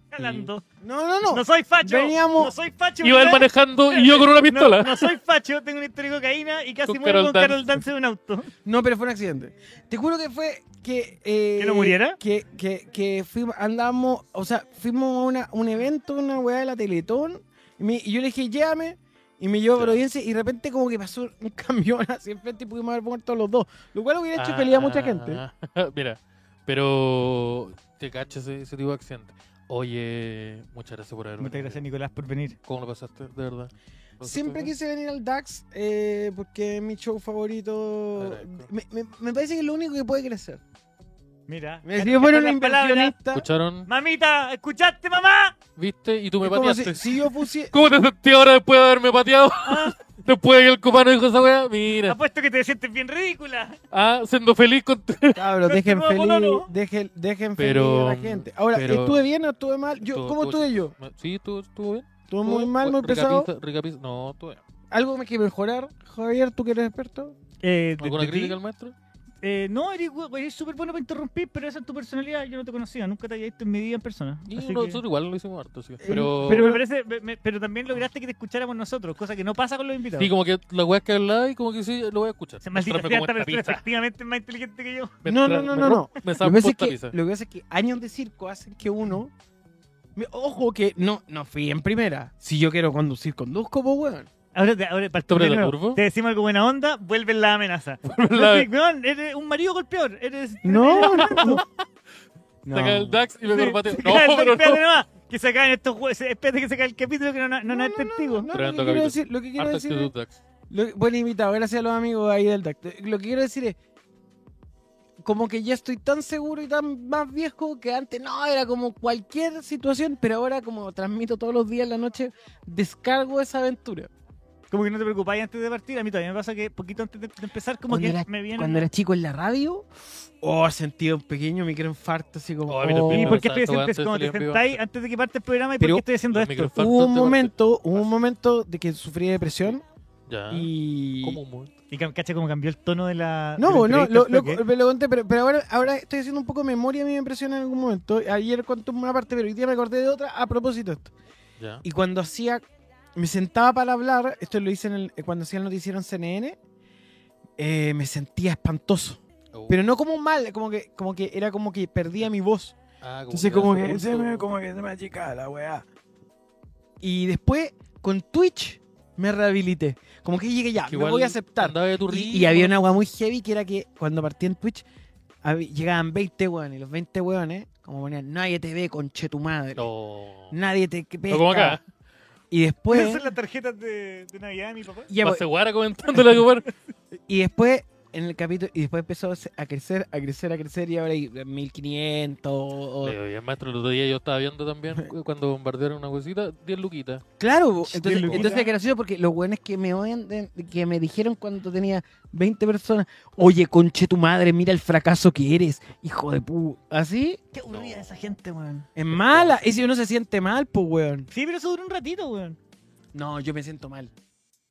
S1: jalando.
S3: No, no, no.
S1: No soy facho.
S3: Veníamos-
S1: No soy facho.
S2: Iba él
S1: ¿verdad?
S2: manejando y yo con una
S1: No,
S2: pistola.
S1: no soy facho, tengo un histórico de cocaína y casi
S2: Con
S1: muero
S2: Carol
S1: con
S2: Dance.
S1: Carol Dance en un auto.
S3: No, pero fue un accidente. Te juro que fue que. eh,
S1: ¿Que no muriera?
S3: Que, que, que fuimos, andábamos, o sea, fuimos a una, un evento, una weá de la Teletón. Y, me- y yo le dije, llévame. Y me llevó a Providencia y de repente como que pasó un camión así enfrente y pudimos haber muerto los dos. Lo cual hubiera hecho feliz a mucha gente.
S2: Ah, Mira, pero te cacho ese, ese tipo de accidente. Oye, muchas gracias por haber
S1: Muchas
S2: venido.
S1: gracias, Nicolás, por venir.
S2: ¿Cómo lo pasaste? De verdad. ¿Lo pasaste
S3: Siempre
S2: bien?
S3: quise venir al DAX eh, porque es mi show favorito.
S2: Agradezco.
S3: Me, me- me parece que es lo único que puede crecer.
S1: Mira.
S3: Me si yo fuera un
S1: Las palabras.
S3: inversionista.
S2: ¿Escucharon?
S1: Mamita, ¿escuchaste, mamá?
S2: ¿Viste? Y tú me
S3: es como
S2: pateaste.
S3: si, si yo pusiera.
S2: ¿Cómo te sentí ahora después de haberme pateado? después de que el cubano dijo esa weá. Mira.
S1: Apuesto que te sientes bien ridícula.
S2: Ah, siendo feliz con.
S3: Cabros,
S1: Pero
S3: dejen
S1: este nuevo
S3: feliz,
S1: monólogo.
S3: dejen, dejen
S2: Pero,
S3: feliz a la gente. Ahora,
S2: pero-
S3: ¿estuve bien o estuve mal? Yo,
S2: Estuvo-
S3: ¿Cómo
S2: estuvo
S3: estuve yo?
S2: Sí, tú estuvo bien.
S3: ¿Estuve muy
S2: Estuvo-
S3: mal, muy pesado?
S2: recapiza- recapiza- No, tú bien.
S3: ¿Algo que mejorar? Javier, ¿tú que eres experto?
S1: Eh, de-
S2: ¿Alguna
S1: de ti,
S2: crítica al maestro?
S1: eh, no, eres gu- eres súper bueno para interrumpir, pero esa es tu personalidad. Yo no te conocía, nunca te había visto en mi vida en persona.
S2: Y
S1: Así que-
S2: nosotros igual lo hicimos harto.
S3: Eh,
S2: así que- Pero.
S1: Pero me parece, me- me- pero también lograste que te escucháramos nosotros, cosa que no pasa con los invitados.
S2: Sí, como que la weá que hablaba y como que sí, lo voy a escuchar.
S1: Se maldita sea,
S2: Mientras me
S1: esta
S2: como esta
S1: persona
S2: pizza.
S1: efectivamente es más inteligente que yo.
S3: No, no,
S2: Mientras
S3: no,
S2: me
S3: no. no.
S2: rom- Me
S3: Lo,
S2: zampo
S3: que pasa es
S2: esta
S3: que,
S2: pizza.
S3: lo que pasa es que años de circo hacen que uno... me- Ojo que no, no fui en primera. Si yo quiero conducir, conduzco, pues weón.
S1: Ahora, te, ahora partimos
S2: ¿Sobre
S1: de
S2: la
S1: nuevo.
S2: turbo?
S1: Te decimos algo buena onda, vuelve la amenaza.
S2: La-
S1: Sí, weón, eres un marido golpeador. Eres.
S3: No, no, no. No.
S2: Saca el DAX y me
S1: Sí,
S2: corpateo.
S1: se
S2: No,
S1: cae el-
S2: pero
S1: espérate
S2: no.
S1: nomás, Que se acaben estos jueces. Espérate que se acabe el capítulo que no, no, no,
S3: No,
S1: hay testigo.
S3: No, lo que
S2: Tremendo
S3: quiero
S2: capítulo.
S3: decir, lo que quiero
S2: Harta
S3: decir
S2: actitud, DAX.
S3: Lo, buen invitado, gracias a los amigos ahí del tacto. Lo que quiero decir es, como que ya estoy tan seguro y tan más viejo que antes, no, era como cualquier situación, pero ahora como transmito todos los días en la noche, descargo esa aventura.
S1: Como que no te preocupáis antes de partir. A mí todavía me pasa que poquito antes de, de empezar, como
S3: Cuando
S1: que
S3: era-
S1: me viene.
S3: Cuando era chico en la radio, oh, sentía un pequeño microinfarto, así como...
S2: Oh, a mí también
S1: ¿Y
S2: me
S1: por qué
S2: pasaba
S1: estoy
S2: esto
S1: haciendo
S2: antes
S1: esto? Cuando te
S2: de salir en vivo.
S1: sentáis antes de que parte el programa, ¿y por
S3: Pero
S1: qué estoy haciendo
S2: los
S1: esto?
S2: micrófonos-
S3: Hubo un
S2: Infarto,
S3: momento, hubo un momento de que sufrí depresión
S2: Ya.
S3: y...
S2: ¿Cómo un momento?
S1: Y cam- cacha cómo cambió el tono de la.
S3: No,
S1: de la
S3: bo, no,
S1: entrevista
S3: lo,
S1: al
S3: lo-
S1: toque.
S3: me lo conté, pero, pero ahora, ahora estoy haciendo un poco de memoria a mi impresión en algún momento. Ayer conté una parte, pero hoy día me acordé de otra a propósito de esto.
S2: Ya.
S3: Y cuando hacía, me sentaba para hablar, esto lo hice en el- eh, cuando hacía el noticiero en CNN, eh, me sentía espantoso.
S2: Oh.
S3: Pero no como mal, como que, como que era como que perdía mi voz.
S2: Ah,
S3: Entonces como
S2: hace
S3: que,
S2: gusto.
S3: se me, como que se me achicaba la weá. Y después, con Twitch, me rehabilité. Como que llegué
S2: Que
S3: ya, Ah, me
S2: igual
S3: voy a aceptar.
S2: andaba de tu
S3: Y, y
S2: ritmo.
S3: había una agua muy heavy que era que cuando partía en Twitch hab- llegaban 20 hueones y los 20 hueones, como ponían, nadie te ve, conche tu madre.
S2: No.
S3: Nadie te pesca.
S2: No como acá.
S3: Y después,
S1: Esas son las tarjetas de, de Navidad de mi papá.
S3: ya, pues,
S2: Pase guara comentando la comer.
S3: y después en el capítulo, y después empezó a se- a crecer, a crecer, a crecer y ahora hay 1500. o-
S2: Le digo, "Bien, maestro, el otro día yo estaba viendo también cu- cuando bombardearon una huesita, 10 luquitas.
S3: Claro, bo,
S1: Sí,
S3: entonces,
S1: locura.
S3: entonces es gracioso porque los hueones que me odian, de- que me dijeron cuando tenía 20 personas, oye, conche tu madre, mira el fracaso que eres, hijo de pu. Así,
S1: Qué aburrida esa gente, weón.
S3: es mala. Y si uno se siente mal, pues weón.
S1: Sí, pero eso duró un ratito, weón.
S3: No, yo me siento mal.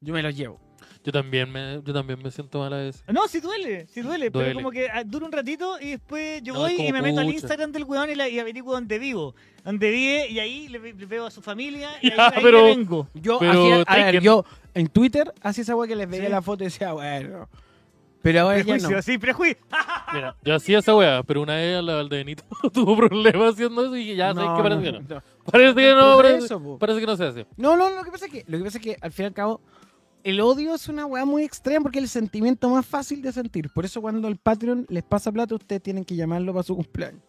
S3: Yo me los llevo.
S2: Yo también me, yo también me siento mal a veces.
S1: No, sí duele, sí duele,
S2: Duele.
S1: pero como que ah, dura un ratito y después yo
S2: No,
S1: voy
S2: es como
S1: y me meto al
S2: pucha.
S1: Instagram del weón y, la, y averiguo dónde vivo, dónde vive y ahí le, ve- le veo a su familia y ahí,
S2: Ya,
S1: ahí
S2: Ah, pero-
S1: le vengo.
S3: Yo
S2: Pero,
S3: hacía, a ver,
S2: Taken.
S3: yo en Twitter hacía esa weá que les veía
S1: Sí.
S3: la foto y decía, bueno. Pero ahora ya
S1: Prejuicio,
S3: no.
S1: sí, prejuicio. Ah,
S2: Mira, yo hacía esa weá, pero una vez la Valdebenito tuvo problemas haciendo eso y dije, ya,
S3: No,
S2: ¿sabes qué? Parece
S3: no,
S2: que no.
S3: no.
S2: Parece que no,
S3: Por
S2: parece,
S3: eso, po.
S2: parece que no se hace.
S3: No, no, lo que pasa es que, lo que pasa es que al fin y al cabo, el odio es una weá muy extrema porque es el sentimiento más fácil de sentir. Por eso cuando el Patreon les pasa plata, ustedes tienen que llamarlo para su cumpleaños.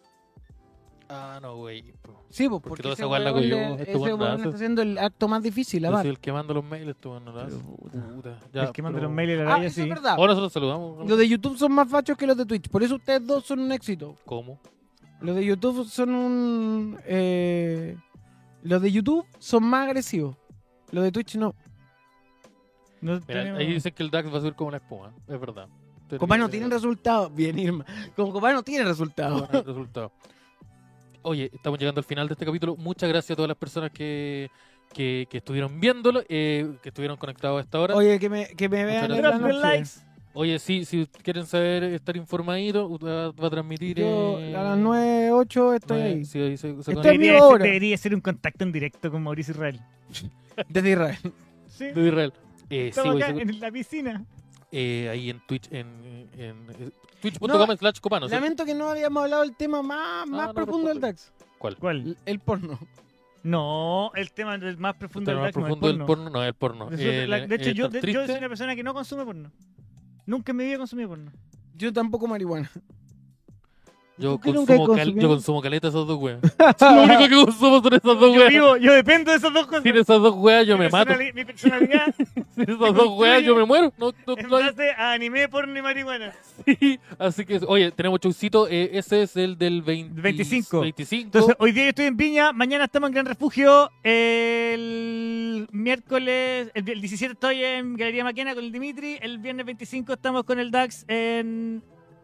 S2: Ah, no, güey.
S3: Sí, pues,
S2: Porque
S3: porque,
S2: toda
S3: ese
S2: esa weá la
S3: weón
S2: hago yo,
S3: le-
S2: este
S3: ese
S2: weón la
S3: weón
S2: hace.
S3: está haciendo el acto más difícil, la
S2: Yo soy
S3: verdad.
S2: el que manda los mails, tú no lo haces. Puta. Ya,
S1: el que manda
S2: pero-
S1: los mails y la
S3: Ah,
S1: raya,
S3: eso es
S1: sí.
S3: verdad.
S2: Ahora solo saludamos.
S3: Los de YouTube son más fachos que los de Twitch. Por eso ustedes dos son un éxito.
S2: ¿Cómo?
S3: Los de YouTube son un. eh, los de YouTube son más agresivos. Los de Twitch no.
S1: No
S2: Mira,
S1: tenemos-
S2: ahí dicen que el DAX va a subir como una espuma. Es verdad. Termina-
S3: Copa no tienen resultados. Bien, Irma. Como Copa no tiene resultados.
S2: Bueno, el resultado. Oye, estamos llegando al final de este capítulo. Muchas gracias a todas las personas que, que, que estuvieron viéndolo, eh, que estuvieron conectados a esta hora.
S3: Oye, que me, que me vean en
S2: gracias.
S3: la
S1: Drop the
S3: noche.
S1: likes.
S2: Oye, sí, si quieren saber, estar informaditos, u- va va a transmitir.
S3: Yo
S2: eh,
S3: a las 9, 8 estoy
S2: nueve-
S3: ahí.
S2: sí, ahí se- se
S3: Estoy
S2: conecta.
S3: en vivo
S1: Debería, ser-
S3: ahora.
S1: debería ser un contacto en directo con Mauricio Israel.
S3: Desde Israel.
S1: Sí,
S2: de Israel. Eh, sí,
S1: estamos
S2: güey,
S1: acá
S2: se-
S1: en la piscina.
S2: eh, ahí en Twitch, en, en, eh, twitch.com slash copanos. ¿eh?
S3: Lamento que no habíamos hablado del tema más, más
S2: Ah, no, no,
S3: profundo del
S2: no,
S3: DAX.
S2: ¿Cuál?
S1: ¿Cuál?
S3: El, el porno.
S1: No, el tema del más profundo
S2: El
S1: del
S2: más
S1: Dark, no, el
S2: profundo del
S1: porno.
S2: porno, no, el porno.
S1: Resulta-
S2: El-
S1: la- de hecho,
S2: el
S1: yo,
S2: estar
S1: de- yo soy
S2: triste.
S1: una persona que no consume porno. Nunca en mi vida he consumido porno.
S3: Yo tampoco marihuana.
S2: Yo
S3: ¿Por qué nunca he
S2: consumo, cal- yo
S3: consumido?
S2: consumo caleta esas dos weas. Lo único que consumo son esas dos
S1: Yo
S2: weas.
S1: vivo, yo dependo de esas dos cosas.
S2: Sin esas dos weas yo
S1: Mi
S2: me mato.
S1: personali- Mi personalidad
S2: Sin esas dos weas yo me muero. No, no,
S1: en
S2: no hay-
S1: base a anime, porno y marihuana.
S2: sí. Así que, oye, tenemos showcito. eh, ese es el del 20
S1: 25.
S2: 25.
S1: Entonces, hoy día yo estoy en Viña, mañana estamos en Gran Refugio, el miércoles, el, el 17 estoy en Galería Maquena con el Dimitri, el viernes 25 estamos con el DAX en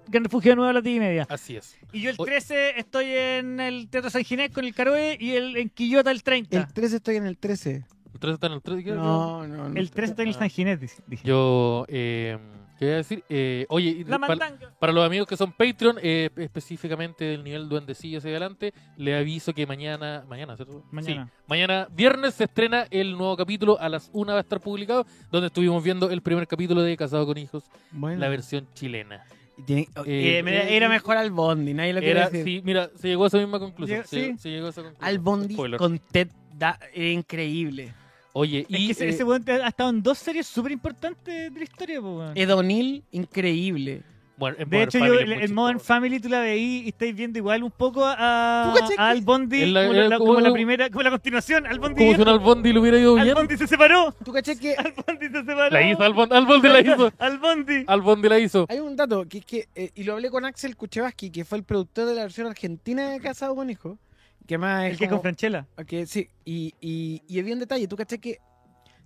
S1: Gran Refugio de nuevo a las 10 y media.
S2: Así es.
S1: Y yo el
S2: Hoy-
S1: 13 estoy en el Teatro San Ginés con el Caroe y el, en Quillota el 30.
S3: El 13 estoy en el 13.
S2: Entonces están el 3.
S3: No, no, no.
S1: El 13 está en el
S2: Ah.
S1: San Ginés, dice- dije.
S2: Yo, eh, ¿qué voy a decir? Eh, oye, y
S1: La
S2: para-
S1: mandanga.
S2: Para los amigos que son Patreon, eh, específicamente del nivel duendecillo hacia adelante, les aviso que mañana, mañana, ¿cierto?
S1: Mañana.
S2: Sí, mañana viernes se estrena el nuevo capítulo, a las 1 va a estar publicado, donde estuvimos viendo el primer capítulo de Casado con Hijos,
S3: Bueno.
S2: la versión chilena.
S3: Y tiene- o-
S2: Eh,
S3: eh, mira, era mejor al Bondi, nadie lo quiere
S2: Era,
S3: decir.
S2: sí, mira, se llegó a esa misma conclusión.
S1: Llega-
S2: se-
S1: sí.
S2: se llegó a esa conclusión.
S3: Al Bondi
S2: Spoiler.
S3: con Ted da, era increíble.
S2: Oye,
S1: Es
S2: y
S1: que ese,
S2: eh,
S1: ese weón ha estado en dos series súper importantes de la historia, po, weón.
S3: Edonil, increíble.
S2: bueno, en
S1: De
S2: Modern
S1: hecho,
S2: Family
S1: yo
S2: es muy
S1: en Modern
S2: chistoso.
S1: Family tú la veí y estáis viendo igual un poco a,
S3: ¿Tú cachai
S1: a Al Bondi
S2: Es la-
S1: como, la,
S2: era
S1: como
S2: como-
S1: la primera, como la continuación, Al Bondi.
S2: Como si un Al Bondi lo hubiera ido
S1: Al
S2: bien.
S1: Bondi se separó,
S3: ¿Tú caché que
S1: Al Bondi se separó.
S2: La hizo, Al Bondi, Al Bondi la hizo. Ah,
S1: Al Bondi.
S2: Al Bondi la hizo.
S3: hay un dato? que es que eh, Y lo hablé con Axel Kuchevaski, que fue el productor de la versión argentina de Casado con Hijo. Que más es
S1: El que
S3: como-
S1: con Franchella.
S3: Ok, sí. Y, y, y había un detalle. Tú caché que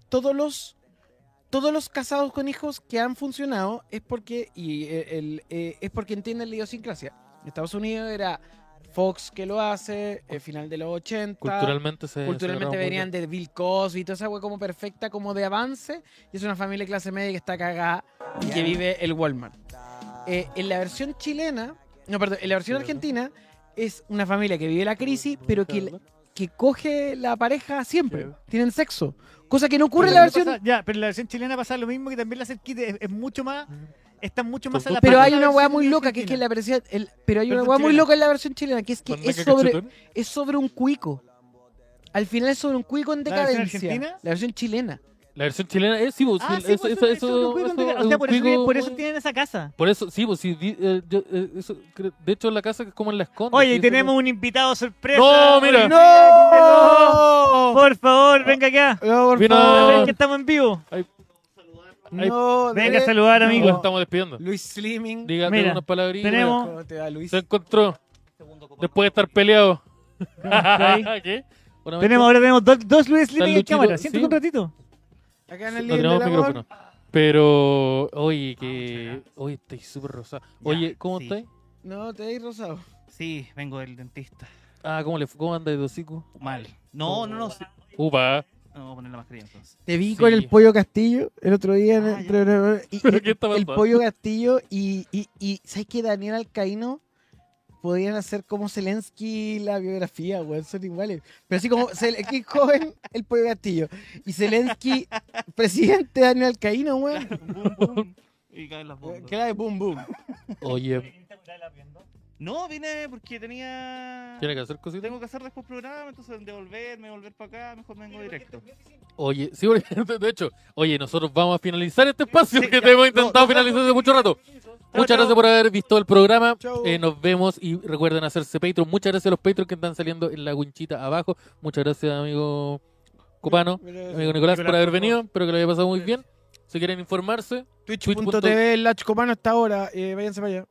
S3: todos los todos los casados con hijos que han funcionado es porque y eh, el, eh, es porque entienden la idiosincrasia. En Estados Unidos era Fox que lo hace, eh, final de los 80.
S2: Culturalmente se. se
S3: Culturalmente
S2: agarraba muy
S3: venían
S2: bien.
S3: de Bill Cosby y toda esa wea como perfecta, como de avance. Y es una familia de clase media que está cagada y que vive el Walmart. Eh, en la versión chilena, no, perdón, en la versión argentina es una familia que vive la crisis, pero que, que coge la pareja siempre. Tienen sexo. Cosa que no ocurre en la versión.
S1: Pasa- ya, pero la versión chilena pasa lo mismo que también la cerquita es, es mucho más, está mucho más a la
S3: Pero
S1: par
S3: hay
S1: de la
S3: una weá
S1: versión
S3: muy loca que es que
S1: argentina.
S3: la versión. el- pero hay una
S1: Versión
S3: weá muy
S1: chilena.
S3: loca en la versión chilena que es que
S2: Mandanga
S3: es sobre,
S2: cachetón.
S3: es sobre un cuico. Al final es sobre un cuico en
S1: versión
S3: decadencia.
S1: argentina?
S3: la versión chilena.
S2: La versión chilena es, sí, pues,
S1: Ah,
S2: sí,
S1: sí,
S2: eso-
S1: pues,
S2: eso-
S1: es
S2: eso-
S1: un cuico,
S2: eso-
S1: un cuico. O
S2: es
S1: sea,
S2: un
S1: por eso
S2: cuico
S1: tienen- por eso
S2: muy-
S1: tienen esa casa.
S2: Por eso, sí, pues, sí, di- eh, yo, eh, eso, cre- de hecho la casa es como en las condes.
S1: Oye,
S2: sí,
S1: y
S2: eso
S1: tenemos un invitado sorpresa.
S2: No, mira.
S1: ¡No! Por favor, venga acá.
S3: No,
S2: como- Vino-
S1: Ven que estamos en vivo.
S3: No,
S1: Venga a
S3: dale.
S1: saludar,
S2: No,
S1: amigo.
S2: lo estamos despidiendo.
S3: Luis Slimming.
S2: Diga
S1: Mira,
S2: diga unas palabritas.
S1: tenemos-
S3: ¿Cómo te va, Luis?
S2: Se encontró. Después de estar peleado.
S1: ahí?
S2: ¿Qué? Una vez
S1: Tenemos, ahora tenemos dos, dos Luis Slimming en
S2: Luchito,
S1: cámara. Siéntate
S2: sí.
S1: un ratito.
S3: Acá en
S2: más.
S3: el
S2: No
S3: líder
S2: tenemos
S3: del
S2: micrófono. Pero, oye, que. Oye, estáis súper rosado. Oye, ¿cómo
S4: sí.
S2: estáis?
S3: amor. No, te veis rosado.
S4: Sí, vengo del dentista.
S2: Ah, ¿cómo, le, fue? ¿cómo andáis, dosico?
S4: Mal. No, no, no. sí.
S2: Upa.
S4: No, voy a poner la mascarilla entonces.
S3: Te vi
S2: Sí.
S3: con el pollo castillo el otro día. en-
S4: Ah, ya.
S3: pero- pero- y-
S2: ¿Pero
S3: y-
S2: qué está
S3: el
S2: pasando?
S3: pollo castillo y, y, y ¿sabes que Daniel Alcaíno podrían hacer como Zelensky la biografía, weón, son iguales. Pero así como Zelensky joven, el pollo castillo. Y Zelensky, presidente Daniel Alcaíno, weón.
S4: Boom, boom. Eh, Y caen las bombas.
S3: Que era de boom boom.
S2: Oye,
S4: No, vine porque tenía.
S2: ¿tiene que hacer cositas?
S4: Tengo que hacer después programa, entonces devolverme, volver para acá, mejor vengo directo.
S2: Oye, sí, porque, de hecho, oye, nosotros vamos a finalizar este espacio
S4: Sí,
S2: que
S4: ya,
S2: te hemos
S4: no,
S2: intentado
S4: no,
S2: finalizar hace mucho rato. Muchas gracias por haber visto el programa. Eh, nos vemos y recuerden hacerse Patreon. Muchas gracias a los Patreon que están saliendo en la winchita abajo. Muchas gracias, amigo Copano, amigo Nicolás, por haber venido. Espero que lo haya pasado muy bien. Si quieren informarse,
S3: Twitch.tv, el Lachcomano hasta ahora. Eh, váyanse para allá.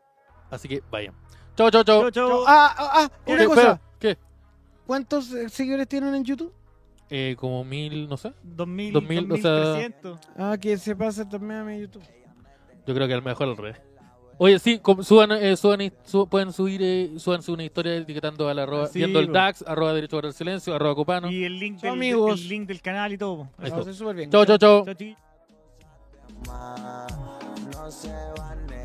S2: así que vayan. Chao, chao, chao.
S1: Chau, chau.
S3: Ah, ah, ah,
S2: ¿Qué,
S3: una cosa.
S2: espera, ¿Qué?
S3: ¿Cuántos eh, seguidores tienen en YouTube?
S2: Eh, como mil, no sé.
S1: 2000,
S2: 2000, o sea-
S1: 2300.
S3: Ah, que se pasa también a mi YouTube.
S2: Yo creo que a lo mejor al revés. Oye, sí, com- suban, eh, suban his- su- pueden subir, eh, suban su- una historia etiquetando al arroba,
S1: Sí,
S2: viendo el
S1: bro.
S2: DAX, arroba derecho para el silencio, arroba copano.
S1: Y el link,
S3: Chau,
S1: del,
S3: amigos.
S1: el link del canal y todo. po.
S2: Ahí está.
S3: No, súper bien.
S2: chao, chao. chao.
S1: Chau, chiquillos.
S5: No
S6: no se van a